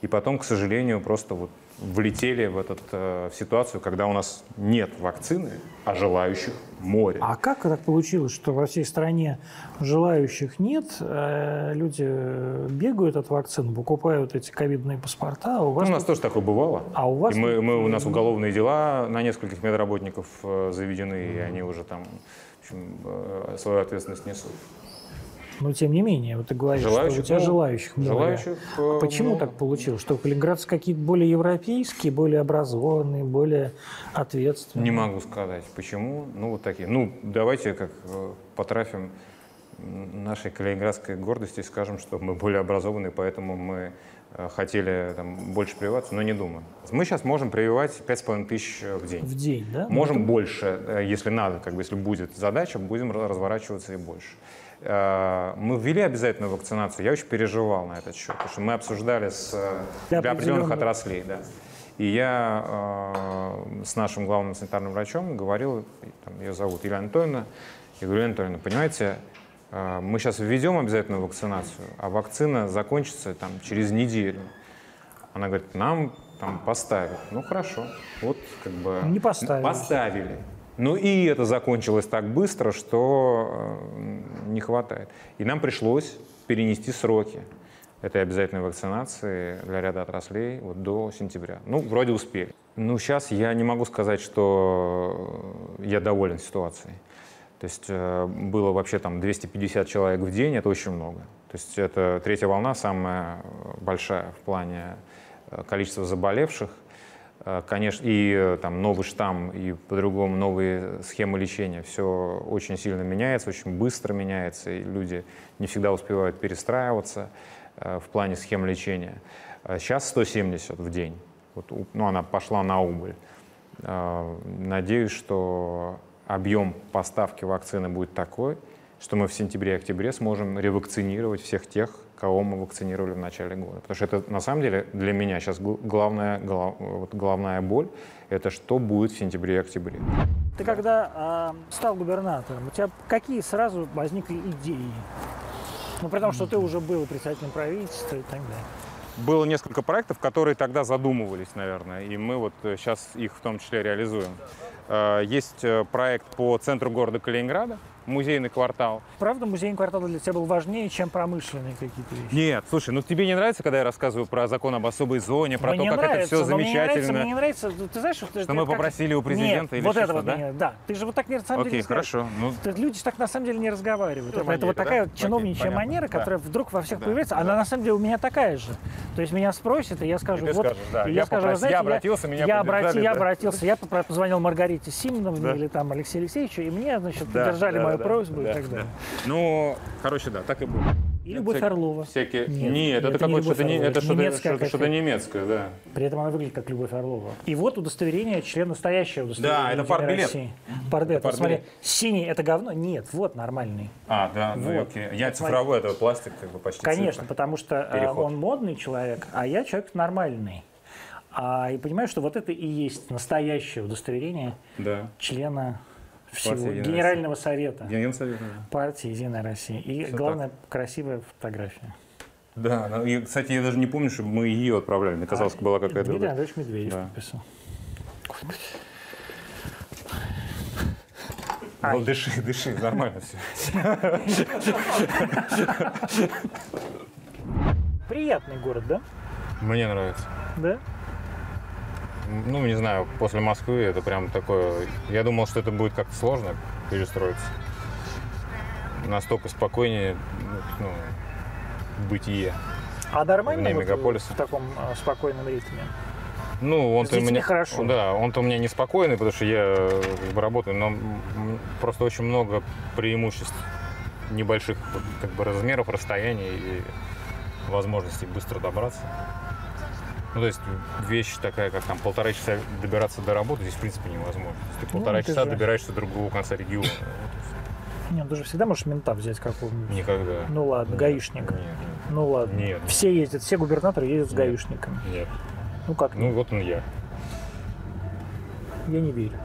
Speaker 2: и потом, к сожалению, просто вот влетели в, этот, э, в ситуацию, когда у нас нет вакцины, а желающих море. Ну,
Speaker 1: А как так получилось, что во всей стране желающих нет, э, люди э, бегают от вакцин, покупают эти ковидные паспорта, а у вас...
Speaker 2: у нас тоже такое бывало.
Speaker 1: А у вас
Speaker 2: Ну, И мы,
Speaker 1: тут-
Speaker 2: мы- у нас уголовные дела на нескольких медработников э, заведены, и они уже там в общем, э, свою ответственность несут.
Speaker 1: Но Ну, тем не менее, вот ты говоришь, что
Speaker 2: Желающих
Speaker 1: у тебя
Speaker 2: много.
Speaker 1: желающих много.
Speaker 2: Желающих, э, ну,
Speaker 1: А почему так получилось, что калининградцы какие-то более европейские, более образованные, более ответственные?
Speaker 2: Не могу сказать, почему. Ну, вот такие. Ну, давайте как э, потрафим м, нашей калининградской гордости и скажем, что мы более образованные, поэтому мы э, хотели там, больше прививаться, но не думаю. Мы сейчас можем прививать 5,5 тысяч э, в день.
Speaker 1: В день, да? Ну,
Speaker 2: Можем
Speaker 1: это-
Speaker 2: больше, э, если надо, как бы, если будет задача, будем ра- разворачиваться и больше. Э, Мы ввели обязательную вакцинацию. Я очень переживал на этот счет, потому что мы обсуждали с, э,
Speaker 1: Для
Speaker 2: для, определенных
Speaker 1: определенных.
Speaker 2: отраслей. Да. И я э, с нашим главным санитарным врачом говорил, и там ее зовут Елена Анатольевна, я говорю, Елена Анатольевна, понимаете, э, мы сейчас введем обязательную вакцинацию, а вакцина закончится там, через неделю. Она говорит, нам там поставят. Ну хорошо, вот как бы...
Speaker 1: Не поставили.
Speaker 2: Поставили. Ну и это закончилось так быстро, что э, не хватает. И нам пришлось перенести сроки этой обязательной вакцинации для ряда отраслей вот до сентября. Ну, вроде успели. Ну, сейчас я не могу сказать, что э, я доволен ситуацией. То есть э, было вообще там 250 человек в день, это очень много. То есть это третья волна самая э, большая в плане э, количества заболевших. Э, Конечно, и э, там новый штамм, и по-другому новые схемы лечения. Все очень сильно меняется, очень быстро меняется, и люди не всегда успевают перестраиваться э, в плане схем лечения. Э, Сейчас 170 в день. Вот, у- ну, она пошла на убыль. Э, Надеюсь, что объем поставки вакцины будет такой, что мы в сентябре и октябре сможем ревакцинировать всех тех, кого мы вакцинировали в начале года. Потому что это, на самом деле, для меня сейчас гл- главная, гла- вот главная боль — это что будет в сентябре и октябре.
Speaker 1: Ты когда а, стал губернатором, у тебя какие сразу возникли идеи? Ну, при том, что ты уже был председателем правительства и так далее.
Speaker 4: Было несколько проектов, которые тогда задумывались, наверное, и мы вот сейчас их в том числе реализуем. Э, Есть э, проект по центру города Калининграда, музейный квартал.
Speaker 1: Правда, музейный квартал для тебя был важнее, чем промышленные какие-то вещи?
Speaker 4: Нет, слушай, ну тебе не нравится, когда я рассказываю про закон об особой зоне, Ну, про
Speaker 1: Мне
Speaker 4: то, как это
Speaker 1: нравится,
Speaker 4: все
Speaker 1: но мне не нравится,
Speaker 4: замечательно?
Speaker 1: Мне не нравится, Ну, ты ты знаешь, что,
Speaker 4: мы попросили у президента
Speaker 1: Нет,
Speaker 4: или
Speaker 1: вот
Speaker 4: еще
Speaker 1: это
Speaker 4: что,
Speaker 1: вот
Speaker 4: да?
Speaker 1: меня- да. Ты же вот так не на самом деле
Speaker 4: Окей,
Speaker 1: не скажешь.
Speaker 4: хорошо. Ну,
Speaker 1: То есть Люди так на самом деле не разговаривают.
Speaker 4: Ну,
Speaker 1: Это, это вот
Speaker 4: манера,
Speaker 1: такая
Speaker 4: да?
Speaker 1: вот чиновничья
Speaker 4: Окей, понятно.
Speaker 1: манера,
Speaker 4: Да.
Speaker 1: которая вдруг во всех
Speaker 4: Да,
Speaker 1: появляется. Она на самом деле у меня такая же. То есть меня спросят, и я скажу,
Speaker 4: ты
Speaker 1: вот
Speaker 4: скажешь, да,
Speaker 1: и
Speaker 4: я
Speaker 1: «Вы
Speaker 4: попросил, я обратился, меня
Speaker 1: я,
Speaker 4: поддержали,
Speaker 1: обрати- я
Speaker 4: да».
Speaker 1: обратился, я попро- позвонил Маргарите Симоновне
Speaker 4: Да.
Speaker 1: или там Алексею Алексеевичу, и мне, значит,
Speaker 4: Да,
Speaker 1: поддержали
Speaker 4: да,
Speaker 1: мою
Speaker 4: да,
Speaker 1: просьбу и
Speaker 4: да,
Speaker 1: так далее.
Speaker 4: да. Ну, короче, да, так и было.
Speaker 1: И Любовь Орлова.
Speaker 4: Всякие...
Speaker 1: Нет,
Speaker 4: Нет,
Speaker 1: нет,
Speaker 4: это,
Speaker 1: это не
Speaker 4: какое-то
Speaker 1: Любовь
Speaker 4: что-то не-
Speaker 1: Орлова,
Speaker 4: это
Speaker 1: это
Speaker 4: что-то-
Speaker 1: немецкая
Speaker 4: что-то- что-то
Speaker 1: какая-то.
Speaker 4: немецкое, да.
Speaker 1: При этом она выглядит как Любовь Орлова. И вот удостоверение член настоящего удостоверения.
Speaker 4: Да, это
Speaker 1: Единой
Speaker 4: партбилет.
Speaker 1: России. Партбилет.
Speaker 4: Это
Speaker 1: Вот смотри,
Speaker 4: партбилет.
Speaker 1: синий это говно? Нет, вот нормальный.
Speaker 4: А, да, ну и
Speaker 1: Вот.
Speaker 4: окей. Я
Speaker 1: Вот смотри.
Speaker 4: цифровой, это пластик, как бы почти
Speaker 1: Конечно,
Speaker 4: цифра.
Speaker 1: потому что э,
Speaker 4: Переход.
Speaker 1: он модный человек, а я человек нормальный. А, и понимаю, что вот это и есть настоящее удостоверение
Speaker 4: Да.
Speaker 1: члена всего
Speaker 4: Партии «Единая
Speaker 1: Генерального совета
Speaker 4: Совета, да.
Speaker 1: партии Единая Россия. И
Speaker 4: Всё
Speaker 1: главное, красивая фотография.
Speaker 4: Да, ну, и, кстати, я даже не помню, чтобы мы ее отправляли. Мне казалось,
Speaker 1: А,
Speaker 4: была какая-то...
Speaker 1: Дмитрий
Speaker 4: другая.
Speaker 1: Анатольевич Медведев
Speaker 4: Да.
Speaker 1: подписал.
Speaker 4: Ну, дыши, дыши, нормально все.
Speaker 1: Приятный город, да?
Speaker 4: Мне нравится.
Speaker 1: Да?
Speaker 4: Ну, не знаю, после Москвы это прям такое... Я думал, что это будет как-то сложно перестроиться. Настолько спокойнее ну, ну, бытие.
Speaker 1: А нормально
Speaker 4: Вне
Speaker 1: вот, э,
Speaker 4: мегаполиса.
Speaker 1: в таком э, спокойном ритме?
Speaker 4: Ну, он-то у
Speaker 1: Здесь тебе
Speaker 4: меня...
Speaker 1: хорошо.
Speaker 4: Да, он-то у меня неспокойный, потому что я э, как бы работаю, но м, м, просто очень много преимуществ небольших вот, как бы размеров, расстояний и возможностей быстро добраться. Ну, то есть вещь такая, как там полтора часа добираться до работы, здесь в принципе невозможно. То есть ты
Speaker 1: Ну,
Speaker 4: полтора
Speaker 1: это
Speaker 4: часа
Speaker 1: же-
Speaker 4: добираешься до другого конца региона.
Speaker 1: Не, ну ты же всегда можешь мента взять какого-нибудь.
Speaker 4: Никогда.
Speaker 1: Ну ладно, гаишника. Ну ладно.
Speaker 4: Нет.
Speaker 1: Все ездят, все губернаторы ездят с гаишниками.
Speaker 4: Нет.
Speaker 1: Ну как?
Speaker 4: Ну вот он я.
Speaker 1: Я не верю.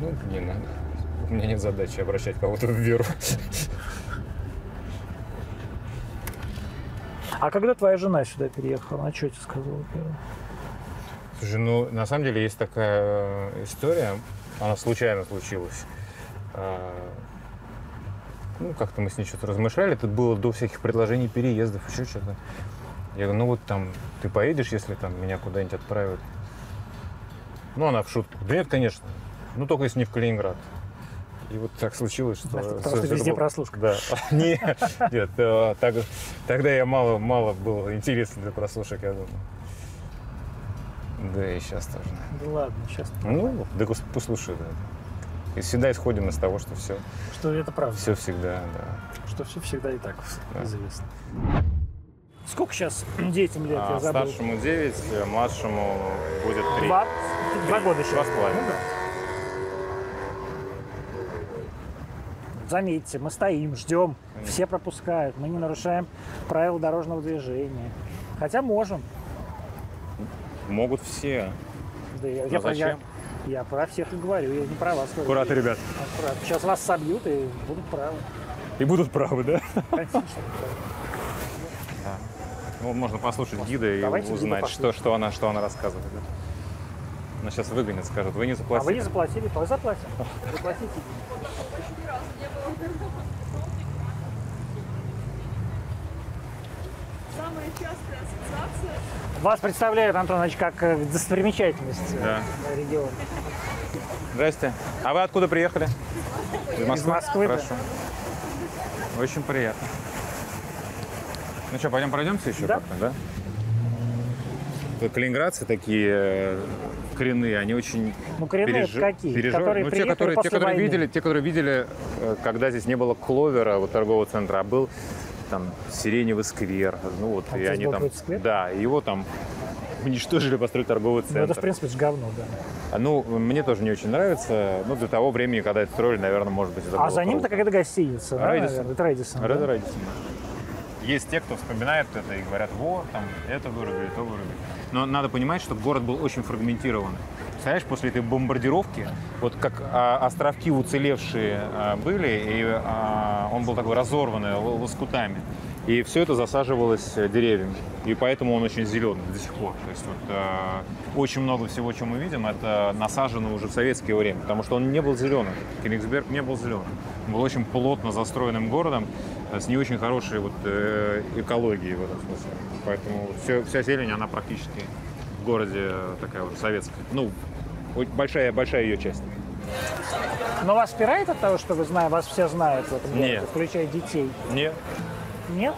Speaker 4: Ну, не надо. У меня нет задачи обращать кого-то в веру.
Speaker 1: А когда твоя жена сюда переехала, она что тебе сказала? первое?
Speaker 4: Слушай, ну на самом деле есть такая э, история, она случайно случилась. А, Ну, как-то мы с ней что-то размышляли, это было до всяких предложений переездов, еще что-то. Я говорю, ну вот там, ты поедешь, если там меня куда-нибудь отправят? Ну, она в шутку. Да нет, конечно. Ну, только если не в Калининград. И вот так случилось, что...
Speaker 1: Да, потому что везде прослушка.
Speaker 4: Да. Не, Нет, э, так- тогда я мало, мало было интересно для прослушек, я думаю. Да и сейчас тоже. наверное.
Speaker 1: Да ладно, сейчас.
Speaker 4: Ну, да гос- пусть слушает. да. И всегда исходим из того, что все,
Speaker 1: Что это правда,
Speaker 4: все всегда, да.
Speaker 1: что все всегда и так известно. Сколько сейчас детям лет,
Speaker 4: А
Speaker 1: я забыл?
Speaker 4: старшему 9, э, младшему будет 3.
Speaker 1: Два, два года еще.
Speaker 4: Два с половиной.
Speaker 1: Ну да. Заметьте, мы стоим, ждем, все пропускают, мы не нарушаем правила дорожного движения. Хотя можем.
Speaker 4: Могут все.
Speaker 1: Да я,
Speaker 4: Но
Speaker 1: я про- я-
Speaker 4: зачем?
Speaker 1: я про всех и говорю, я не про вас. говорю.
Speaker 4: Аккуратно, ребят.
Speaker 1: Аккуратно. Сейчас вас собьют и будут правы.
Speaker 4: И будут правы, да?
Speaker 1: Конечно.
Speaker 4: Ну, можно послушать гида и
Speaker 1: Давайте гида
Speaker 4: узнать, что,
Speaker 1: послушаем.
Speaker 4: что, она, что она рассказывает. Она сейчас выгонит, скажет, вы не
Speaker 1: А вы
Speaker 4: заплатили.
Speaker 1: не заплатили, то заплатим. Заплатите.
Speaker 15: Самая частая ассоциация
Speaker 1: Вас представляют, Антон Иванович, как э, достопримечательность э,
Speaker 4: Да.
Speaker 1: региона.
Speaker 4: Здрасте. А вы откуда приехали?
Speaker 1: Из Москвы, да.
Speaker 4: Хорошо. Очень приятно. Ну что, пойдем пройдемся еще
Speaker 1: Да.
Speaker 4: как-то, да? Вот Калининградцы такие э, коренные, они очень
Speaker 1: Ну, коренные это какие?
Speaker 4: переживают.
Speaker 1: Которые
Speaker 4: Ну, те,
Speaker 1: приехали
Speaker 4: которые, те,
Speaker 1: после
Speaker 4: которые
Speaker 1: войны.
Speaker 4: видели, те, которые видели, э, когда здесь не было кловера, вот торгового центра, а был там сиреневый сквер, ну вот
Speaker 1: А
Speaker 4: и
Speaker 1: здесь
Speaker 4: они
Speaker 1: был
Speaker 4: там,
Speaker 1: какой-то сквер?
Speaker 4: да, и его там уничтожили, построили торговый
Speaker 1: Ну,
Speaker 4: центр.
Speaker 1: это, в принципе, ж говно, да.
Speaker 4: А, Ну, мне тоже не очень нравится. Ну, для того времени, когда это строили, наверное, может быть, это
Speaker 1: А
Speaker 4: было
Speaker 1: за ним
Speaker 4: круто.
Speaker 1: так это гостиница, да,
Speaker 4: Рэдисон.
Speaker 1: наверное? Это Рэдисон, да?
Speaker 4: Red Radisson. Есть те, кто вспоминает это и говорят, вот, там, это вырубили, то вырубили. Но надо понимать, что город был очень фрагментирован. Представляешь, после этой бомбардировки, вот как а, островки уцелевшие а, были, и а, он был такой разорванный л- лоскутами. И все это засаживалось э, деревьями. И поэтому он очень зеленый до сих пор. То есть вот, э, очень много всего, чем мы видим, это насажено уже в советское время, потому что он не был зеленым. Кенигсберг не был зеленым. Он был очень плотно застроенным городом э, с не очень хорошей вот, э, экологией в этом смысле. Поэтому всё- вся зелень, она практически в городе э, такая уже советская. Ну, о- большая, большая ее часть.
Speaker 1: Но вас пирает от того, что вы знаете, вас все знают в этом городе,
Speaker 4: Нет.
Speaker 1: включая детей?
Speaker 4: Нет.
Speaker 1: Нет?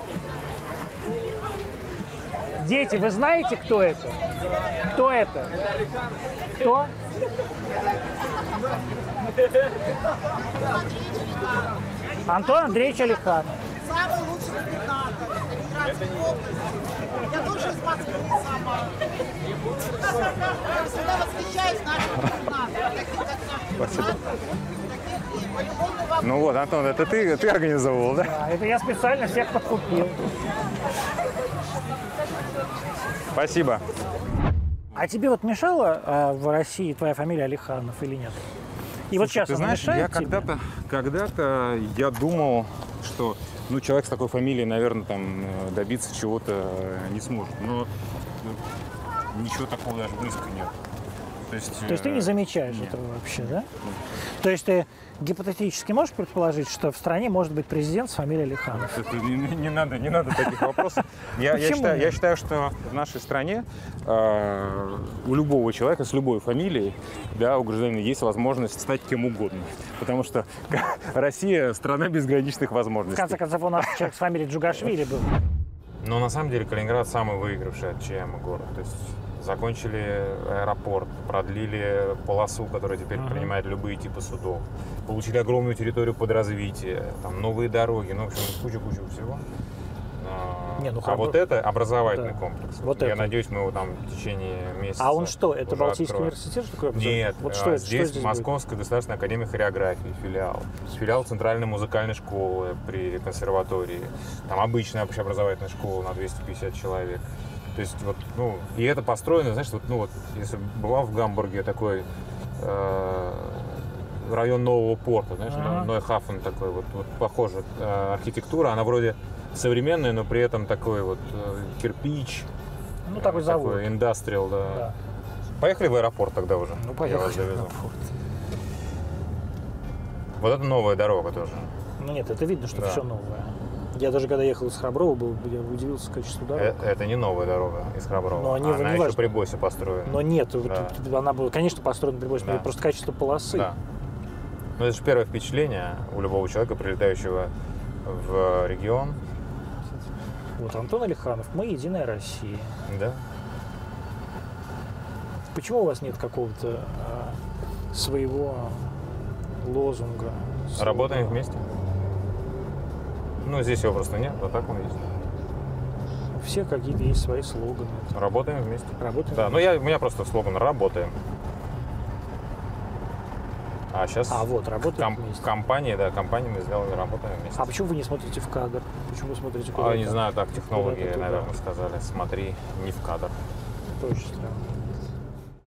Speaker 1: Дети, вы знаете, кто это? Кто это? Кто? Антон Андреевич Алиханов.
Speaker 15: самый лучший спектакль Ленинградской области. Я тоже из Москвы сама. Я всегда восхищаюсь нашим спектаклем. Таких, как наш
Speaker 4: Спасибо.
Speaker 15: спектакль, таких по-любому вам
Speaker 4: Ну вот, Антон, это ты, ты организовывал, да?
Speaker 1: А, Это я специально всех подкупил.
Speaker 4: Спасибо.
Speaker 1: А тебе вот мешала а, в России твоя фамилия Алиханов или нет? И вот
Speaker 4: Слушай,
Speaker 1: сейчас
Speaker 4: ты
Speaker 1: она
Speaker 4: знаешь,
Speaker 1: мешает
Speaker 4: я
Speaker 1: тебе?
Speaker 4: когда-то, когда-то я думал, что ну человек с такой фамилией, наверное, там э, добиться чего-то э, не сможет, но ну, ничего такого даже близко нет. То есть,
Speaker 1: То есть ты
Speaker 4: э,
Speaker 1: не замечаешь этого вообще, да? То есть ты гипотетически можешь предположить, что в стране может быть президент с фамилией Алиханов?
Speaker 4: Это не, не- не надо, не надо таких вопросов. Я, я
Speaker 1: Почему
Speaker 4: считаю, я
Speaker 1: нет?
Speaker 4: считаю, что в нашей стране э, у любого человека с любой фамилией, да, у гражданина есть возможность стать кем угодно, потому что Россия страна безграничных
Speaker 1: В
Speaker 4: возможностей.
Speaker 1: конце концов, у нас человек с фамилией Джугашвили был.
Speaker 4: Но на самом деле Калининград самый выигравший от ЧМ город. То есть закончили аэропорт, продлили полосу, которая теперь
Speaker 1: Мгм.
Speaker 4: принимает любые типы судов, получили огромную территорию под развитие, там новые дороги, ну, в общем, куча-куча всего. А,
Speaker 1: Не, ну,
Speaker 4: а
Speaker 1: Храбров-
Speaker 4: вот это образовательный
Speaker 1: Да.
Speaker 4: комплекс.
Speaker 1: Вот
Speaker 4: Я
Speaker 1: это.
Speaker 4: надеюсь, мы его там в течение месяца.
Speaker 1: А он что, это
Speaker 4: уже
Speaker 1: Балтийский
Speaker 4: откроем.
Speaker 1: университет, что такое образование?
Speaker 4: Нет,
Speaker 1: Вот
Speaker 4: а,
Speaker 1: что это, что
Speaker 4: здесь
Speaker 1: здесь будет?
Speaker 4: Московская государственная академия хореографии, филиал. Филиал Центральной музыкальной школы при консерватории. Там обычная общеобразовательная школа на 250 человек. То есть вот, ну, и это построено, знаешь, вот, ну вот, если была в Гамбурге такой э, район Нового порта, знаешь,
Speaker 16: Ага.
Speaker 4: Нойхафен такой, вот, вот похожа э, архитектура, она вроде современная, но при этом такой вот э, кирпич,
Speaker 1: Ну, такой завод.
Speaker 4: такой индастриал, да. Поехали в аэропорт тогда уже. Ну,
Speaker 1: поехали в
Speaker 4: Вот это новая дорога тоже.
Speaker 1: Ну, нет, это видно, что
Speaker 4: Да.
Speaker 1: все новое. Я даже когда ехал из Храброва, был, я удивился качеству дорог.
Speaker 4: Э- Это не новая дорога из Храброва.
Speaker 1: Но они-
Speaker 4: Она
Speaker 1: не
Speaker 4: еще
Speaker 1: важно.
Speaker 4: при Босе построена.
Speaker 1: Но нет, вот
Speaker 4: Э, Да.
Speaker 1: тут она была, конечно, построена при Босе,
Speaker 4: Да.
Speaker 1: просто качество полосы.
Speaker 4: Да. Ну, это же первое впечатление у любого человека, прилетающего в регион.
Speaker 1: Вот Антон Алиханов, мы Единая Россия.
Speaker 4: Да.
Speaker 1: Почему у вас нет какого-то а, своего лозунга? своего-
Speaker 4: Работаем вместе. Ну, здесь его просто нет, вот так он есть.
Speaker 1: У всех какие-то есть свои слоганы.
Speaker 4: Работаем вместе.
Speaker 1: Работаем.
Speaker 4: Да, ну я, у меня просто слоган «Работаем». А сейчас
Speaker 1: А, вот, «Работаем
Speaker 4: вместе». компании, да, компании мы сделали «Работаем вместе».
Speaker 1: А почему вы не смотрите в кадр? Почему вы смотрите
Speaker 4: А,
Speaker 1: куда-то?
Speaker 4: не знаю, так технологии,
Speaker 1: Куда-то туда.
Speaker 4: наверное, сказали. Смотри, не в кадр.
Speaker 1: Это очень странно.